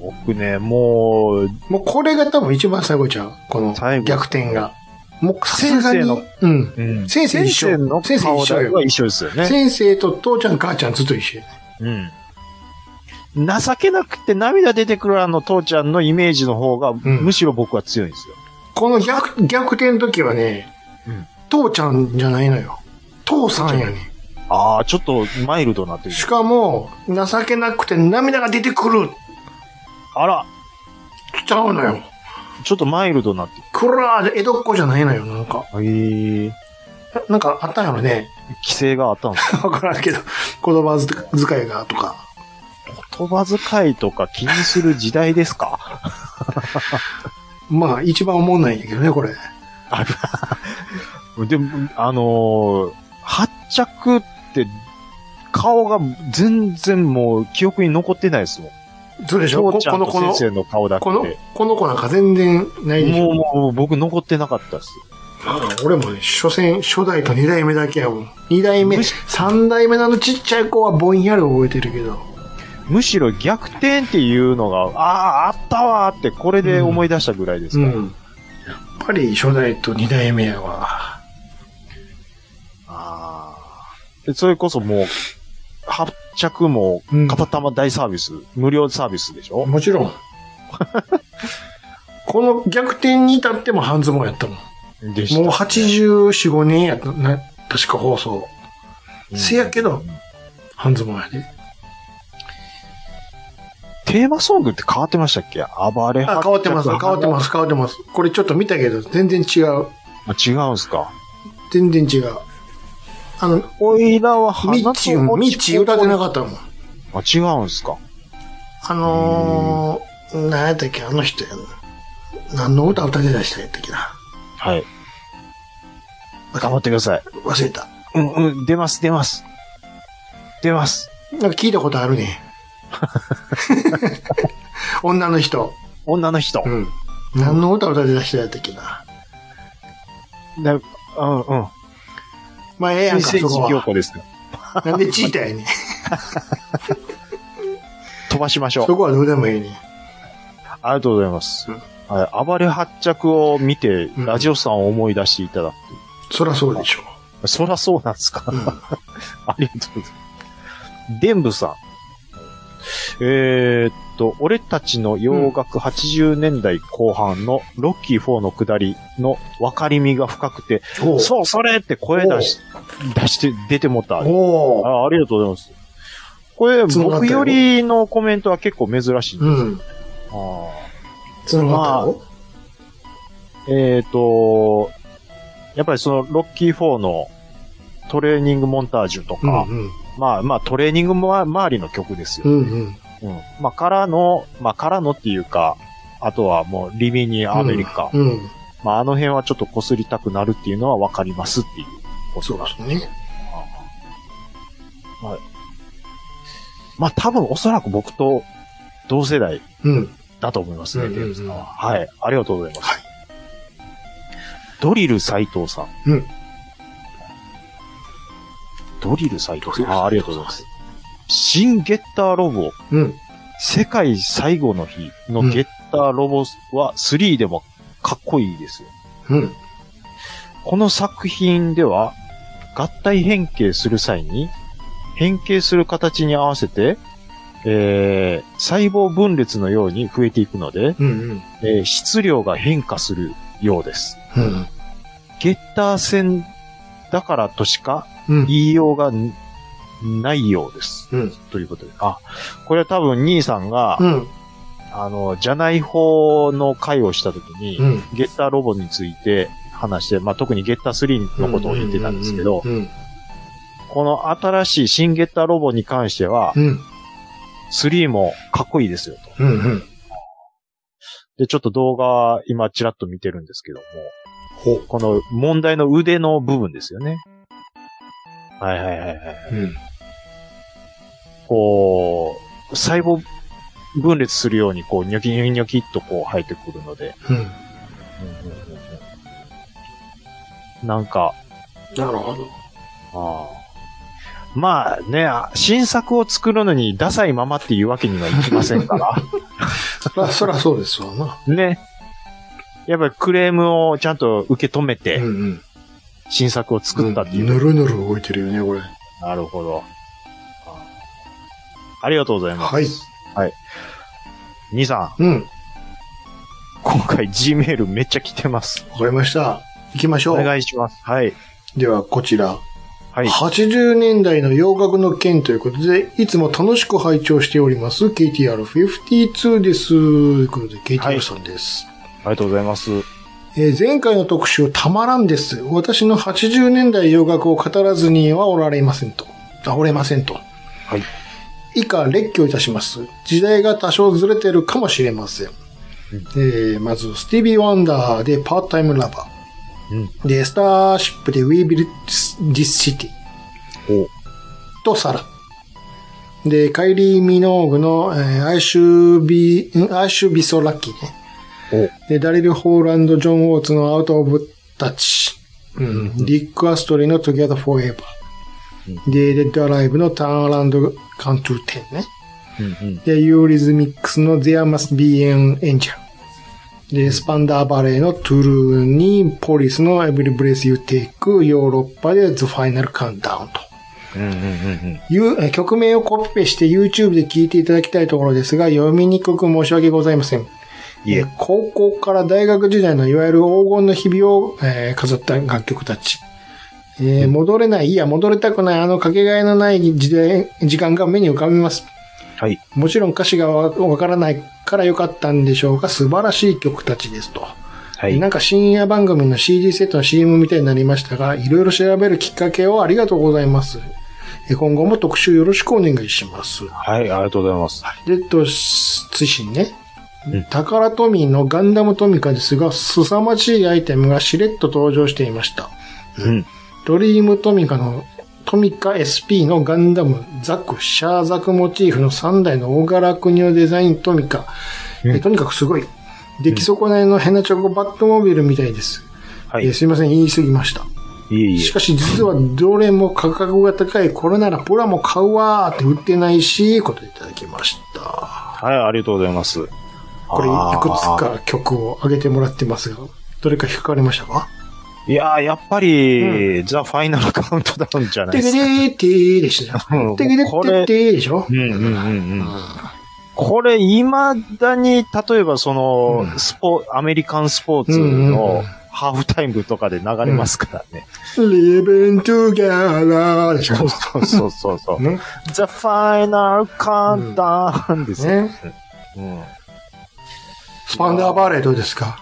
Speaker 3: 僕ね、もう、
Speaker 1: もうこれが多分一番最後ちゃうこの
Speaker 3: 最後
Speaker 1: 逆転が。もうさすがに
Speaker 3: 先生の
Speaker 1: うん。
Speaker 3: うん
Speaker 1: 先生一緒
Speaker 3: 先生の
Speaker 1: 先生
Speaker 3: 顔
Speaker 1: 一緒
Speaker 3: だけ
Speaker 1: よ
Speaker 3: は一緒ですよね。
Speaker 1: 先生と父ちゃん、母ちゃんずっと一緒やね。
Speaker 3: うん。情けなくて涙出てくるあの父ちゃんのイメージの方が、
Speaker 1: ん
Speaker 3: むしろ僕は強いんですよ。
Speaker 1: この逆、逆転の時はね、
Speaker 3: うん
Speaker 1: 父ちゃんじゃないのよ。父さんやね。
Speaker 3: ああ、ちょっとマイルドになってる。
Speaker 1: しかも、情けなくて涙が出てくる。
Speaker 3: あら、
Speaker 1: ちゃうのよ。
Speaker 3: ちょっとマイルドになって
Speaker 1: こら、江戸っ子じゃないのよ、なんか。
Speaker 3: る。へえ。
Speaker 1: ななんかあったんやろね。 <laughs>
Speaker 3: 規制があったんですか
Speaker 1: わからんけど、言葉遣いがとか。
Speaker 3: 言葉遣いとか気にする時代ですか
Speaker 1: まあ、一番思んないんやけどね、これ。
Speaker 3: でも、あのー発着って、顔が全然もう記憶に残ってないですもん。
Speaker 1: そうでしょこ
Speaker 3: 父ちゃ
Speaker 1: こ
Speaker 3: ん
Speaker 1: の
Speaker 3: と
Speaker 1: 子の、
Speaker 3: 先生の顔だけ
Speaker 1: この
Speaker 3: で。、
Speaker 1: この子なんか全然ないでしょ。
Speaker 3: もう、もう僕残ってなかったです。
Speaker 1: 俺もね、所詮、初代と二代目だけやもん。二代目
Speaker 3: むし、
Speaker 1: 三代目のあのちっちゃい子はぼんやり覚えてるけど。
Speaker 3: むしろ逆転っていうのが、ああ、あったわーって、これで思い出したぐらいです
Speaker 1: う
Speaker 3: から。
Speaker 1: ん。やっぱり初代と二代目やわ。
Speaker 3: あーでそれこそもう、発着も
Speaker 1: うん、
Speaker 3: 片玉大サービス、無料サービスでしょ
Speaker 1: もちろ <laughs> ん。この逆転に至っても半ズボンやったもん。
Speaker 3: でした
Speaker 1: もう84、5年やったな、確か放送。
Speaker 3: うん
Speaker 1: せやけど半ズボンやで。
Speaker 3: テーマソングって変わってましたっけ暴れ
Speaker 1: あ、変わってます、変わってます、変わってます。これちょっと見たけど、全然違う。
Speaker 3: す。違うんすか。
Speaker 1: 全然違う。あの、
Speaker 3: おいらは花
Speaker 1: ミッチ、ミッチ歌ってなかったもん。
Speaker 3: あ、違うんすか。
Speaker 1: あのー、何やったっけ、あの人やな。何の歌歌って出したやったっけな。
Speaker 3: はい。頑張ってください。
Speaker 1: 忘れた。
Speaker 3: うんうん、出ます、出ます。出ます。
Speaker 1: なんか聞いたことある <laughs> ね。女の人。
Speaker 3: 女の人
Speaker 1: う。ん。何の歌歌って出したやったっけな。
Speaker 3: なうんうん。
Speaker 1: まあ、ええやんか、
Speaker 3: 水
Speaker 1: そ
Speaker 3: 星
Speaker 1: こ
Speaker 3: 寺京
Speaker 1: は。
Speaker 3: 子ですね。
Speaker 1: なんでチーターやねん。
Speaker 3: 飛ばしましょ。
Speaker 1: そうこはどうでもいいねん。
Speaker 3: ありがとうございます
Speaker 1: うん。
Speaker 3: はい、暴れ発着を見て、
Speaker 1: ん
Speaker 3: ラジオさんを思い出していただく。
Speaker 1: そらそうでしょ
Speaker 3: そらそうなんですか。
Speaker 1: う。うん。
Speaker 3: ありがとうございます。デンブさん。えーっと、俺たちの洋楽80年代後半のロッキー4の下りの分かりみが深くて、
Speaker 1: おう
Speaker 3: そう、それって声出し、出して、出てもった。あ
Speaker 1: おう
Speaker 3: ありがとうございます。これ、
Speaker 1: 繋がった
Speaker 3: 僕
Speaker 1: よ
Speaker 3: よりのコメントは結構珍しい。
Speaker 1: うん。
Speaker 3: あー
Speaker 1: つながったよ。
Speaker 3: えーっと、やっぱりそのロッキー4のトレーニングモンタージュと
Speaker 1: う
Speaker 3: か、
Speaker 1: ん
Speaker 3: まあまあトレーニングも周りの曲ですよ
Speaker 1: うん。うんうん。
Speaker 3: うん。まあ、からの、まあ、からのっていうか、あとはもう、リビニアアメリカ。
Speaker 1: うん。
Speaker 3: まあ、あの辺はちょっと擦りたくなるっていうのはわかりますっていうこと
Speaker 1: そう
Speaker 3: が。
Speaker 1: ですね。
Speaker 3: はい。まあ、多分おそらく僕と同世代
Speaker 1: うん。
Speaker 3: だと思いますね、
Speaker 1: うんうんうん
Speaker 3: デーブさんは。はい。ありがとうございます。ドリル斎藤さん。
Speaker 1: うん。
Speaker 3: ドリル斎藤さ
Speaker 1: ドリル斉藤
Speaker 3: ん。
Speaker 1: さん
Speaker 3: あありがとうございます。シン・ゲッター・ロボ
Speaker 1: うん。
Speaker 3: 世界最後の日のゲッターロボは3でもかっこいいですよ。
Speaker 1: うん。
Speaker 3: この作品では合体変形する際に変形する形に合わせて、えー細胞分裂のように増えていくので、
Speaker 1: うん。うん。
Speaker 3: えー質量が変化するようです。
Speaker 1: うん。
Speaker 3: ゲッター戦だからとしか
Speaker 1: うん。
Speaker 3: 言いようがんないようです。
Speaker 1: うん
Speaker 3: ということで。あ、これは多分兄さんが、
Speaker 1: うん。
Speaker 3: あの、じゃない方の会をしたときに、
Speaker 1: うん。
Speaker 3: ゲッターロボについて話して、まあ、特にゲッター3のことを言ってたんですけど
Speaker 1: う、ん。
Speaker 3: この新しい新ゲッターロボに関しては
Speaker 1: う、ん。
Speaker 3: 3もかっこいいですよと。
Speaker 1: うん。うん。
Speaker 3: で、ちょっと動画今ちらっと見てるんですけども、
Speaker 1: ほう。
Speaker 3: この問題の腕の部分ですよね。はいはいはいはい。
Speaker 1: うん。
Speaker 3: こう、細胞分裂するようにこう、ニョキニョキニョキっとこう生えてくるので、
Speaker 1: うん。
Speaker 3: なんか、
Speaker 1: なるほど。
Speaker 3: ああまあね、あ新作を作るのにダサいまま
Speaker 1: <laughs>
Speaker 3: っていうわけにはいきませんから。
Speaker 1: そら、そらそうですわな。
Speaker 3: ね。やっぱりクレームをちゃんと受け止めて、
Speaker 1: ん
Speaker 3: 新作を作ったっていう。
Speaker 1: ぬるぬる動いてるよね、これ。
Speaker 3: なるほど。あありがとうございます。
Speaker 1: はい。
Speaker 3: 兄さ
Speaker 1: うん。
Speaker 3: ん、今回 G メールめっちゃ来てます。
Speaker 1: わかりました。行きまし
Speaker 3: お
Speaker 1: ょう。
Speaker 3: 願いします。はい。
Speaker 1: では、こちら。
Speaker 3: はい。
Speaker 1: 80年代の洋楽の件ということで、いつも楽しく拝聴しております。KTR52 です。ということで、
Speaker 3: は
Speaker 1: KTR
Speaker 3: い
Speaker 1: さんです。
Speaker 3: ありがとうございます。
Speaker 1: えー前回の特集たまらんです。私の80年代洋楽を語らずにはおられませんと。あ、おれませんと。
Speaker 3: はい。
Speaker 1: 以下、列挙いたします。時代が多少ずれてるかもしれません。えーまず、スティービー・ワンダーでパートタイム・ラバー。で、スターシップで We Built This City
Speaker 3: お
Speaker 1: とサラ。で、カイリー・ミノーグの、えー、I should be, ん I should be so lucky ね。
Speaker 3: お
Speaker 1: で、ダリル・ホーランド・ジョン・ウォーツのアウト・オブ・タッチ。うん。ディック・アストリーの Together Forever。で、デッド・アライブの Turn Around Country 10ね。
Speaker 3: うんうん。
Speaker 1: で、ユーリズミックスの There Must Be an Angel。で、スパンダーバレーの True に、ポリスの Every Breath You Take、ヨーロッパで The Final Countdown と。
Speaker 3: うんうんうん
Speaker 1: ゆえ曲名をコピペして YouTube で聞いていただきたいところですが、読みにくく申し訳ございません。
Speaker 3: いえ
Speaker 1: えー高校から大学時代のいわゆる黄金の日々を、えー飾った楽曲たち。えー戻れない、いや戻りたくない、あのかけがえのない時代、時間が目に浮かびます。
Speaker 3: うん。はい。
Speaker 1: もちろん歌詞がわわからないから良かったんでしょうが、素晴らしい曲たちですと。
Speaker 3: は
Speaker 1: なんか深夜番組の CD セットの CM みたいになりましたが、いろいろ調べるきっかけをありがとうございます。え今後も特集よろしくお願いします。
Speaker 3: はい、ありがとうございます。
Speaker 1: で、と、追伸ね
Speaker 3: うん。
Speaker 1: タカラトミーのガンダムトミカですが、凄まじいアイテムがしれっと登場していました。
Speaker 3: うん。
Speaker 1: ドリームトミカのトミカ SP のガンダム、ザク、シャーザクモチーフの3台の大柄国のデザイントミカ。
Speaker 3: うん
Speaker 1: えとにかくすごい。出来損ないのヘナチョコバットモビルみたいです。
Speaker 3: は
Speaker 1: えー
Speaker 3: い。
Speaker 1: すいません、言い過ぎました。
Speaker 3: いえいえ
Speaker 1: し。かし実はどれも価格が高い、これならプラも買うわーって売ってないし、こといただきました。
Speaker 3: はい、ありがとうございます。
Speaker 1: これい
Speaker 3: あー
Speaker 1: くつか曲を上げてもらってますが、どれか引っかかりましたか
Speaker 3: いやー、やっぱり、ザ・ファイナル <laughs> カウントダウンじゃない
Speaker 1: テ
Speaker 3: で
Speaker 1: ケ
Speaker 3: すか。
Speaker 1: テーテー
Speaker 3: <laughs>
Speaker 1: でしたじ
Speaker 3: う
Speaker 1: ゃ
Speaker 3: ん
Speaker 1: ん。テケテ
Speaker 3: こ
Speaker 1: ー
Speaker 3: れ
Speaker 1: テーでしょ
Speaker 3: うんうんうんうん。これ、未だに、例えばその、
Speaker 1: うん
Speaker 3: スポ、アメリカンスポーツ
Speaker 1: うんうんう
Speaker 3: の
Speaker 1: ん
Speaker 3: ハーフタイムとかで流れますからね。
Speaker 1: リベントゥギャラーでしょ
Speaker 3: そうそうそうそうそう。
Speaker 1: ね。
Speaker 3: The Final Countdown ですね。
Speaker 1: ね。
Speaker 3: うん
Speaker 1: スパンダーバレーどうですか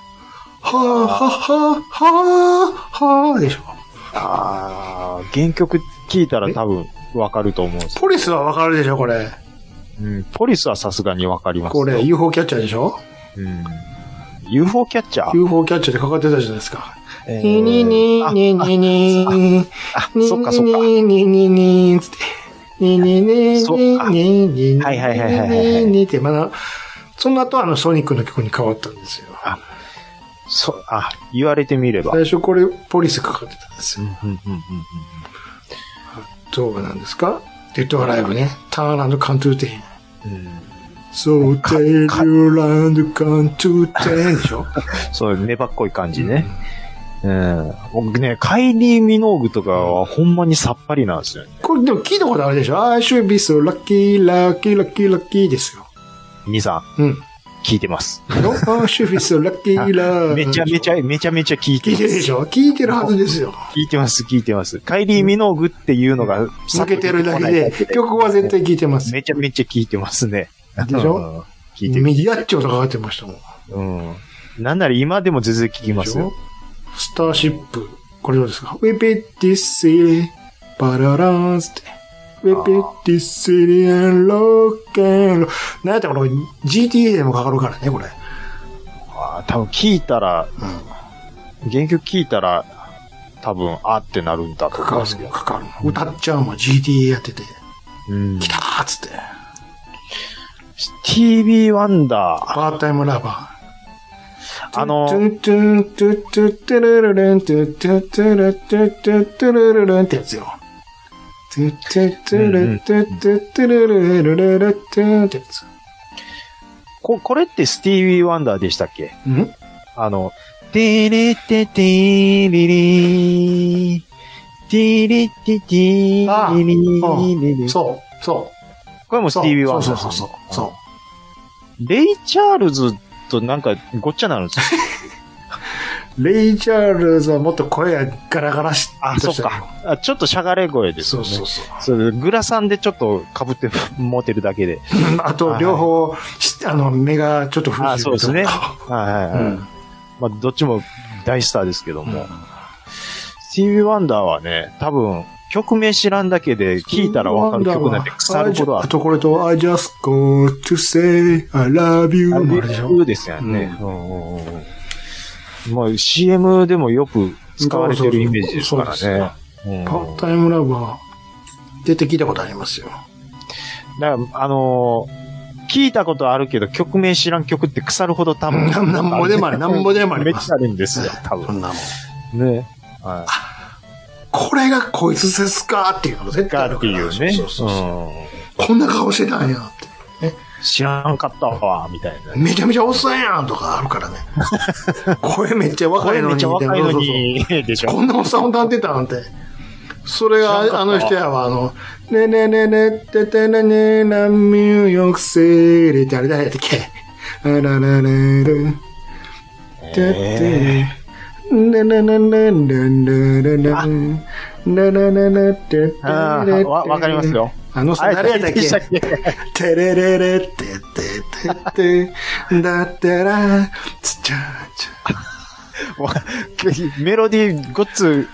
Speaker 1: はーはーはーはーはーでしょ。
Speaker 3: あー原曲聞いたら多分わかると思うんですよ
Speaker 1: ポリスはわかるでしょ、これ。
Speaker 3: うんポリスはさすがにわかりますよ。
Speaker 1: これ、UFO キャッチャーでしょ
Speaker 3: うん。UFO キャッチャー
Speaker 1: UFO キャッチャーでかかってたじゃないですか。
Speaker 3: えー
Speaker 1: ににに
Speaker 3: あ
Speaker 1: にににに
Speaker 3: あ、
Speaker 1: に
Speaker 3: そっかそっか。
Speaker 1: ににににつって。にににににに
Speaker 3: はいはいはいはいはいはい
Speaker 1: ににって、まだ、その後あのソニックの曲に変わったんですよ。
Speaker 3: あそ、あ、言われてみれば。
Speaker 1: 最初これポリスかかってたんです
Speaker 3: うん
Speaker 1: よ。
Speaker 3: うんうんうんうん
Speaker 1: 動画なんですかデッドアライブね。ターンランドカントゥーテン。
Speaker 3: うん
Speaker 1: そう、テールランドカントゥーテンでしょ
Speaker 3: そう、粘っこい感じね。うん。僕ね、カイリー・ミノーグとかはほんまにさっぱりなんですよね。
Speaker 1: これでも聞いたことあるでしょ ?I should be so lucky, lucky, lucky, lucky ですよ。
Speaker 3: 兄さん、
Speaker 1: うん。
Speaker 3: 聞いてます。
Speaker 1: No, I should be so lucky, lucky.
Speaker 3: めちゃめちゃ、めちゃめちゃ聞いて
Speaker 1: 聞い
Speaker 3: ま。
Speaker 1: てるですしょ聞いてるはずですよ。
Speaker 3: 聞いてます、聞いてます。カイリー・ミノーグっていうのが、避
Speaker 1: 避けてるだけで、曲は絶対聞いてます。
Speaker 3: めちゃめちゃ聞いてますね。
Speaker 1: でしょ
Speaker 3: うん聞いてる。
Speaker 1: ミヤッチョとかかってましたもん。
Speaker 3: うん。なんなら今でも全然聞きますよ。
Speaker 1: スターシップ。これどうですか ?We beat this city, バラランスって。We beat this city and rock and roll. なんやったらこれ GTA でもかかるからね、これ。
Speaker 3: あー多分聞いたら、原曲聞いたら、多分、あってなるんだと思
Speaker 1: か
Speaker 3: うん
Speaker 1: か
Speaker 3: ですけ
Speaker 1: る
Speaker 3: ど。
Speaker 1: かかる。歌っちゃうもん、GTA やってて。
Speaker 3: うん
Speaker 1: 来たーっつって。
Speaker 3: TV ワンダ
Speaker 1: パータイムラバー。
Speaker 3: ー。あの
Speaker 1: ト、ゥトゥトゥトゥトゥルルルン、トゥトゥトゥルトゥトゥトゥルルルンってやつよ。トゥトゥトゥルトゥトゥトゥルルルルルトゥンってやつ。
Speaker 3: こ、これってスティービー・ワンダーでしたっけ
Speaker 1: ん
Speaker 3: あの、
Speaker 5: テレテテリリー。テレテテリ
Speaker 1: あ
Speaker 5: リ
Speaker 1: う
Speaker 5: リ
Speaker 1: ん
Speaker 5: ー。
Speaker 1: そう、そう。
Speaker 3: これもス
Speaker 1: そう
Speaker 3: ティービー・ワンダ
Speaker 1: そ
Speaker 3: ー
Speaker 1: う
Speaker 3: さ
Speaker 1: そ
Speaker 3: ん
Speaker 1: うそう。そう
Speaker 3: レイ・チャールズとなんかごっちゃなるんですよ。
Speaker 1: レイ・チャールズはもっと声がガラガラし
Speaker 3: あ、そっか。。あちょっとしゃがれ声です
Speaker 1: そ
Speaker 3: よ
Speaker 1: う
Speaker 3: ね。
Speaker 1: そうそう。
Speaker 3: それグラサンでちょっと被って持てるだけで。
Speaker 1: あと、両方、しあの、目がちょっと古い。
Speaker 3: あそうですねはいはいうはい。
Speaker 1: ん。
Speaker 3: まあ、どっちも大スターですけども。
Speaker 1: うん
Speaker 3: スティービー・ワンダーはね、多分、曲名知らんだけで聞いたらわかる曲なんて腐るほどあ
Speaker 1: あ
Speaker 3: る。
Speaker 1: と、これと、I just go to say I love you.
Speaker 3: あ
Speaker 1: も
Speaker 3: れ
Speaker 1: あるでしょ
Speaker 3: ですよね。うんうんうんうんまあ、CM でもよく使われてるイメージですから
Speaker 1: そうそうそう
Speaker 3: ね。うん
Speaker 1: パータイムラブは、出て聞いたことありますよ。
Speaker 3: だから、あのー聞いたことあるけど、曲名知らん曲って腐るほど多分。
Speaker 1: なんなんぼでもあるなんぼでもあり
Speaker 3: めっ
Speaker 1: ます
Speaker 3: ちゃあるんですよ、多
Speaker 1: そ
Speaker 3: 分。
Speaker 1: んなもん。
Speaker 3: ね。はい。
Speaker 1: これがこいつですかっていうのが絶対
Speaker 3: が
Speaker 1: ある
Speaker 3: っ
Speaker 1: か
Speaker 3: て
Speaker 1: ら。
Speaker 3: いうね。
Speaker 1: そうそうそう
Speaker 3: う
Speaker 1: こんな顔してたんやって。
Speaker 3: ん知らんかったわ、みたいな。
Speaker 1: めちゃめちゃおっさんやんとかあるからね。声めっちゃ若い
Speaker 3: 声
Speaker 1: のに
Speaker 3: めっ
Speaker 1: み
Speaker 3: ち
Speaker 1: た
Speaker 3: ゃ若い
Speaker 1: な
Speaker 3: の
Speaker 1: そうそうそう
Speaker 3: に、でしょ。
Speaker 1: こんなおっさんを歌ってたなんて。それ
Speaker 3: 知らんかった
Speaker 1: が、あの人やわ、あの、ねねねねててねねなミューヨークセリってあれ誰だっけあららららて
Speaker 3: え
Speaker 1: てねねねねねねねねねねねねてて
Speaker 3: ーあーわ、わかりますよ。
Speaker 1: あのさ、誰やったっけ
Speaker 3: でしたっ
Speaker 1: <laughs>
Speaker 3: け
Speaker 1: てれれれってってってって、だったら、つちゃちゃ。
Speaker 3: わメロディーごっつ、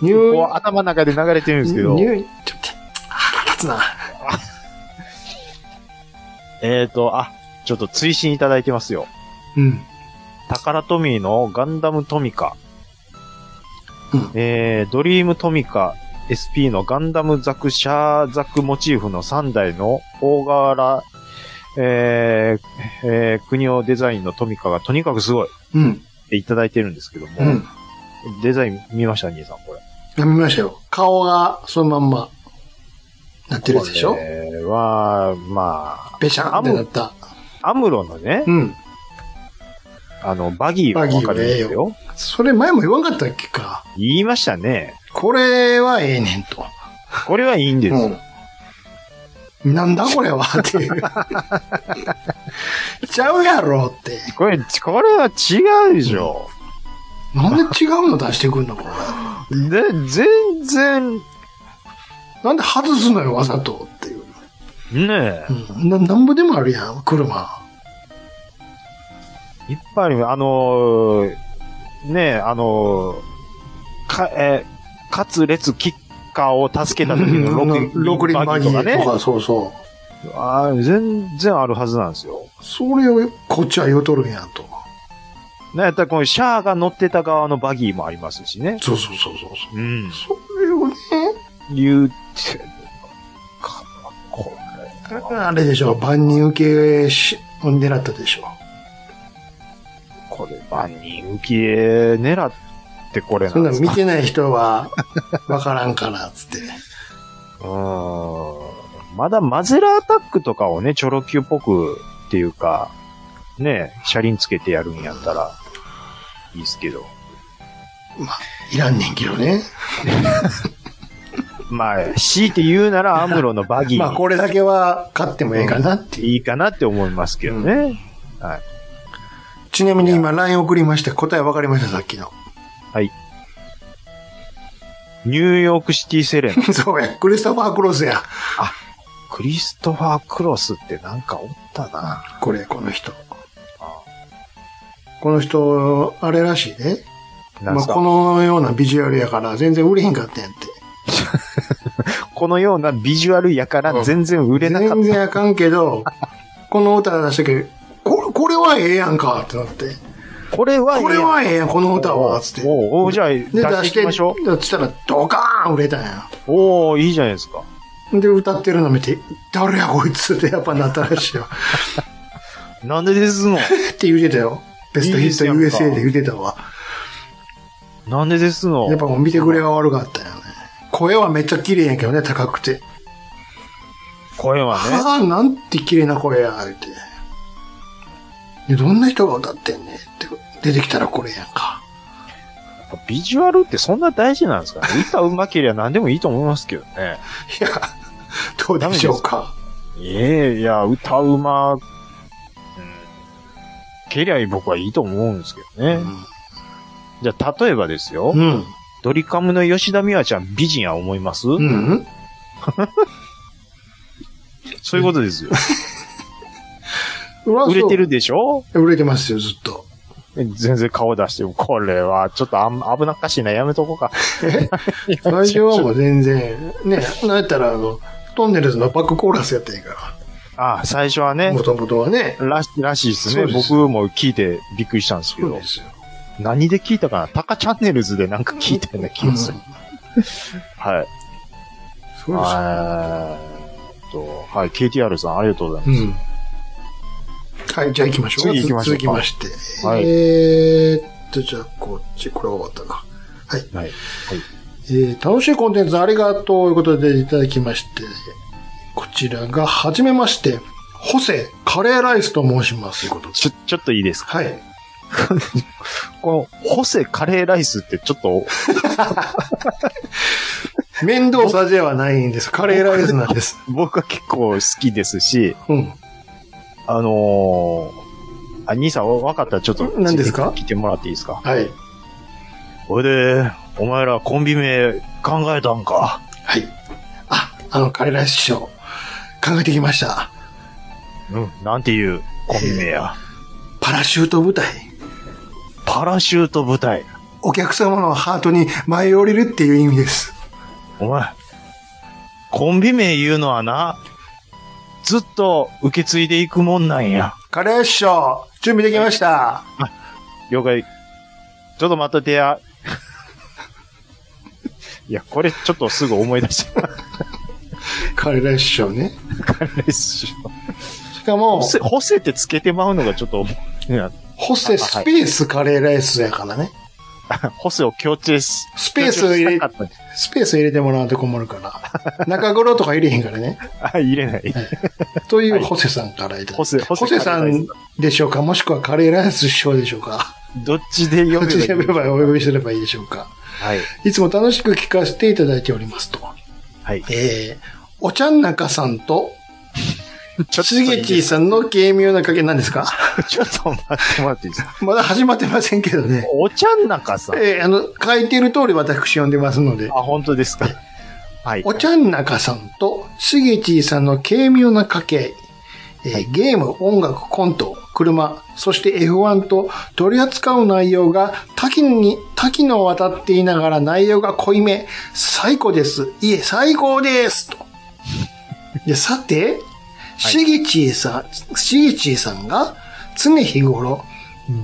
Speaker 1: ニュ
Speaker 3: こう
Speaker 1: ー、
Speaker 3: 頭の中で流れてるんですけど
Speaker 1: ニ。ュー、ちょっと、腹立つな。
Speaker 3: えっと、あ、ちょっと追伸いただいてますよ。
Speaker 1: うん。
Speaker 3: タカラトミーのガンダムトミカ、
Speaker 1: うん
Speaker 3: えー、ドリームトミカ SP のガンダムザクシャーザクモチーフの3台の大柄、えーえー、国をデザインのトミカがとにかくすごい
Speaker 1: うん。
Speaker 3: っていただいてるんですけども、
Speaker 1: うん。
Speaker 3: デザイン見ました、兄さん、これ。
Speaker 1: やめましたよ。顔がそのまんま、なってるやつでしょ
Speaker 3: これは、ま
Speaker 1: ペシャンってなった。
Speaker 3: あ、アムロのね、
Speaker 1: うん。
Speaker 3: あの、バギーはわかるんです
Speaker 1: バギー
Speaker 3: よ。
Speaker 1: それ前も言わんかったっけか。
Speaker 3: 言いましたね。
Speaker 1: これはええねんと。
Speaker 3: これはいいんです。
Speaker 1: うん。なんだこれ <laughs> はっていう。ちゃうやろって。
Speaker 3: これ、これは違うでしょ。
Speaker 1: なんで違うの出してくんのこれ。
Speaker 3: で、全然、
Speaker 1: なんで外すのよ、わざとっていう。
Speaker 3: ね
Speaker 1: うん。ななんぼでもあるやん、車。
Speaker 3: え、いっぱいありますあのーねえ、あのーか、えー、かつ列キッカーを助けた時 <laughs> の
Speaker 1: うん六
Speaker 3: 六
Speaker 1: 輪
Speaker 3: 輪
Speaker 1: バ
Speaker 3: バ
Speaker 1: ギ
Speaker 3: ギ
Speaker 1: ー
Speaker 3: ー
Speaker 1: と
Speaker 3: と
Speaker 1: か
Speaker 3: か
Speaker 1: ね。
Speaker 3: ね。
Speaker 1: そうそ
Speaker 3: あー全然あるはずなんですよ。
Speaker 1: う。それをこっちは言うとるんやんと。
Speaker 3: なんやったらこのシャアが乗ってた側のバギーもありますしね。
Speaker 1: そうそうそうそうそ
Speaker 3: う
Speaker 1: う。
Speaker 3: ん。
Speaker 1: それをね、
Speaker 3: 言うて、かこ
Speaker 1: あれでしょ、万人受けし、狙ったでしょ。
Speaker 3: これ、万人受け狙ってこれな
Speaker 1: そ
Speaker 3: ん
Speaker 1: ん
Speaker 3: で
Speaker 1: なの
Speaker 3: す
Speaker 1: 見
Speaker 3: か
Speaker 1: てない人は、わからんから、つって。
Speaker 3: うんまだマゼラアタックとかをね、チョロ Q っぽくっていうか、ね、車輪つけてやるんやったら、いいっすけど。
Speaker 1: いらんねんけどね。
Speaker 3: まあ、強いて言うならアムロのバギ
Speaker 1: <laughs> まあ、
Speaker 3: ー
Speaker 1: これだけは買ってもええかなっていう。
Speaker 3: いいかなって思いますけどね。
Speaker 1: ちなみに今、LINE 送りました。答えわかりました、さっきの。 <laughs>
Speaker 3: ニューヨークシティセレン。
Speaker 1: そうや、クリストファー・クロスや。
Speaker 3: クリストファー・クロスってなんかおったな。
Speaker 1: これ、この人。この人、あれらしいね。
Speaker 3: なん
Speaker 1: まあ、
Speaker 3: すか
Speaker 1: このようなビジュアルやから、全然売れへんかったんやって。
Speaker 3: このようなビジュアルやから全然売れなか
Speaker 1: 全
Speaker 3: っ
Speaker 1: 然あかんけど、この歌出したけど、ここれはええやんか、ってなって。
Speaker 3: た。これは、
Speaker 1: これはええやん、この歌は、つって。
Speaker 3: おうおうじゃあ出
Speaker 1: で、
Speaker 3: し
Speaker 1: 出して
Speaker 3: い
Speaker 1: て、
Speaker 3: きましょ
Speaker 1: 出したら、ドカーン売れたんや。
Speaker 3: う。おおいいじゃないですか。
Speaker 1: で、歌ってるの見て、誰やこいつってやっぱなったらしいよ。
Speaker 3: なんでですの
Speaker 1: って言うてたよ。ベストヒット
Speaker 3: いいですやん
Speaker 1: USA
Speaker 3: か
Speaker 1: で言うてたわ。
Speaker 3: なんでですの
Speaker 1: やっぱもう見てくれが悪かったよね。声はめっちゃ綺麗やけどね、高くて。
Speaker 3: 声はね。
Speaker 1: ああ、なんて綺麗な声や、って。で、どんな人が歌ってんねんって、出てきたらこれやんか。
Speaker 3: ビジュアルってそんな大事なんですかね歌うまけりゃ何でもいいと思いますけどね。
Speaker 1: いや、どうでしょうか。
Speaker 3: ええいや、歌うま、うん、けりゃ僕はいいと思うんですけどね。じゃあ、例えばですよ。
Speaker 1: うん。
Speaker 3: ドリカムの吉田美和ちゃん美人や思います、
Speaker 1: うん。
Speaker 3: そういうことですよ。
Speaker 1: うん。
Speaker 3: 売れてるでしょ
Speaker 1: そう。売れてますよ、ずっと。
Speaker 3: 全然顔出しても、これは、ちょっとあん危なっかしいな、やめとこうか。
Speaker 1: 最初はもう全然、ね、なんやったら、あの、トンネルズのバックコーラスやったんやか
Speaker 3: <laughs> ああ、最初は
Speaker 1: ら。
Speaker 3: ね
Speaker 1: も、ともとはね。
Speaker 3: らしらしいですね
Speaker 1: そうです
Speaker 3: 僕も聞いてびっくりしたんですけ
Speaker 1: そう
Speaker 3: ど
Speaker 1: で。すよ。
Speaker 3: 何で聞いたかなタカチャンネルズでなんか聞いたような気
Speaker 1: う
Speaker 3: が
Speaker 1: ん
Speaker 3: す
Speaker 1: そう
Speaker 3: る。 <laughs> はい。
Speaker 1: です
Speaker 3: え
Speaker 1: よ。
Speaker 3: ーっと、はい、KTR さん、ありがとうございま
Speaker 1: うん。はい、じゃあ行きましょう。
Speaker 3: 次行きましょうか
Speaker 1: 続きまして。
Speaker 3: はい
Speaker 1: えーっと、じゃあこっち、これは終わったな。はい。
Speaker 3: す。はい。
Speaker 1: えー楽しいコンテンツありがとうということでいただきまして、こちらが、はじめまして、ホセ、カレーライスと申します。ということで
Speaker 3: ちょ、ちょっといいですか
Speaker 1: はい。
Speaker 3: この、ホセカレーライスってちょっと、 <laughs>
Speaker 1: 面倒さではないんです。カレーライスなん <laughs> です。
Speaker 3: 僕は結構好きですし、
Speaker 1: うん。
Speaker 3: あのー、あ、兄さん、わわかったらちょっと、
Speaker 1: 何ですか
Speaker 3: 聞いてもらっていいですか
Speaker 1: はい。
Speaker 3: ほいで、お前らコンビ名考えたんか。
Speaker 1: はい。あ、あの、カレーライス師匠、考えてきました。
Speaker 3: うん。なんていうコンビ名や。
Speaker 1: パラシュート部隊。
Speaker 3: パラシュート部隊。
Speaker 1: お客様のハートに舞い降りるっていう意味です。
Speaker 3: お前、コンビ名言うのはな、ずっと受け継いでいくもんなんや。
Speaker 1: カレーライス師匠、準備できました。
Speaker 3: 了解。ちょっと待っとてや。 <laughs> いや、これちょっとすぐ思い出したか
Speaker 1: カレーライス師匠ね。
Speaker 3: らないっすよ
Speaker 1: しかも
Speaker 3: ホ、セ、ホセってつけてまうのがちょっと思うな、
Speaker 1: ホセスペースカレーライスやからね。
Speaker 3: ホセを強調し、
Speaker 1: スペース入れ
Speaker 3: 強調したかった
Speaker 1: スペース入れてもらうと困るか
Speaker 3: <laughs>
Speaker 1: ら。中頃とか入れへんからね。
Speaker 3: あ、入れない。
Speaker 1: とい
Speaker 3: は
Speaker 1: う
Speaker 3: い
Speaker 1: ホセさんからいただいて。
Speaker 3: ホセホセ
Speaker 1: ホセさ
Speaker 3: カレーラ
Speaker 1: ん
Speaker 3: イ
Speaker 1: でしょうかもしくはカレーライス師匠でしょうか
Speaker 3: どっちで
Speaker 1: ど
Speaker 3: 読
Speaker 1: っ
Speaker 3: め
Speaker 1: ちで
Speaker 3: ば
Speaker 1: 呼
Speaker 3: い
Speaker 1: べ
Speaker 3: い
Speaker 1: ばお呼びすればいいでしょうか
Speaker 3: はい。
Speaker 1: いつも楽しく聞かせていただいておりますと。
Speaker 3: はい。
Speaker 1: えー、おちゃんなかさんと、
Speaker 3: <laughs> ちょっと
Speaker 1: し
Speaker 3: いい
Speaker 1: げちー
Speaker 3: です
Speaker 1: さんの軽妙な掛け何ですか <laughs>
Speaker 3: ちょっと待ってもらっていいですか
Speaker 1: まだ始まってませんけどね。
Speaker 3: おちゃんなかさん。
Speaker 1: えー、あの、書いている通り私読んでますので。
Speaker 3: あ、本当ですか。はい。
Speaker 1: おちゃんなかさんとしげちーさんの軽妙な家系、えーゲーム、音楽、コント、車、そして F1 と取り扱う内容が多岐に、多岐の渡っていながら内容が濃いめ、最高です。いえ、最高ですと。で、さて、しげちーさん、しげちーさんが常日頃、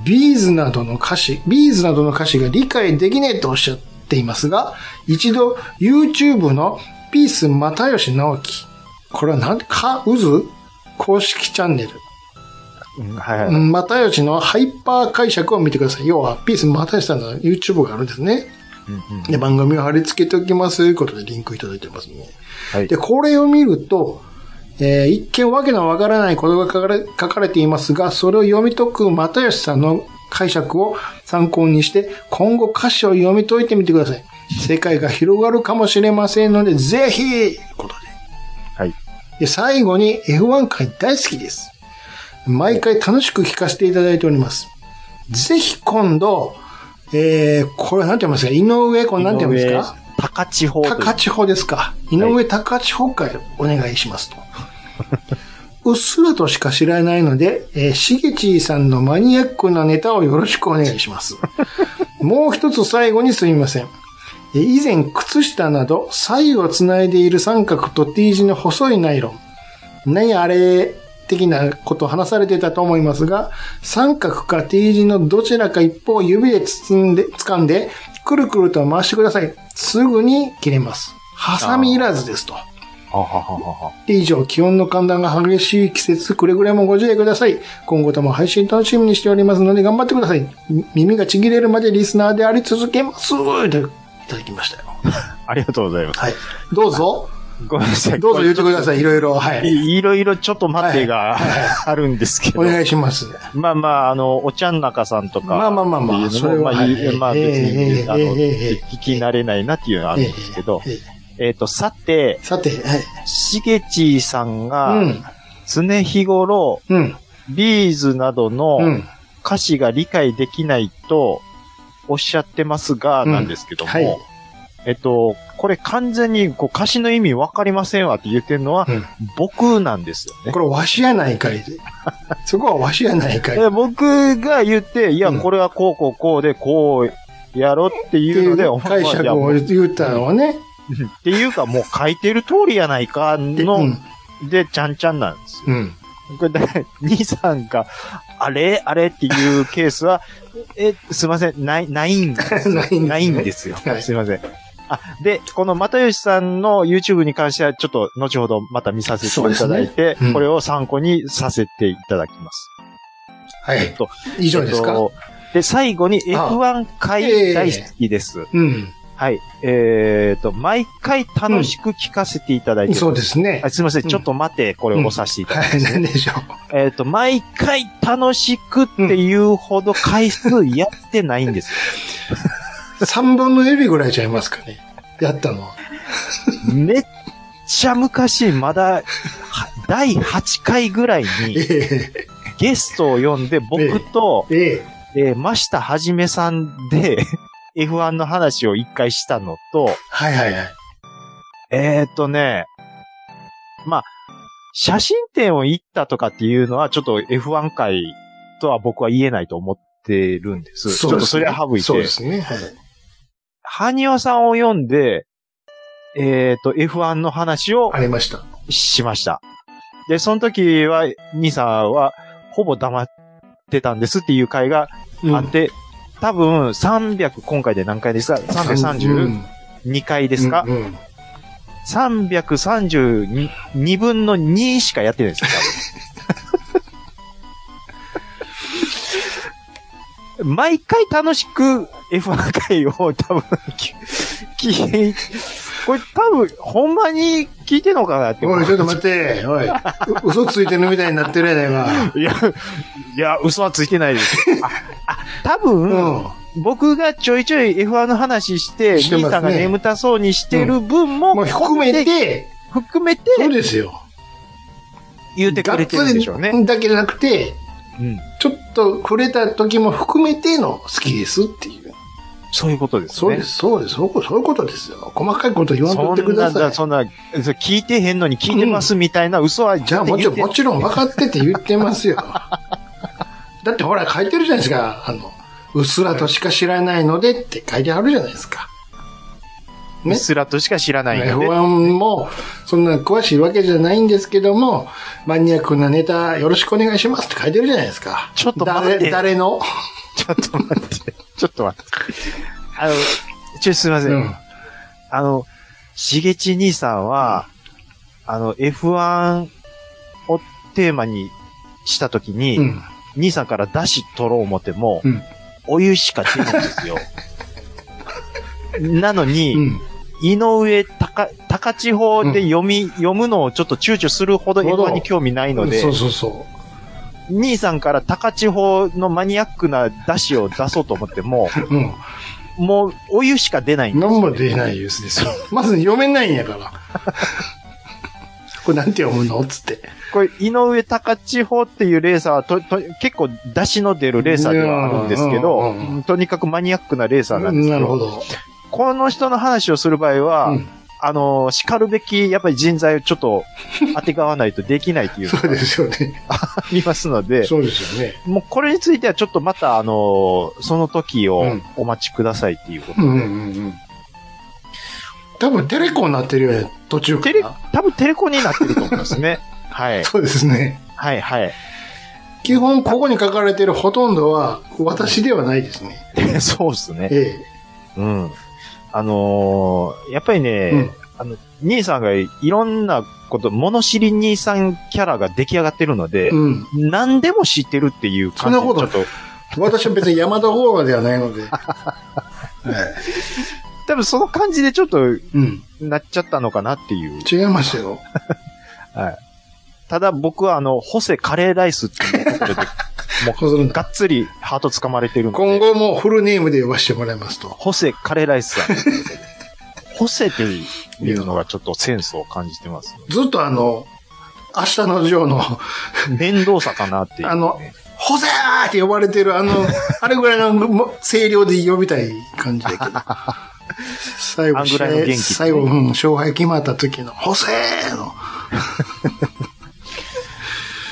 Speaker 1: ビーズなどの歌詞、ビーズなどの歌詞が理解できねえとおっしゃっていますが、一度 YouTube のピース又吉直樹、これは何か、渦公式チャンネル。
Speaker 3: うんはいはい。
Speaker 1: うん又吉のハイパー解釈を見てください。要は、ピース又吉さんの YouTube があるんですね。
Speaker 3: うんうん
Speaker 1: で、番組を貼り付けておきます。ということで、リンクいただいてますね。
Speaker 3: はい
Speaker 1: で、これを見ると、えー一見わけのわからないことが書かれ書かれていますが、それを読み解く又吉さんの解釈を参考にして、今後歌詞を読み解いてみてください。世界が広がるかもしれませんので、ぜひということで。
Speaker 3: はい。
Speaker 1: で、最後に F1 回大好きです。毎回楽しく聞かせていただいております。ぜひ今度、えー、これなんて言いますか井上、これなんて言いますか
Speaker 3: 井上高千穂という。
Speaker 1: 高千穂ですか。井上高千穂会お願いしますと。うっすらとしか知らないので、えー、しげちーさんのマニアックなネタをよろしくお願いします。もう一つ最後にすみません。えー以前、靴下など、左右をつないでいる三角と T 字の細いナイロン。何あれ的なことを話されていたと思いますが、三角か T 字のどちらか一方を指で包んで、掴んで、くるくると回してください。すぐに切れます。ハサミいらずですと。
Speaker 3: ははははは。
Speaker 1: 以上、気温の寒暖が激しい季節、くれぐれもご自愛ください。今後とも配信楽しみにしておりますので、頑張ってください。み耳がちぎれるまでリスナーであり続けます。といただきましたよ。
Speaker 3: ありがとうございます。
Speaker 1: はい。どうぞ。
Speaker 3: ごめんなさい。
Speaker 1: どうぞ言ってくださ
Speaker 3: い。
Speaker 1: い、いろいろ。はい。
Speaker 3: いろいろちょっと待ってがあるんですけ
Speaker 1: お
Speaker 3: ど。
Speaker 1: 願いします。
Speaker 3: まあまあ、あの、おちゃん中さんとか。
Speaker 1: まあまあまあまあ
Speaker 3: っていう
Speaker 1: そ
Speaker 3: の
Speaker 1: れ
Speaker 3: も
Speaker 1: は
Speaker 3: まあ、
Speaker 1: は
Speaker 3: い
Speaker 1: い
Speaker 3: いまあ別
Speaker 1: ええ
Speaker 3: に、あの、
Speaker 1: ええええ
Speaker 3: 聞き慣れないなっていうのはあるんですけど。
Speaker 1: えええ
Speaker 3: えっと、さて
Speaker 1: え、さて、はい。
Speaker 3: しげちーさんが、
Speaker 1: うん
Speaker 3: 常日頃、
Speaker 1: うん。
Speaker 3: ビーズなどの
Speaker 1: うん。
Speaker 3: 歌詞が理解できないとおっしゃってますが、
Speaker 1: うん
Speaker 3: なんですけども、
Speaker 1: はい
Speaker 3: えっと、これ完全にこう歌詞の意味わかりませんわって言ってるのは、
Speaker 1: うん
Speaker 3: 僕なんですよね。
Speaker 1: これ、わしやないかいで。そこはわしやないかい。
Speaker 3: で僕が言って、いや、
Speaker 1: うん
Speaker 3: これはこうこうこうで、こうやろって
Speaker 1: って
Speaker 3: い
Speaker 1: いう
Speaker 3: ので、お
Speaker 1: う
Speaker 3: 前
Speaker 1: 解
Speaker 3: は
Speaker 1: 釈
Speaker 3: い
Speaker 1: を
Speaker 3: や
Speaker 1: 言ったのはね。
Speaker 3: っていうか、もう書いてる通りやないか
Speaker 1: で
Speaker 3: の、
Speaker 1: うん
Speaker 3: で、ちゃんちゃんなんですよ。
Speaker 1: うん。
Speaker 3: これだから、兄さんが、あれあれっていうケースは、え、すいません、ない、ないんですよ
Speaker 1: <laughs> ないんですね
Speaker 3: ないんですよ。
Speaker 1: はい
Speaker 3: すいません。あ、で、この又吉さんの YouTube に関しては、ちょっと後ほどまた見させていただいて、
Speaker 1: すねうん
Speaker 3: これを参考にさせていただきます。
Speaker 1: は
Speaker 3: え
Speaker 1: い
Speaker 3: っ。と、
Speaker 1: 以上です
Speaker 3: えっ
Speaker 1: か
Speaker 3: とで、最後に
Speaker 1: あ
Speaker 3: F1
Speaker 1: ええ
Speaker 3: 回大好きです。
Speaker 1: うん。
Speaker 3: はい。えっ、と、毎回楽しく聞かせていただいてます、
Speaker 1: そうですね
Speaker 3: あ。すいません、
Speaker 1: うん
Speaker 3: ちょっと待って、これを押させていただき
Speaker 1: はい、何でしょ
Speaker 3: えっ、と、毎回楽しくっていうほど回数やってないんですよ。
Speaker 1: う。3分の指ぐらいちゃいますかね。やったのは。 <laughs>
Speaker 3: めっちゃ昔、まだ、は第8回ぐらい
Speaker 1: え
Speaker 3: に
Speaker 1: え、
Speaker 3: ゲストを呼んで、僕と、
Speaker 1: ええ、
Speaker 3: えー、真下はじめさんで、F1 <laughs> の話を一回したのと、
Speaker 1: はいはいはい。
Speaker 3: えー、っとね、まあ、写真展を行ったとかっていうのは、ちょっと F1 回とは僕は言えないと思ってるんです。ちょっとそれは省いて。
Speaker 1: そうですね。はい。
Speaker 3: ハニワさんを読んで、えっ、と、F1 の話を
Speaker 1: ありました。
Speaker 3: しました。で、その時は、兄さんは、ほぼ黙ってたんですっていう回が
Speaker 1: うん
Speaker 3: あって、多分300、今回で何回ですか ?332 回ですか、
Speaker 1: うんうん。
Speaker 3: ?332 分の2しかやってないんですよ多分毎回楽しく F1 回を多分聞い、これ多分ほんまに聞いてんのかなって思
Speaker 1: おい、ちょっ
Speaker 3: う。
Speaker 1: と待って、おい。う嘘ついてるみたいになってるやないか。
Speaker 3: いや、いや、嘘はついてない
Speaker 1: <laughs>
Speaker 3: です。あ、あ多分、
Speaker 1: う
Speaker 3: 僕がちょいちょい F1 の話して、
Speaker 1: してますね
Speaker 3: 兄さんが眠たそうにしてる分も、
Speaker 1: ん。もう含め、て、
Speaker 3: 含めて
Speaker 1: そうですよ。
Speaker 3: 言うてくれてるんでしょうね。
Speaker 1: だけじゃなくて、
Speaker 3: うん。
Speaker 1: ちょっと触れた時も含めての好きですっていう。
Speaker 3: そういうことですね。
Speaker 1: そうです、そうです、そうそういうことですよ。細かいこと言わんと
Speaker 3: そ
Speaker 1: ってく
Speaker 3: ん
Speaker 1: だ
Speaker 3: な、
Speaker 1: さ
Speaker 3: だ
Speaker 1: い。
Speaker 3: そんな、それ聞いてへんのに聞いてますみたいな嘘は、
Speaker 1: じゃあもちろん、もちろん分かってて言ってま
Speaker 3: <laughs>
Speaker 1: すよ。だってほら書いてるじゃないですか。あの、うっすらとしか知らないのでって書いてあるじゃないですか。
Speaker 3: うっすらとしか知らないので。
Speaker 1: F1 もそんな詳しいわけじゃないんですけども、マニアックなネタよろしくお願いしますって書いてるじゃないですか。
Speaker 3: ちょっと待って
Speaker 1: 誰、誰の
Speaker 3: <laughs> ちょっと待って、ちょっと待って。あの、ちょ、すいません。
Speaker 1: うん。
Speaker 3: あの、しげち兄さんは、あの、F1 をテーマにしたときに、
Speaker 1: うん。
Speaker 3: 兄さんから出汁取ろう思っても、
Speaker 1: うん
Speaker 3: お湯しか出ないんです
Speaker 1: <laughs>
Speaker 3: よ。なのに、
Speaker 1: うん。
Speaker 3: 井上高、高千穂で読み、読むのをちょっと躊躇するほど
Speaker 1: ほど
Speaker 3: F1 に興味ないので、
Speaker 1: そうそうそ
Speaker 3: 兄さんから高千穂のマニアックな出汁を出そうと思っても、
Speaker 1: う。うん。 <laughs>
Speaker 3: もうお湯しか出ないんです
Speaker 1: 何
Speaker 3: よ
Speaker 1: も出ない様子ですよ。まず読めないんやから。 <laughs> これなんて読むのつって。
Speaker 3: これ、井上高千穂っていうレーサーはと、と、結構出汁の出るレーサーではあるんですけ
Speaker 1: う
Speaker 3: ど
Speaker 1: んうんう、
Speaker 3: とにかくマニアックなレーサーなんですけど、
Speaker 1: なるほど。
Speaker 3: この人の話をする場合は、
Speaker 1: うん
Speaker 3: あの、叱るべき、やっぱり人材をちょっと当てがわないとできないっていうの
Speaker 1: そ
Speaker 3: が
Speaker 1: うですよね。
Speaker 3: ありますの
Speaker 1: <laughs>
Speaker 3: で、
Speaker 1: そうですよね。
Speaker 3: もうこれについてはちょっとまた、あの、その時を
Speaker 1: うん
Speaker 3: お待ちくださいっていうこと。
Speaker 1: うんうんうん。多分テレコになってるよね、途中か
Speaker 3: テレ
Speaker 1: ら。、
Speaker 3: 多分テレコになってると思います
Speaker 1: <laughs>
Speaker 3: ね。はい。
Speaker 1: そうですね。
Speaker 3: はい、はい。 <laughs>
Speaker 1: 基本ここに書かれてるほとんどは私ではないですね。
Speaker 3: そうですね。
Speaker 1: え
Speaker 3: うん。あのーやっぱりね、
Speaker 1: うん
Speaker 3: あの、兄さんがいろんなこと、物知り兄さんキャラが出来上がってるので
Speaker 1: え。、うん。
Speaker 3: 何でも知ってるっていう感じ
Speaker 1: そんなこと
Speaker 3: ちょっ
Speaker 1: 私は別に山田フォーマではないので。はい
Speaker 3: 多分その感じでちょっと、
Speaker 1: うん。
Speaker 3: なっちゃったのかなっていう。
Speaker 1: 違いますよ。
Speaker 3: ただ僕はあの、ホセカレーライスっていうところで、
Speaker 1: そうするんだ
Speaker 3: がっつりハート掴まれてるんで。
Speaker 1: 今後もフルネームで呼ばせてもらいますと。
Speaker 3: ホセカレーライスさんということで。ホセっていうのがちょっとセンスを感じてます、
Speaker 1: ずっとあの、明日のジョーの、 <laughs>
Speaker 3: 面倒さかなっていう、ね。
Speaker 1: あのホセーって呼ばれてる、
Speaker 3: <laughs>
Speaker 1: あの、あれぐらいのも声量で呼びたい感じだけ
Speaker 3: <laughs>
Speaker 1: ど。最
Speaker 3: あ
Speaker 1: 後、
Speaker 3: んぐらいの元気ですね
Speaker 1: 最後、うん、勝敗決まった時の、ホセーの、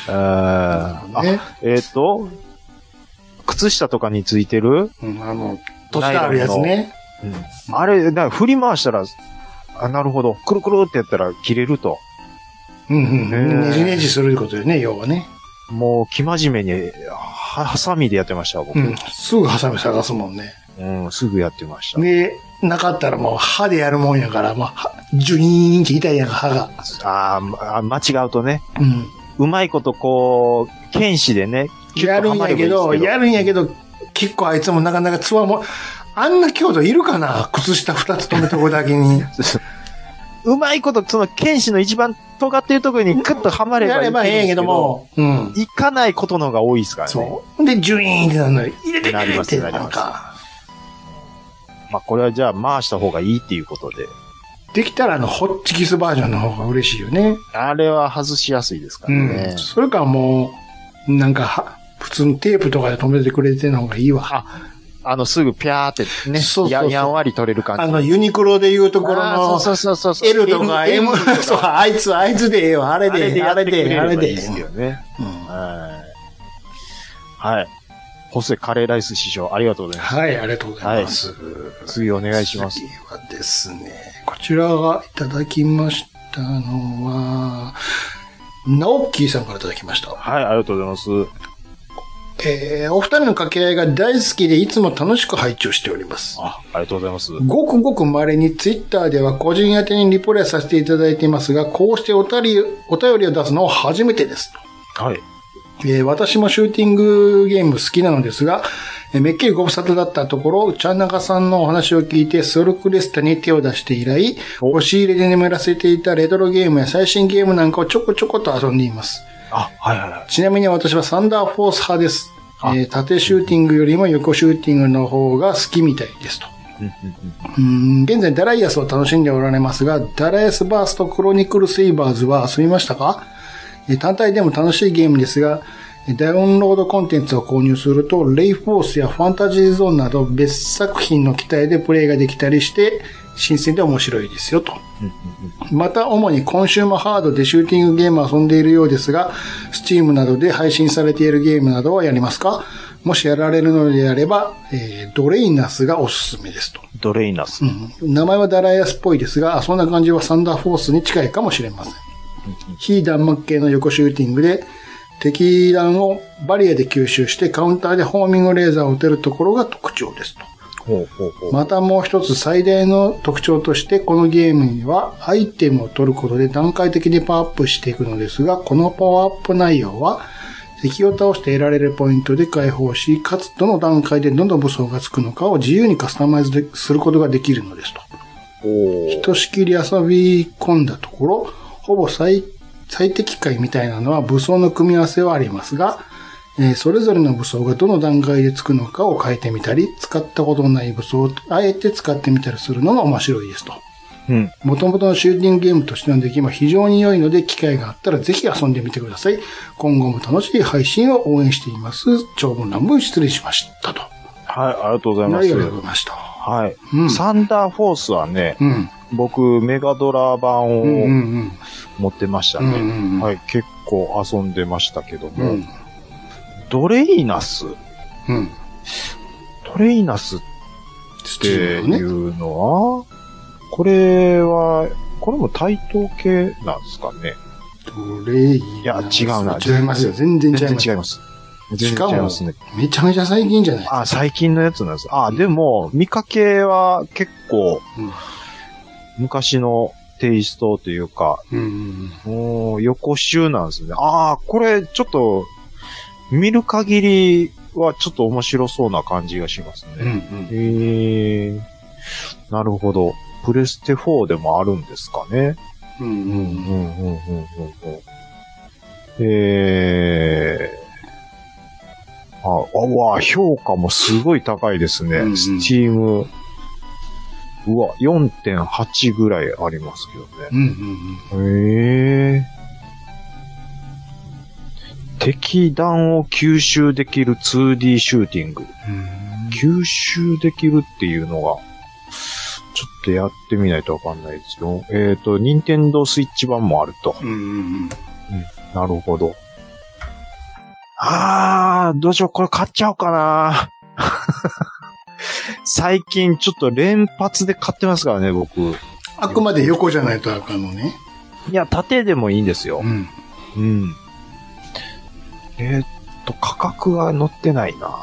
Speaker 3: あー
Speaker 1: ね、
Speaker 3: あえっ、と、靴下とかについてる、
Speaker 1: うんあの、年があるやつね。
Speaker 3: あれ、だから振り回したら、あ、なるほど、くるくるってやったら切れると。
Speaker 1: うんう
Speaker 3: へー
Speaker 1: ん。ねじねじすることよね、要はね。
Speaker 3: もう、生真面目に、はハサミでやってました、僕。
Speaker 1: う
Speaker 3: うんん。。
Speaker 1: すぐハサミ探すもんね。
Speaker 3: すぐやってました。
Speaker 1: で、なかったらもう歯でやるもんやから、まあ、ジュイーンって痛いやんか、歯が。
Speaker 3: あーまあ、間違うとね、
Speaker 1: うん。
Speaker 3: うまいことこう、剣士でね、キュ
Speaker 1: や
Speaker 3: ッと
Speaker 1: る
Speaker 3: は
Speaker 1: ん
Speaker 3: まればい
Speaker 1: やけ
Speaker 3: いです
Speaker 1: ど、やるんやけど、結構あいつもなかなかつわも、あんな強度いるかな靴下二つ止めとこだけに。
Speaker 3: うまいこと、その剣士の一番尖ってるところにクッとはまれば
Speaker 1: やればええんやけども、うん。
Speaker 3: いかないことの方が多いですからね。
Speaker 1: そう。で、ジュイーンってなるのよ。入れて
Speaker 3: なり
Speaker 1: 入れ
Speaker 3: ます
Speaker 1: て、
Speaker 3: なります
Speaker 1: なんか。
Speaker 3: まあ、これはじゃあ回した方がいいっていうことで。
Speaker 1: できたら、あの、ホッチキスバージョンの方が嬉しいよね。
Speaker 3: あれは外しやすいですか
Speaker 1: う
Speaker 3: ら
Speaker 1: ん。
Speaker 3: ね。
Speaker 1: それかもう、なんかは、普通のテープとかで止めてくれてるの方がいいわ。
Speaker 3: あの、すぐピャーってね、
Speaker 1: そうそうそう
Speaker 3: ややんわり取れる感じ。
Speaker 1: あの、ユニクロでいうところ
Speaker 3: あー
Speaker 1: の、
Speaker 3: そうそうそうそう
Speaker 1: L とか M とか、そう、あいつ、あいつでええわ。あれ
Speaker 3: あれ
Speaker 1: で、
Speaker 3: で
Speaker 1: あ
Speaker 3: やってく
Speaker 1: れ
Speaker 3: れれ
Speaker 1: で、あ
Speaker 3: ばい
Speaker 1: れ
Speaker 3: い
Speaker 1: で
Speaker 3: で。すよね。
Speaker 1: うん
Speaker 3: はい。はい。ホセカレーライス師匠、ありがとうございま
Speaker 1: はい、ありがとうございます。
Speaker 3: す。次お願いします
Speaker 1: 次。はですね、こちらがいただきましたのは、ナオッキーさんからいただきました。
Speaker 3: はい、ありがとうございます。
Speaker 1: えーお二人の掛け合いが大好きでいつも楽しく拝聴しております。
Speaker 3: あ、ありがとうございます。
Speaker 1: ごくごく稀にツイッターでは個人宛てにリプレイさせていただいていますが、こうしておたりお便りを出すのは初めてです。
Speaker 3: はい。
Speaker 1: えー私もシューティングゲーム好きなのですが、えーめっきりご無沙汰だったところ、チャンナカさんのお話を聞いて、ソルクレスタに手を出して以来、押し入れで眠らせていたレトロゲームや最新ゲームなんかをちょこちょこと遊んでいます。
Speaker 3: あ、はいはいはい。
Speaker 1: ちなみに私はサンダーフォース派です。えー縦シューティングよりも横シューティングの方が好きみたいですと。うん現在ダライアスを楽しんでおられますが、ダライアスバースとクロニクルセイバーズは遊びましたかえー単体でも楽しいゲームですが、えーダウンロードコンテンツを購入すると、レイフォースやファンタジーゾーンなど別作品の期待でプレイができたりして、新鮮で面白いですよと。また主にコンシューマーハードでシューティングゲームを遊んでいるようですが、Steam などで配信されているゲームなどはやりますかもしやられるのであれば、えードレイナスがおすすめですと。
Speaker 3: ドレイナス。
Speaker 1: うん名前はダライアスっぽいですが、そんな感じはサンダーフォースに近いかもしれません。非弾幕系の横シューティングで、敵弾をバリアで吸収してカウンターでホーミングレーザーを撃てるところが特徴ですと。
Speaker 3: ほうほうほう。
Speaker 1: またもう一つ最大の特徴として、このゲームにはアイテムを取ることで段階的にパワーアップしていくのですが、このパワーアップ内容は、敵を倒して得られるポイントで解放し、かつどの段階でどの武装がつくのかを自由にカスタマイズですることができるのですと。ひとしきり遊び込んだところ、ほぼ最最適解みたいなのは武装の組み合わせはありますが、えーそれぞれの武装がどの段階でつくのかを変えてみたり、使ったことのない武装をあえて使ってみたりするのが面白いですと。
Speaker 3: うん。
Speaker 1: 元々のシューティングゲームとしての出来も非常に良いので、機会があったらぜひ遊んでみてください。今後も楽しい配信を応援しています。長文乱文失礼しましたと。
Speaker 3: はい、ありがとうございま
Speaker 1: あり
Speaker 3: す
Speaker 1: がとう。ございました。
Speaker 3: はい、
Speaker 1: うん
Speaker 3: サンダーフォースはね、
Speaker 1: うん。
Speaker 3: 僕、メガドラ
Speaker 1: うんうんう
Speaker 3: 版を
Speaker 1: ん。
Speaker 3: 持ってました
Speaker 1: うんうんうん
Speaker 3: ね。はい、結構遊んでましたけど
Speaker 1: う
Speaker 3: も、
Speaker 1: ん。
Speaker 3: ドレイナス
Speaker 1: うん。
Speaker 3: ドレイナスっ
Speaker 1: ス
Speaker 3: て
Speaker 1: チーム
Speaker 3: い
Speaker 1: のね。
Speaker 3: うのは、これは、これも対等系なんですかね。
Speaker 1: どれいい
Speaker 3: いや違うな
Speaker 1: 違いますよ。全然違い
Speaker 3: 全
Speaker 1: ます。
Speaker 3: 然違います。全然違いますね。
Speaker 1: めちゃめちゃ最近じゃない
Speaker 3: あ、最近のやつなんです。あ、でも、見かけは結構
Speaker 1: うん、
Speaker 3: 昔のテイストというか、
Speaker 1: うんうん
Speaker 3: おー横集なんですね。ああ、これ、ちょっと、見る限りはちょっと面白そうな感じがします
Speaker 1: うん。うん
Speaker 3: ね。へえ。なるほど。プレステ4でもあるんですかね。
Speaker 6: うん
Speaker 3: う、
Speaker 6: うん
Speaker 3: うん
Speaker 6: ん。、
Speaker 3: うん、うん、うん。えー。あ、あうわ、評価もすごい高いです
Speaker 6: うんう
Speaker 3: ね。
Speaker 6: ん
Speaker 3: スチーム。うわ、4.8ぐらいありますけどね。
Speaker 6: うんうん
Speaker 3: へえ。敵弾を吸収できる 2D シューティング。吸収できるっていうのが、ちょっとやってみないとわかんないですよ。えっ、と、ニンテンドースイッチ版もあると。
Speaker 6: うん。うんうん
Speaker 3: なるほど。あー、どうしよう、これ買っちゃおうかな。 <laughs> 最近ちょっと連発で買ってますからね、僕。い
Speaker 6: あくまで横じゃないとあかんのね。
Speaker 3: や、縦でもいいんですよ
Speaker 6: う。ん。
Speaker 3: うん。えーっと、価格が載ってないな。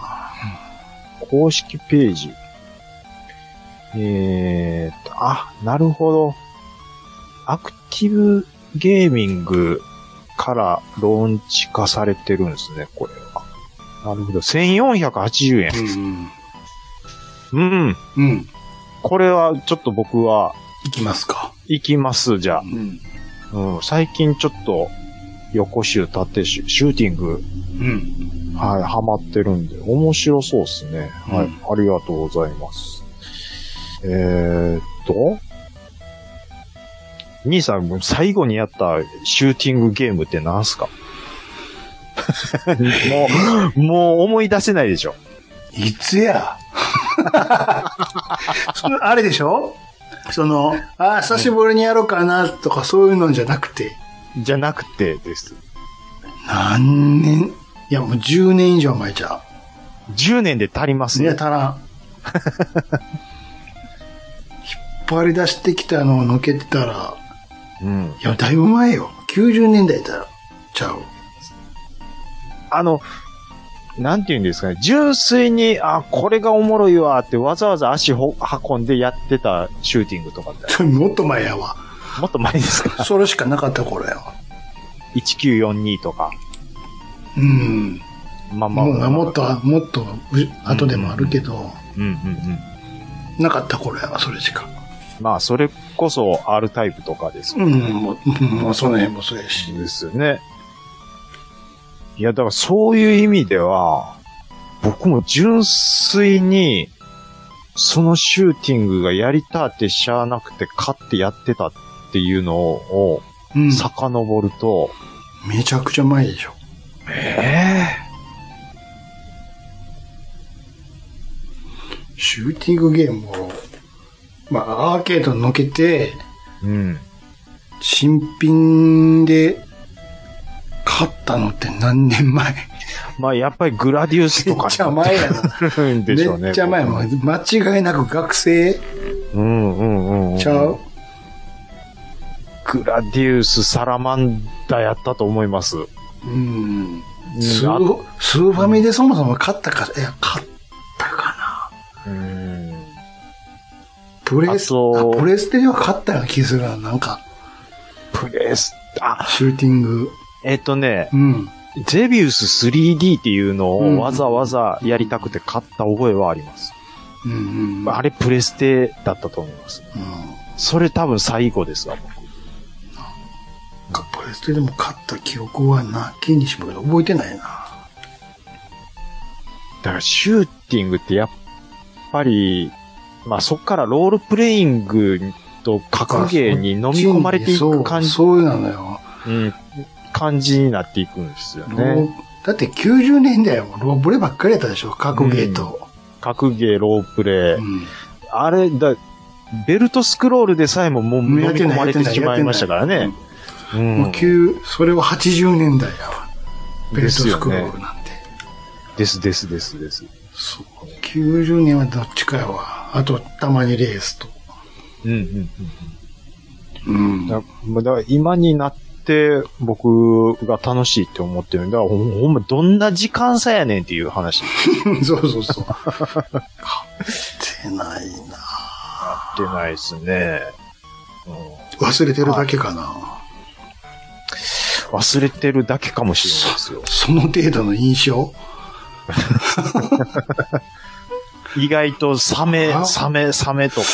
Speaker 3: 公式ページ。えーっと、あ、なるほど。アクティブゲーミングからローンチ化されてるんですね、これは。なるほど。1480円。
Speaker 6: うん
Speaker 3: うん。
Speaker 6: うん。うん。
Speaker 3: これはちょっと僕はい
Speaker 6: きますか。
Speaker 3: 行きます、じゃあ。
Speaker 6: うん。
Speaker 3: うん。最近ちょっと横集縦集、シューティング
Speaker 6: うん。
Speaker 3: はい、ハマってるんで、面白そうですね。はい、
Speaker 6: うん
Speaker 3: ありがとうございます。えー、っと、兄さん、最後にやったシューティングゲームって何すかもう、もう思い出せないでしょ。
Speaker 6: いつや。 <laughs>
Speaker 1: そのあれでしょ
Speaker 6: その、
Speaker 1: ああ、久しぶりにやろうかなとかそういうのじゃなくて。
Speaker 3: じゃなくてです。
Speaker 6: 何年、
Speaker 1: いや、もう10年以上前じゃ
Speaker 3: 10年で足ります
Speaker 1: う。いや、
Speaker 3: ね
Speaker 1: 足。らん。引っ張り出してきたのを抜けてたら、
Speaker 3: うん。
Speaker 1: いや、だいぶ前よ。90年代だよ。ちゃう。
Speaker 3: あの、なんて言うんですかね。純粋に、あ、これがおもろいわってわざわざ足ほ運んでやってたシューティングとかって、
Speaker 1: それ <laughs> もっと前やわ。
Speaker 3: もっと前ですか
Speaker 1: それしかなかった頃やわ。
Speaker 3: 1942とか。
Speaker 1: うん。
Speaker 3: まあまあ。
Speaker 1: もうな、もっと、もっと、う後でもあるけど、
Speaker 3: うんうんうん。
Speaker 1: なかった頃やわ、それしか。
Speaker 3: まあ、それこそ R タイプとかです
Speaker 1: うん、もう、うんもうその辺もそうやし。
Speaker 3: ですよね。いや、だからそういう意味では、僕も純粋に、そのシューティングがやりたってしゃあなくて、勝ってやってたっていうのを、
Speaker 1: うん。
Speaker 3: 遡ると、
Speaker 1: めちゃくちゃ前でしょ。
Speaker 3: え
Speaker 1: シューティングゲームを、まあ、アーケードのけ
Speaker 3: え
Speaker 1: て、
Speaker 3: うん。
Speaker 1: 新品で、買ったのって何年前
Speaker 3: まあ、やっぱりグラディウス
Speaker 1: め
Speaker 3: と
Speaker 1: っ
Speaker 3: か
Speaker 1: ちゃ前やな。
Speaker 3: 前でしょうね。
Speaker 1: めっちゃ前。もう間違いなく学生
Speaker 3: うんうんうんうん。
Speaker 1: ちゃう、
Speaker 3: グラディウス、サラマンダやったと思います。
Speaker 1: うん。ス
Speaker 3: あ
Speaker 1: ー、スーファミでそもそも勝ったか、いや、勝ったかな。
Speaker 3: うん
Speaker 1: プレス、
Speaker 3: あと
Speaker 1: あプレステでは勝ったような気するな、なんか、
Speaker 3: プレス、あ、
Speaker 1: シューティング。
Speaker 3: えっ、とね、
Speaker 1: うん。
Speaker 3: ゼビウス 3D っていうの
Speaker 1: うん
Speaker 3: をわざわざやりたくて買った覚えはあります。
Speaker 1: うんうんうん。
Speaker 3: あれプレステだったと思います。
Speaker 1: うん
Speaker 3: それ多分最後ですわ、僕。
Speaker 1: なんかプレステでも勝った記憶はなきにしもあらず覚えてないな。
Speaker 3: だからシューティングってやっぱり、まあそっからロールプレイングと格ゲーに飲み込まれていく感じ、
Speaker 1: そうそうなのよ。
Speaker 3: うん、感じになっていくんですよ
Speaker 1: ロ
Speaker 3: ね。
Speaker 1: ーだって90年代もローブレばっかりやったでしょ、格ゲーと。
Speaker 3: 格ゲー、ロープレイ。
Speaker 1: うん
Speaker 3: あれ、だ、ベルトスクロールでさえももう飲み
Speaker 1: やって
Speaker 3: 込
Speaker 1: ない
Speaker 3: まれてしまいましたからね。う。
Speaker 1: うんもうん旧それは80年代やわ。ベルトスクロールなんて。
Speaker 3: ですですですです。
Speaker 1: そう。90年はどっちかやわ。あと、たまにレースと。
Speaker 3: うんうん
Speaker 1: うん
Speaker 3: うん。だまあだから今になって僕が楽しいって思ってるんだから、ほんほんまどんな時間差やねんっていう話に
Speaker 1: そうそう
Speaker 3: <laughs>
Speaker 1: そう。買ってないな
Speaker 3: なってないですね。うん
Speaker 1: 忘れてるだけかな。
Speaker 3: 忘れてるだけかもしれないですよ。
Speaker 1: その程度の印象
Speaker 3: 意外とサメ、
Speaker 1: あ
Speaker 3: サメ、サメとか、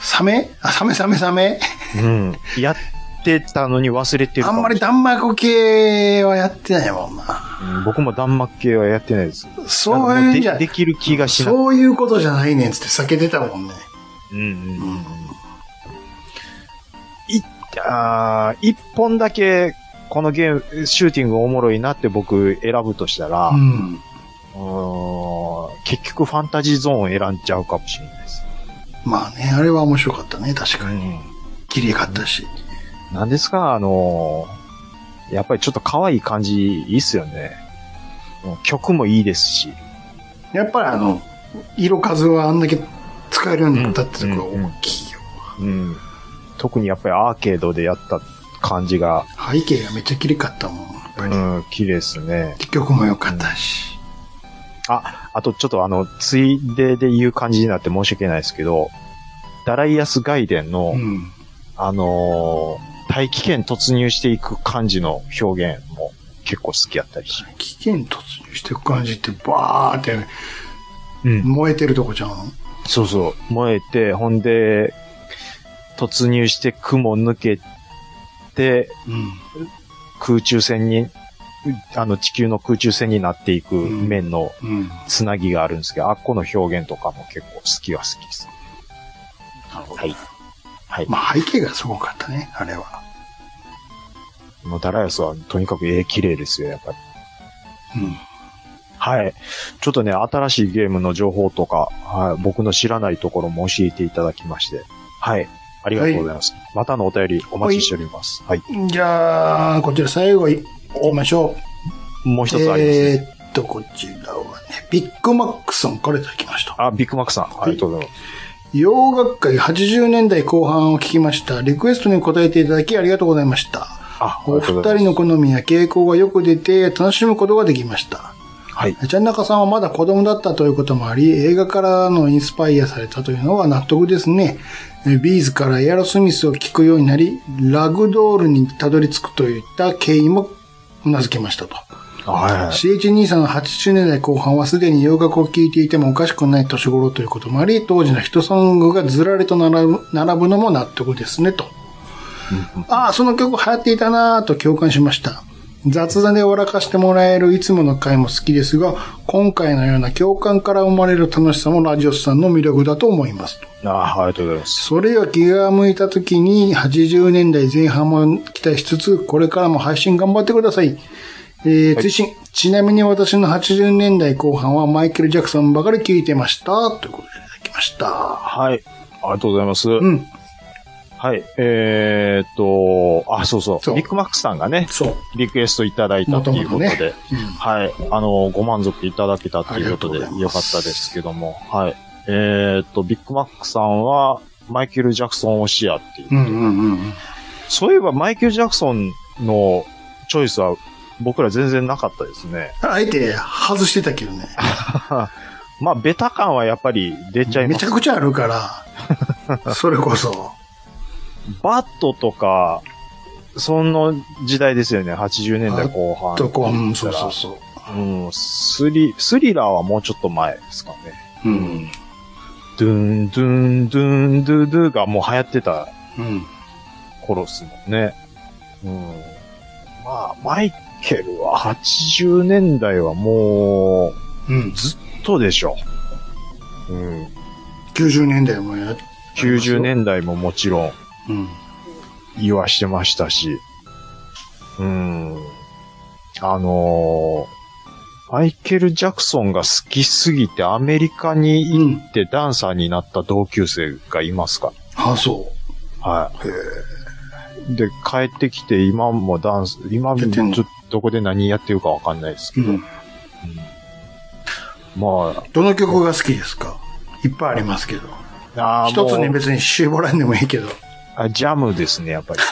Speaker 1: サメあ、サメサメサメ。
Speaker 3: うん。やってたのに忘れてる
Speaker 1: あ
Speaker 3: かも
Speaker 1: んまり弾幕系はやってないもんな。
Speaker 3: うん僕も弾幕系はやってないです。
Speaker 1: そう
Speaker 3: なんかも
Speaker 1: いうんじ
Speaker 3: で
Speaker 1: ゃ
Speaker 3: で、きる気がしない。
Speaker 1: そういうことじゃないねんつって避けてたもんね。
Speaker 3: うんうん
Speaker 1: うん。
Speaker 3: いあー一本だけ、このゲーム、シューティングおもろいなって僕選ぶとしたら、
Speaker 1: うん。
Speaker 3: うーん結局ファンタジーゾーン選んじゃうかもしれないです。
Speaker 1: まあね、あれは面白かったね、確かに。綺麗かったし。
Speaker 3: なんですか、あのーやっぱりちょっと可愛い感じいいっすよね。うん曲もいいですし。
Speaker 1: やっぱりあの、色数はあんだけ使えるようになったってとこが
Speaker 3: うん
Speaker 1: 大きいよ。
Speaker 3: うん特にやっぱりアーケードでやった感じが、
Speaker 1: 背景がめっちゃ綺麗かったもん。
Speaker 3: うん、綺麗ですね。
Speaker 1: 曲も良かったし。
Speaker 3: あ、あとちょっとあの、ついでで言う感じになって申し訳ないですけど、ダライアス外伝の、
Speaker 1: うん。
Speaker 3: あのー大気圏突入していく感じの表現も結構好きやったりし。
Speaker 1: 危険突入していく感じって、バーって
Speaker 3: うん。
Speaker 1: 燃えてるとこじゃん。
Speaker 3: そうそう。燃えて、ほんで、突入して雲抜けて、
Speaker 1: うん。
Speaker 3: 空中戦に、あの地球の空中戦になっていく面の
Speaker 1: うん。
Speaker 3: つなぎがあるんですけど、あっこの表現とかも結構好きは好きです。
Speaker 1: なるほど。
Speaker 3: はいはい。
Speaker 1: まあ背景がすごかったね、あれは。
Speaker 3: もうダラヤスはとにかく絵綺麗ですよ、やっぱり。
Speaker 1: うん。
Speaker 3: はい。ちょっとね、新しいゲームの情報とか、はい、僕の知らないところも教えていただきまして。はい。ありがとうございます。またのお便りお待ちしております。はい。
Speaker 1: じゃあ、こちら最後い、行きましょう。
Speaker 3: もう一つあります、ね
Speaker 1: えーっと、こちらはね、ビッグマックさんからいただきました。
Speaker 3: あ、ビッグマックさん、ありがとうございます。
Speaker 1: 洋楽界80年代後半を聞きました。リクエストに答えていただきありがとうございました。
Speaker 3: あ、あり
Speaker 1: お
Speaker 3: がとうご
Speaker 1: 二
Speaker 3: ざい
Speaker 1: 人
Speaker 3: ます。
Speaker 1: の好みや傾向がよく出て楽しむことができました。
Speaker 3: はい。
Speaker 1: ちゃん中さんはまだ子供だったということもあり、映画からのインスパイアされたというのは納得ですね。えビーズからエアロスミスを聞くようになり、ラグドールにたどり着くといった経緯も名付けましたと。
Speaker 3: はい。
Speaker 1: CH 兄さんの80年代後半はすでに洋楽を聴いていてもおかしくない年頃ということもあり、当時のヒットソングがずらりと並ぶ並ぶのも納得ですね、と。ああ、その曲流行っていたなぁと共感しました。雑談で笑かしてもらえるいつもの回も好きですが、今回のような共感から生まれる楽しさもラジオスさんの魅力だと思います。
Speaker 3: あ、ありがとうございます。
Speaker 1: それより気が向いた時に80年代前半も期待しつつ、これからも配信頑張ってください。えー、追伸。ちなみに私の80年代後半はマイケル・ジャクソンばかり聞いてました。ということでいただきました。
Speaker 3: はい。ありがとうございます。
Speaker 1: うん。
Speaker 3: はい。えー、っと、あ、そうそう
Speaker 1: そう
Speaker 3: ビッグマックさんがね、
Speaker 1: そう。
Speaker 3: リクエストいただいたということで、
Speaker 1: もともとね
Speaker 3: はい。あの、ご満足いただけたということで
Speaker 1: ありがとうございます
Speaker 3: よかったですけども、はい。えーっと、ビッグマックさんは、マイケル・ジャクソン推しやっていう。
Speaker 1: うんうんうん。
Speaker 3: そういえば、マイケル・ジャクソンのチョイスは、僕ら全然なかったですね。
Speaker 1: あえて外してたけどね。
Speaker 3: まあ、ベタ感はやっぱり出ちゃい
Speaker 1: め
Speaker 3: ま
Speaker 1: ち
Speaker 3: す。
Speaker 1: ゃくちゃある <laughs> から。それこそ。
Speaker 3: バットとか、その時代ですよね。80年代後半。
Speaker 1: とこうん、そうそうそう。
Speaker 3: うん、スリ、スリラーはもうちょっと前ですかね。
Speaker 1: うん。
Speaker 3: ドゥン、ドゥン、ドゥン、ドゥドゥがもう流行ってた
Speaker 1: うん。
Speaker 3: 頃っすもんね。うん。まあ、マイケルは80年代はも
Speaker 1: う
Speaker 3: う、。
Speaker 1: ん
Speaker 3: ずっとでしょ。うん。
Speaker 1: 90年代もやっ
Speaker 3: 90年代ももちろん
Speaker 1: うん。
Speaker 3: 言わしてましたし。うん。あのーマイケル・ジャクソンが好きすぎてアメリカに
Speaker 1: う
Speaker 3: 行
Speaker 1: ん。
Speaker 3: ってダンサーになった同級生がいますか
Speaker 1: あ、そ
Speaker 3: はい。で、帰ってきて、今もダンス、今も
Speaker 1: やってんの
Speaker 3: ちょっとどこで何やってるかわかんないです
Speaker 1: う。
Speaker 3: け
Speaker 1: う
Speaker 3: ど、
Speaker 1: ん。
Speaker 3: まあ
Speaker 1: どの曲が好きですかいっぱいありますけど。、
Speaker 3: あー
Speaker 1: 一つに
Speaker 3: もう
Speaker 1: 別に絞らんでもいいけど。
Speaker 3: あジャムですね、やっぱり。
Speaker 1: <laughs>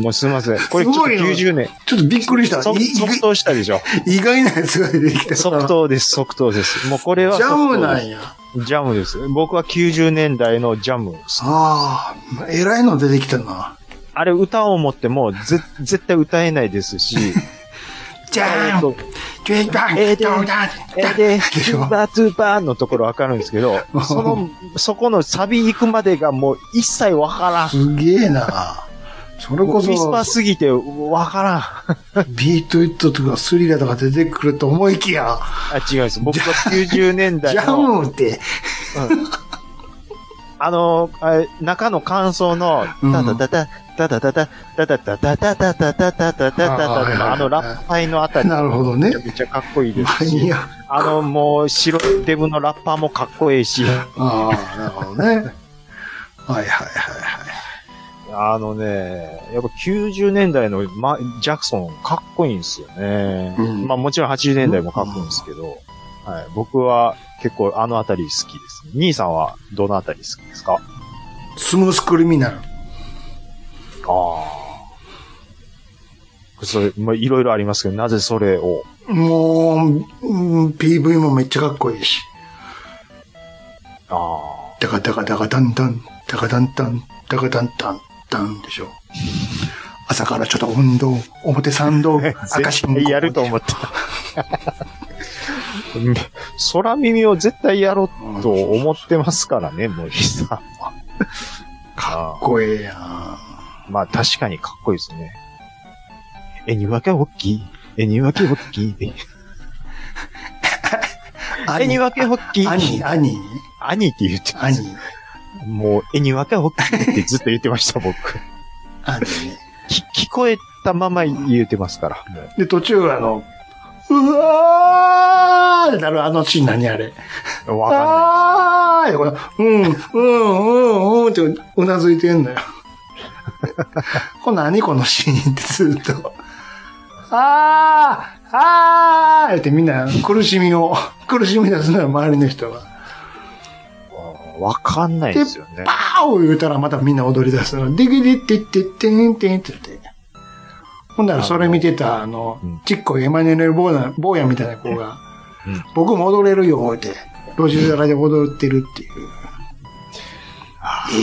Speaker 3: もうすいません。これちょっ
Speaker 1: す
Speaker 3: と
Speaker 1: ごいな
Speaker 3: 90年。
Speaker 1: ちょっとびっくりした。
Speaker 3: 即
Speaker 1: い
Speaker 3: 即答したでしょ。
Speaker 1: 意外なやつが出てきた。
Speaker 3: 即答です、即答です。もうこれは
Speaker 1: ジ
Speaker 3: 即
Speaker 1: ャム
Speaker 3: 答
Speaker 1: な
Speaker 3: です。
Speaker 1: んや。
Speaker 3: ジャムです。僕は90年代のジャムです。
Speaker 1: ああ、偉いの出てきたな。 <laughs>
Speaker 3: あれ歌を持ってもぜ絶対歌えないですし、
Speaker 1: じゃん
Speaker 3: そう
Speaker 1: ジュイバン、
Speaker 3: えーで
Speaker 1: どうだ
Speaker 3: えで、スーパートゥーパーのところわかるんですけど、その、そこのサビ行くまでがもう一切わからん。
Speaker 1: すげえなそれこそ、
Speaker 3: ミスパーすぎてわからん。あ、
Speaker 1: ビートイットとかスリラーとか出てくると思いきや、
Speaker 3: 違うんです。僕は90年代
Speaker 1: ジャ
Speaker 3: の、
Speaker 1: ムって、
Speaker 3: あの、あれ中の感想の、
Speaker 1: うん
Speaker 3: タタタタ、タタタタ、タタタタタタタタタタタタ
Speaker 1: あはいは
Speaker 3: のあ
Speaker 1: いはい
Speaker 3: のラッパイのあたり。
Speaker 1: なるほどね
Speaker 3: めちゃめちゃかっこいいで
Speaker 1: マ
Speaker 3: す
Speaker 1: ニ
Speaker 3: し。
Speaker 1: ア。
Speaker 3: あの、もう、白いデブのラッパーもかっこいいし。
Speaker 1: ああ、なるほどね。はいはいはいはい。
Speaker 3: あのね、やっぱ90年代のマジャクソンかっこいいんですよね。
Speaker 1: うん
Speaker 3: まあもちろん80年代もかっこいいんですけど、はい、僕は結構あのあたり好きですね。兄さんはどのあたり好きですか
Speaker 1: スムースクリミナル。
Speaker 3: ああ。それ、まあいろいろありますけど、なぜそれを。
Speaker 1: もう、うん、PV もめっちゃかっこいいし。
Speaker 3: あ
Speaker 1: ダカダカダカダンダン、ダカダンダン、ダカダンダン、ダンでしょ。朝からちょっと運動、表参道、
Speaker 3: あ。
Speaker 1: 赤
Speaker 3: <laughs> 絶
Speaker 1: 信号。
Speaker 3: 対やると思った。 <laughs> うん空耳を絶対やろうと思ってますからね、森さんは。
Speaker 1: かっこええやん。
Speaker 3: まあ確かにかっこいいですね。え、にわけ大きい。え、にわけ大きい。 <laughs> え、にわけ大きい。
Speaker 1: 兄、兄ね。
Speaker 3: 兄って言ってま
Speaker 1: 兄
Speaker 3: す。。 <laughs> もう、え、にわけ大きいってずっと言ってました、僕。
Speaker 1: 兄ね。
Speaker 3: <laughs> き聞こえたまま言ってますから。もう
Speaker 1: で、途中あの、うわーってなるあのシーン何あれ。
Speaker 3: わか
Speaker 1: あーってこの、うん、うん、うん、うんってうなずいてんの <laughs> よ。これ何このシーンってずっと。あーあーってみんな苦しみを、苦しみ出すのよ、周りの人が。
Speaker 3: んない。わかんないですよね
Speaker 1: パ。ーを言うたらまたみんな踊り出すの。ディギディッティッティンテンテンって言って。ほんならそれ見てた、あの
Speaker 3: うん、
Speaker 1: ちっこいエマニュエル・ボーナ、坊やみたいな子が
Speaker 3: うん、
Speaker 1: 僕も踊れるよ、思って。路地裏で踊ってるっていう。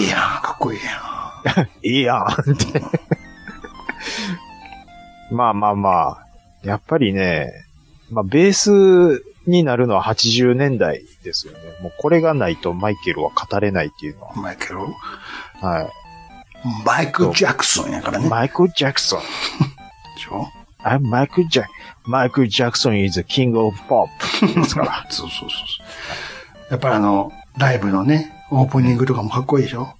Speaker 1: いいやん、かっこいいやん。
Speaker 3: いいやんって。まあまあまあ。やっぱりね、まあベースになるのは80年代ですよね。もうこれがないとマイケルは語れないっていうのは。
Speaker 1: マイケル、
Speaker 3: はい。
Speaker 1: マイク・ジャクソンやからね。
Speaker 3: マイク・ジャクソン。
Speaker 1: でしょ
Speaker 3: I'm マイク・ジャク、マイク・ジャクソン is the king of pop. ですから。
Speaker 1: <laughs> そうそうそうそう。やっぱりあの、ライブのね、オープニングとかもかっこいいでしょ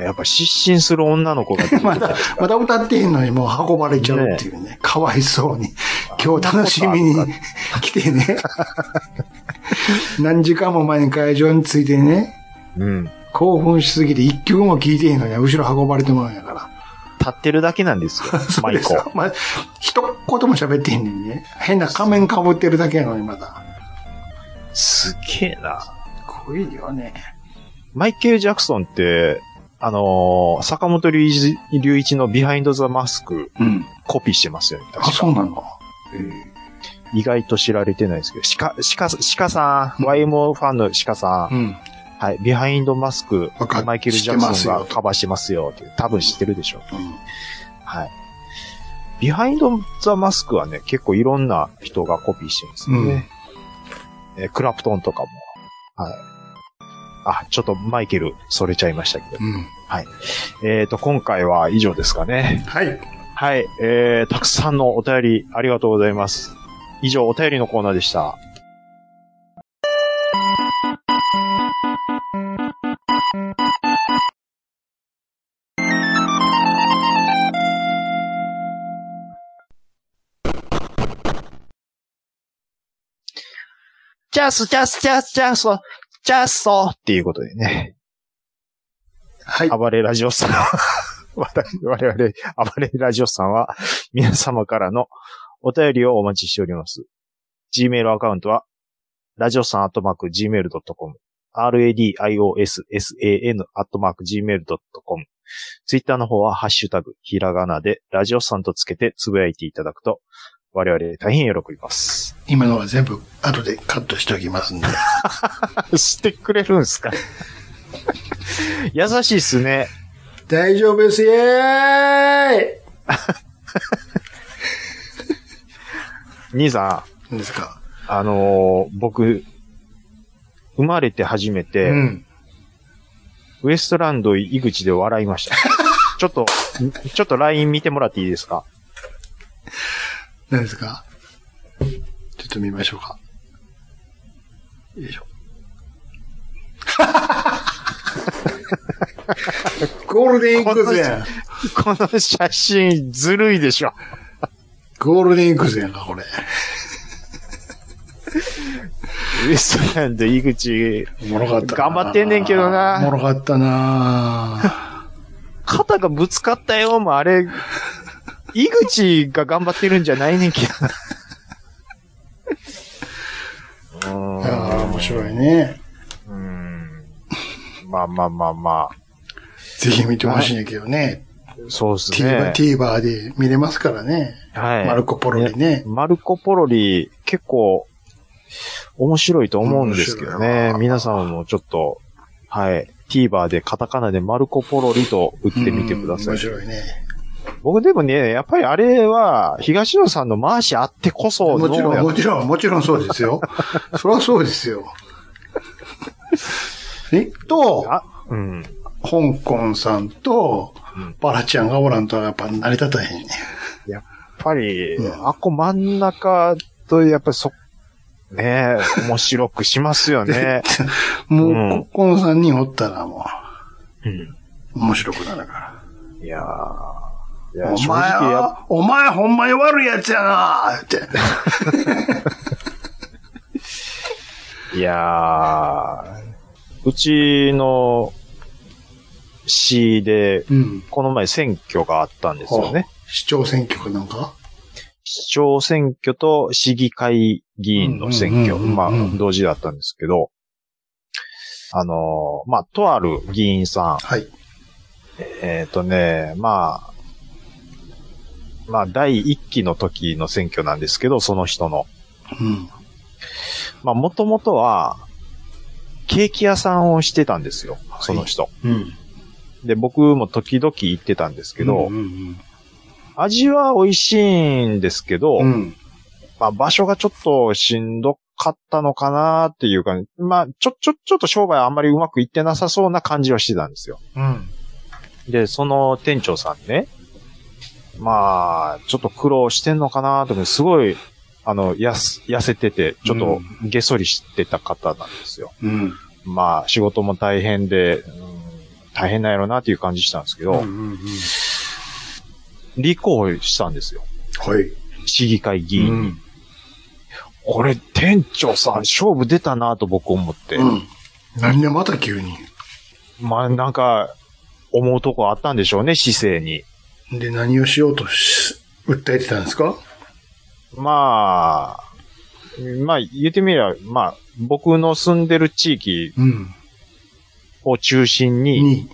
Speaker 3: やっぱ失神する女の子が出てき
Speaker 1: <laughs> まだ
Speaker 3: て。、
Speaker 1: まだ歌ってへんのにもう運ばれちゃうっていうね。かわいそうに。今日楽しみに来てね。何時間も前に会場に着いてね、
Speaker 3: うん。立
Speaker 1: 興奮しすぎて一曲も聴いてへんのに後ろ運ばれてもらうんやから。。
Speaker 3: ってるだけなんですよ
Speaker 1: <laughs> そ
Speaker 3: マ
Speaker 1: う
Speaker 3: イ
Speaker 1: です
Speaker 3: コ。
Speaker 1: よ。まあ、一言も喋ってへんのにね。変な仮面被ってるだけやのにまだ。
Speaker 3: すげえな。
Speaker 1: かっこいいよね。
Speaker 3: マイケル・ジャクソンって、あのー坂本龍一龍一のビハインド・ザ・マスク
Speaker 1: うん。
Speaker 3: コピーしてますよね。確
Speaker 1: あ、
Speaker 3: か
Speaker 1: そうなの。
Speaker 3: 意外と知られてないですけど、鹿、鹿、鹿さん、YMO ファンの鹿さん、
Speaker 1: うん。
Speaker 3: はい、ビハインド・マスク
Speaker 1: わかっ、
Speaker 3: マイケル・ジャクソン
Speaker 1: 知ってますよ
Speaker 3: がカバーしてますよっていう、多分知ってるでしょう。
Speaker 1: うん
Speaker 3: はい。ビハインド・ザ・マスクはね、結構いろんな人がコピーしてるんですよね。えークラプトンとかも。はい。あ、ちょっとマイケル、それちゃいましたけど。
Speaker 1: うん。
Speaker 3: えっ、と、今回は以上ですかね。
Speaker 1: はい。
Speaker 3: はい。えー、たくさんのお便りありがとうございます。以上、お便りのコーナーでした。ジャス、ジャス、ジャス、ジャス、ジャストっていうことでね、
Speaker 1: はい。
Speaker 3: 暴れラジオさん。 <laughs> 私我々、暴れラジオさんは、皆様からのお便りをお待ちしております。Gmail アカウントは、ラジオさんアットマーク Gmail.com、radiossan アットマーク Gmail.com、Twitter の方は、ハッシュタグ、ひらがなで、ラジオさんとつけてつぶやいていただくと、我々大変喜び <laughs> ます。
Speaker 1: 今のは全部後でカットしておきますんで。
Speaker 3: してくれるんすか <laughs> 優しいっすね。
Speaker 7: 大丈夫です、イェーイ
Speaker 3: 兄さ
Speaker 1: 何ですか。
Speaker 3: ん、あのー僕、生まれて初めて、
Speaker 1: うん。
Speaker 3: ウエストランド井口で笑いました。 <laughs> ちょっと、ちょっと LINE 見てもらっていいですか
Speaker 1: 何ですか。ちょっと見ましょうか。よいしょ。 <laughs> ゴールデンインクズやん。
Speaker 3: この写真ずるいでしょ。
Speaker 1: ゴールデンインクズやんか、これ。
Speaker 3: ウエストランド井口、
Speaker 1: おもろかったな。
Speaker 3: 頑張ってんねんけどな
Speaker 1: おもろかったな。
Speaker 3: 肩がぶつかったよ、もうあれ、井口が頑張ってるんじゃないねんけどな。うーん
Speaker 1: ああ、面白いね。
Speaker 3: うーんまあまあまあま
Speaker 1: ぜひ見てほしいんやけどね。
Speaker 3: あ。そうですね
Speaker 1: TVer。TVer で見れますからね。
Speaker 3: はい。
Speaker 1: マルコ・ポロリね。
Speaker 3: マルコポロリ、結構、面白いと思うんですけど
Speaker 1: 面白い
Speaker 3: ね
Speaker 1: な。
Speaker 3: 皆さんもちょっと、はい。TVer でカタカナでマルコポロリと打ってみてくださ
Speaker 1: うん
Speaker 3: い
Speaker 1: 面。白いね。
Speaker 3: 僕でもね、やっぱりあれは、東野さんの回しあってこそ
Speaker 1: も
Speaker 3: の
Speaker 1: ちろん、
Speaker 3: やっ
Speaker 1: もちろん、もちろんそう
Speaker 3: <laughs>
Speaker 1: ですよ。そりゃそうですよ。えと、
Speaker 3: あ、うん。
Speaker 1: 香港さんと、バラちゃんがおらんとやっぱ成り立たへんね。
Speaker 3: やっぱり、
Speaker 1: うん
Speaker 3: あっこ真ん中と、やっぱりそ、ねえ、面白くしますよね。
Speaker 1: <laughs> もう、
Speaker 3: うん
Speaker 1: ここの3人おったらも
Speaker 3: うん
Speaker 1: う、面白くなるか
Speaker 3: いやー。い
Speaker 1: ら。
Speaker 3: や
Speaker 1: お
Speaker 3: 正
Speaker 1: 前
Speaker 3: 直やっ
Speaker 1: は、お前ほんまに悪いやつやなって。
Speaker 3: <laughs> いやー、うちの市で、
Speaker 1: うん。
Speaker 3: この前選挙があったんですよね。
Speaker 1: 市長選挙かなんか
Speaker 3: 市長選挙と市議会議員の選挙。
Speaker 1: うんうんうんうん
Speaker 3: まあ、同時だったんですけど、あのーまあ、とある議員さん、
Speaker 1: はい。
Speaker 3: えっ、とね、まあ、まあ、第一期の時の選挙なんですけど、その人の。
Speaker 1: うん。
Speaker 3: まあ、もともとは、ケーキ屋さんをしてたんですよ、その人。
Speaker 1: うん。
Speaker 3: で、僕も時々行ってたんですけど、
Speaker 1: うんうん
Speaker 3: 味は美味しいんですけど、
Speaker 1: うん。うん。
Speaker 3: まあ、場所がちょっとしんどかったのかなっていうか、まあ、ちょ、ちょ、ちょっと商売あんまりうまくいってなさそうな感じはしてたんですよ。
Speaker 1: うん。
Speaker 3: で、その店長さんね、まあ、ちょっと苦労してんのかなと思って、すごい、あの、やす、痩せてて、ちょっと、げそりしてた方なんですよ。
Speaker 1: うん。
Speaker 3: まあ、仕事も大変で、うん大変なんやろなっていう感じしたんですけど、
Speaker 1: うんうんうん。
Speaker 3: 立候補したんですよ。
Speaker 1: はい。
Speaker 3: 市議会議員に。
Speaker 1: うん
Speaker 3: これ、店長さん、勝負出たなと僕思って。
Speaker 1: うん。なんでまた急に。
Speaker 3: まあ、なんか、思うとこあったんでしょうね、姿勢に。
Speaker 1: で、何をしようとし、訴えてたんですか
Speaker 3: まあ、まあ、言ってみれば、まあ、僕の住んでる地域
Speaker 1: うん。
Speaker 3: を中心に、
Speaker 1: に、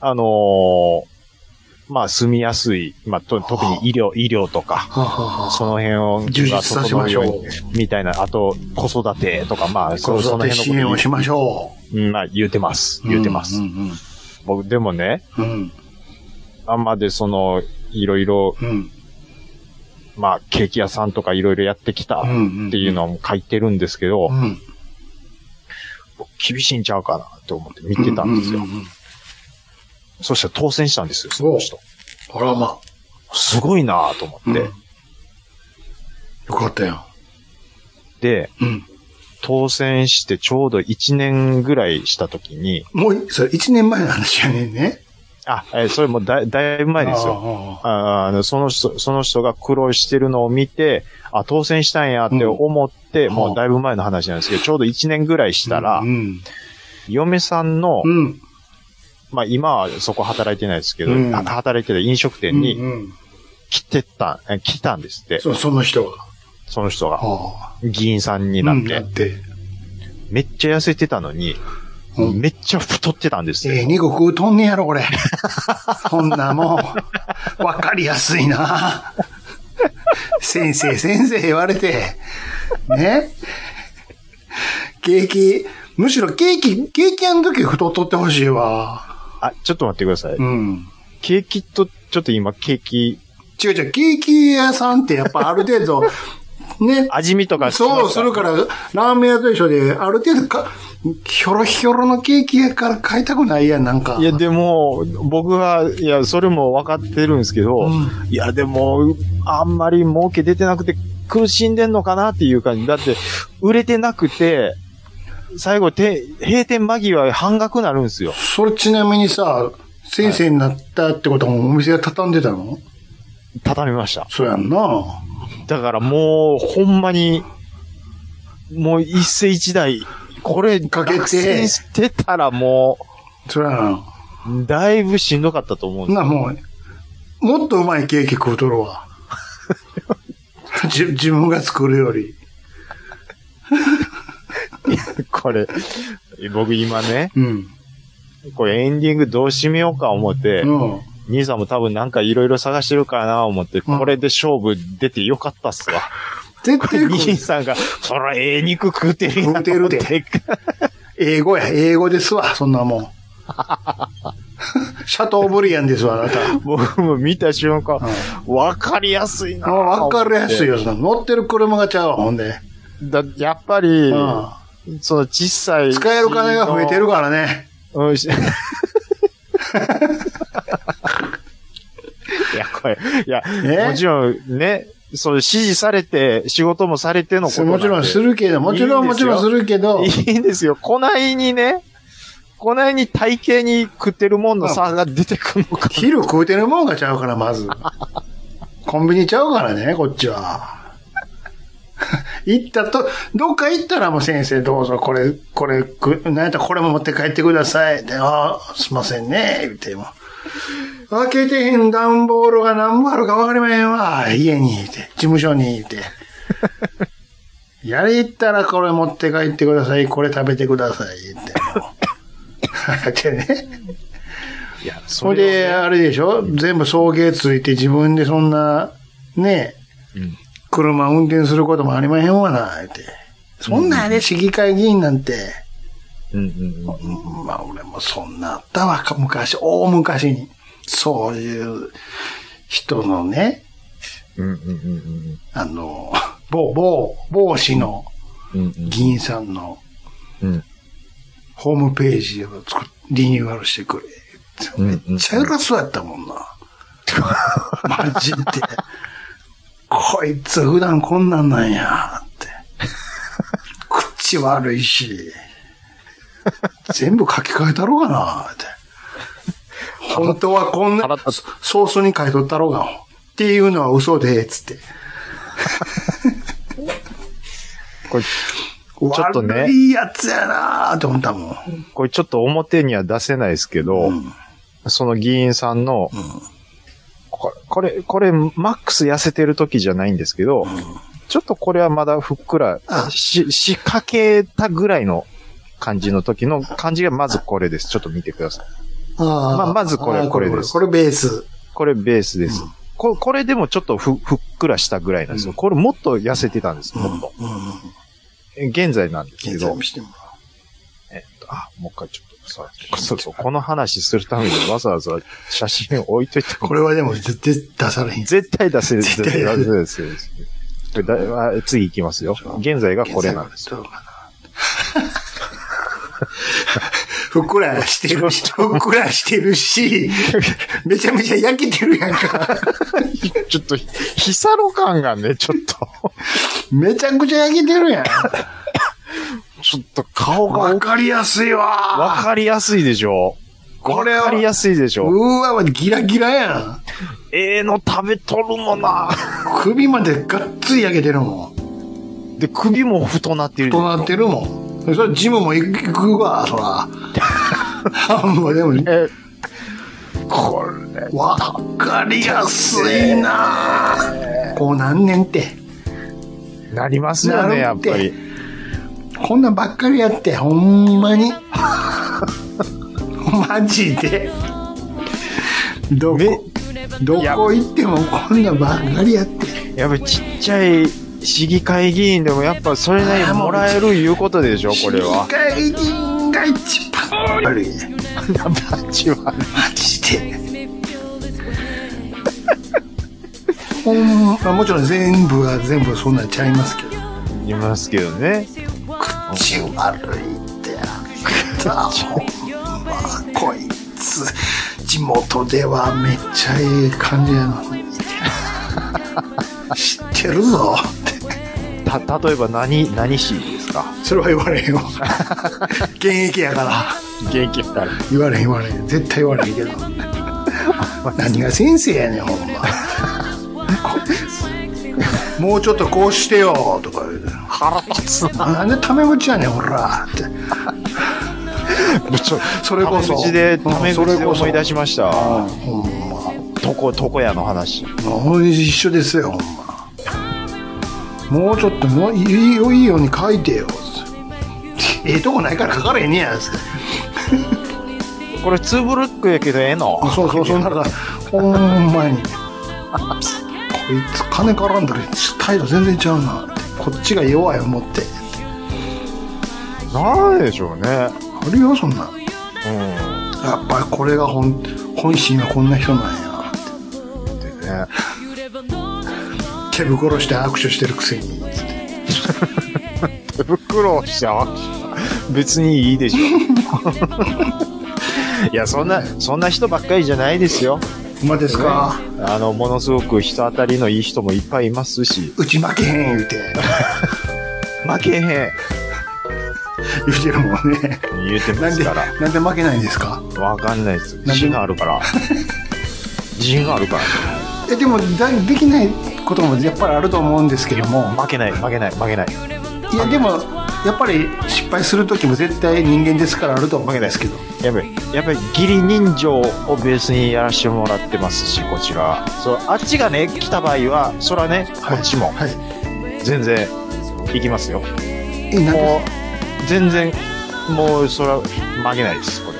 Speaker 3: あのーまあ、住みやすい、まあ、と特に医療、医療とか、
Speaker 1: はあ、はあはあ、
Speaker 3: その辺を、
Speaker 1: 充実させましょう。
Speaker 3: みたいな、あと、子育てとか、まあ、
Speaker 1: 子
Speaker 3: そそ
Speaker 1: 育
Speaker 3: の
Speaker 1: て
Speaker 3: 辺
Speaker 1: 支
Speaker 3: の
Speaker 1: 援
Speaker 3: こ
Speaker 1: を
Speaker 3: と
Speaker 1: しましょう。
Speaker 3: 言う、うんまあ、言うてます。言うてます。
Speaker 1: うん
Speaker 3: 僕、でもね、
Speaker 1: うん。うん。
Speaker 3: あんまでその、いろいろ、
Speaker 1: うん。
Speaker 3: まあ、ケーキ屋さんとかいろいろやってきたっ
Speaker 1: ん
Speaker 3: ていう。のも書いてるんですけど、
Speaker 1: うん。
Speaker 3: 僕厳しいんちゃうかなって思って見てたんですよ。
Speaker 1: うううん
Speaker 3: そしたら当選したんですよ、その人。
Speaker 1: あらまあ。
Speaker 3: すごいなぁと思っ
Speaker 1: うん
Speaker 3: て、
Speaker 1: よかったよ。
Speaker 3: で、
Speaker 1: うん。
Speaker 3: 当選してちょうど1年ぐらいした時に、
Speaker 1: もう、それ1年前の話やねんね。
Speaker 3: あ、えーそれもだいだいぶ前ですよ。
Speaker 1: よ。
Speaker 3: ああのその人、その人が苦労してるのを見て、あ、当選したんやって思って、
Speaker 1: うん
Speaker 3: もうだいぶ前の話なんですけど、ちょうど1年ぐらいしたら、
Speaker 1: うん。
Speaker 3: 嫁さんの、
Speaker 1: うん。
Speaker 3: まあ今はそこ働いてないですけど、
Speaker 1: うん
Speaker 3: あ働いてた飲食
Speaker 1: うん
Speaker 3: 店に
Speaker 1: うん。
Speaker 3: 来てった、え来たんですって、
Speaker 1: そ、その人が。
Speaker 3: その人が、
Speaker 1: はあ。
Speaker 3: 議員さんになっ
Speaker 1: うん
Speaker 3: て
Speaker 1: な、って。
Speaker 3: めっちゃ痩せてたのに、
Speaker 1: うん
Speaker 3: めっちゃ太ってたんですよ
Speaker 1: ええ、二国うとんねやろ、これ。 <laughs> そんなもん。わかりやすいな。先生、先生言われて。ね。ケーキ、むしろケーキ、ケーキ屋の時太っとってほしいわ。
Speaker 3: あ、ちょっと待ってください。
Speaker 1: うん。
Speaker 3: ケーキと、ちょっと今ケーキ、
Speaker 1: 違う違う、ケーキ屋さんってやっぱある程度、ね。
Speaker 3: 味見とかします
Speaker 1: そうするから、ラーメン屋と一緒で、ある程度か、ひょろひょろのケーキやから買いたくないやん、なんか。
Speaker 3: いや、でも、僕は、いや、それも分かってるんですけど、いや、でも、あんまり儲け出てなくて、苦しんでんのかなっていう感じ。だって、売れてなくて、最後、て閉店間際半額なるんですよ。
Speaker 1: それちなみにさ、先生になったってことはもうお店は畳んでたの、
Speaker 3: 畳みました。
Speaker 1: そうやんな。
Speaker 3: だからもう、ほんまに、もう一世一代、これ、
Speaker 1: かけて
Speaker 3: 落選してたらも
Speaker 1: そりゃな。
Speaker 3: う、だいぶしんどかったと思うんです
Speaker 1: な、もう、もっとうまいケーキ食うとるわ。 <laughs> じ自分が作るより。
Speaker 3: これ、僕今ね、
Speaker 1: うん。
Speaker 3: これエンディングどうしめようか思って、
Speaker 1: うん。
Speaker 3: 兄さんも多分なんかいろいろ探してるかな思って、
Speaker 1: うん
Speaker 3: これで勝負出てよかったっす
Speaker 1: <laughs>
Speaker 3: わ。
Speaker 1: 絶対食
Speaker 3: 兄
Speaker 1: う
Speaker 3: さんが、そらええ肉食うてるやん。
Speaker 1: 食うてるで
Speaker 3: 思って
Speaker 1: 英語や、英語ですわ、そんなもん。 <laughs> シャトーブリアンですわ、あなた。
Speaker 3: <laughs> 僕も見た瞬間
Speaker 1: うん、
Speaker 3: わかりやすいな
Speaker 1: あわかりやすい
Speaker 3: よ。
Speaker 1: よ、その乗ってる車がちゃうわ、ほんで。
Speaker 3: だやっぱり、
Speaker 1: うん。
Speaker 3: その小さい。
Speaker 1: 使える金が増えてるからね。
Speaker 3: うん <laughs> しいや、これ、いや、
Speaker 1: え
Speaker 3: もちろんね、そう、指示されて、仕事もされてのことなんで
Speaker 1: もちろんするけど、もちろ
Speaker 3: いいん
Speaker 1: んも
Speaker 3: です
Speaker 1: ち
Speaker 3: よ
Speaker 1: ろんするけど、
Speaker 3: いいんですよ。こないにね、こないに体型に食ってるもんの差が出てくるのか。
Speaker 1: 昼食うてるもんがちゃうから、まず。コンビニちゃうからね、こっちは。 <laughs> 行ったと、どっか行ったらもう先生どうぞ、これ、これ、くなんやったらこれも持って帰ってください。で、ああ、すいませんね、言っても。開けてへん段ボールが何もあるか分かりまへんわ。家にいて、事務所にいて。やり行ったらこれ持って帰ってください。これ食べてください。 <laughs> って。でね。
Speaker 3: いや、そ
Speaker 1: それで、あれでしょ全部送迎ついて自分でそんな、ね、
Speaker 3: うん
Speaker 1: 車運転することもありまへんわな、って。そんなんやで、市議会議員なんて。
Speaker 3: うんうんうん。
Speaker 1: うんまあ、俺もそんなあったわ、か昔、大昔に。そういう人のね、
Speaker 3: うんうんうん
Speaker 1: あの、某、某、某市の
Speaker 3: うん。うんうん
Speaker 1: 議員さんの
Speaker 3: うん。
Speaker 1: ホームページを作っリニューアルしてくれ。
Speaker 3: うん
Speaker 1: めっちゃ偉そうやったもんな。マジで。こいつ普段こんなんなんや、って。口悪いし。全部書き換えたろうかな、って。本当はこんな
Speaker 3: 腹立つ
Speaker 1: ソースに書いとったろうが。っていうのは嘘で、つって。
Speaker 3: これ、ちょっとね
Speaker 1: 悪いやつやなーって思ったもん。
Speaker 3: これちょっと表には出せないですけど、その議員さんの、ここれ、これ、マックス痩せてる時じゃないんですけど、ちょっとこれはまだふっくら
Speaker 1: あ
Speaker 3: し、仕掛けたぐらいの感じの時の感じがまずこれです。ちょっと見てください。
Speaker 1: あー
Speaker 3: まあまずこれ
Speaker 1: あー
Speaker 3: これです
Speaker 1: これベース。
Speaker 3: これベースです。ここれでもちょっとふふっくらしたぐらいなんですよ。これもっと痩せてたんです、もっと。
Speaker 1: うんうん。
Speaker 3: 現在なんですけ
Speaker 1: 現
Speaker 3: ど
Speaker 1: 在。見してもらう
Speaker 3: あ、もう一回ちょっと、そうそうそう、この話するためにわざわざ写真置いとい <laughs> た
Speaker 1: これはでも絶対出されへん。
Speaker 3: 絶対出せる。
Speaker 1: 絶対出せる
Speaker 3: 出せる出せるこれだあ次行きますよ。現在がこれなんです。
Speaker 1: どうかな。ふっくらしてるし、ふっくらしてるし、めちゃめちゃ焼けてるやんか。
Speaker 3: ちょっと、ヒサロ感がね、ちょっと、
Speaker 1: めちゃくちゃ焼けてるやん。
Speaker 3: ちょっと顔が、
Speaker 1: わかりやすい
Speaker 3: わ
Speaker 1: わ
Speaker 3: かりやすいでしょ
Speaker 1: これは
Speaker 3: わかりやすいでし
Speaker 1: う
Speaker 3: ょ
Speaker 1: わ、ギラギラやん。
Speaker 3: ええの食べとるもんな
Speaker 1: 首までがっつり焼けてるもん。
Speaker 3: で、首も太なってるでし
Speaker 1: と
Speaker 3: ょ。
Speaker 1: なってるもん。それジムも行くわ、 <laughs> そら。もうでも、
Speaker 3: え
Speaker 1: これ、わかりやすいなこう何年って。
Speaker 3: なりますよね、やっぱり。
Speaker 1: こんなんばっかりやって、ほんまに。 <laughs> マジで。ど
Speaker 3: ね
Speaker 1: こ、どこ行ってもこんなんばっかりやって。
Speaker 3: やっぱりちっちゃい市議会議員でもやっぱそれなりにもらえるいうことでしょ、これは。
Speaker 1: 市議会人が一番悪い。マジで。ほんまあもちろん全部は全部そんなんちゃいますけど
Speaker 3: いますけどね。
Speaker 1: 口悪いって <laughs> やったほんまこいつ地元ではめっちゃええ感じやの <laughs> に知ってるぞって
Speaker 3: た、例えば何、何市ですか
Speaker 1: それは言われへんわ現役やから
Speaker 3: 元気だから。
Speaker 1: 言われへん言われへん絶対言われへんけ
Speaker 3: <laughs>
Speaker 1: ど何が先生やねんほんまこもうちょっとこうしてよとか言うて
Speaker 3: 腹立つな。
Speaker 1: なんでタメ口やねんほらってそれこそ
Speaker 3: タメ口で、
Speaker 1: うん
Speaker 3: タメ口
Speaker 1: それ
Speaker 3: で
Speaker 1: こそ
Speaker 3: 思い出しまし
Speaker 1: う
Speaker 3: た
Speaker 1: ん。ほんま
Speaker 3: とこ、とこやの話。
Speaker 1: もう一緒ですよほんまもうちょっともういいよいいように書いてよってええとこないから書かれへんねやつって
Speaker 3: これ、ツーブロックやけどええの
Speaker 1: そうそうそう、なんか、ほんまに。こいつ金絡んだけど、態度全然ちゃうなって。こっちが弱い思って。
Speaker 3: なんでしょうね。
Speaker 1: あるよ、そんな。
Speaker 3: うん。
Speaker 1: やっぱりこれが本、本心はこんな人なんや。
Speaker 3: でね。
Speaker 1: 手袋して握手してるくせに。
Speaker 3: 手袋をして握手別にいいでしょ <laughs> いやそんなそんな人ばっかりじゃないですよ
Speaker 1: ほんまですか、
Speaker 3: あのものすごく人当たりのいい人もいっぱいいますし
Speaker 1: うち負けへん言うて、
Speaker 3: 負けへん
Speaker 1: 言うてるもんね。
Speaker 3: 言うてま
Speaker 1: なん
Speaker 3: す
Speaker 1: で、
Speaker 3: か
Speaker 1: なんで負けないんですから
Speaker 3: わかんないです
Speaker 1: で
Speaker 3: 自信があるから自信があるか
Speaker 1: え、でもだ、できないこともやっぱりあると思うんですけども、
Speaker 3: ら負けない負けない負けない
Speaker 1: いや、でも、やっぱり失敗するときも絶対人間ですからあると思うんですけど。
Speaker 3: やっぱりやっぱり義理人情をベースにやらしてもらってますしこちらそうあっちがね来た場合はそらねこっちも
Speaker 1: はい。
Speaker 3: 全然行きますよ
Speaker 1: え、なんで
Speaker 3: もう、全然、もう、それは曲げないです、こ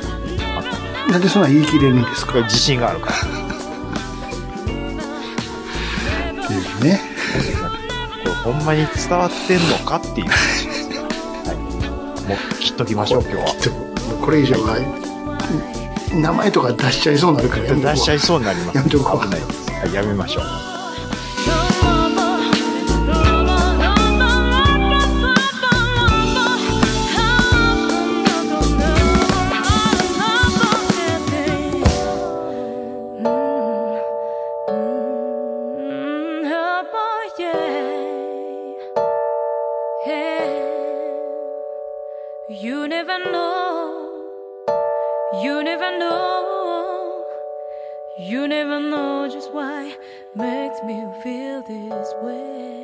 Speaker 3: れ。
Speaker 1: なんでそんな言い切れるんです
Speaker 3: こ
Speaker 1: か
Speaker 3: れ自信があるから。
Speaker 1: っていうね。
Speaker 3: これほんまに伝わってんのかっていう話ですね。はい。もう、切っときましょう、今日は。
Speaker 1: ちょっとこれ以上は、名前とか出しちゃいそうになるからやめとこう
Speaker 3: 出しちゃいそうになります。
Speaker 1: やめ
Speaker 3: 危
Speaker 1: とこう
Speaker 3: ないです。はい、やめましょう。
Speaker 8: You never know, you never know. You never know just why makes me feel this way.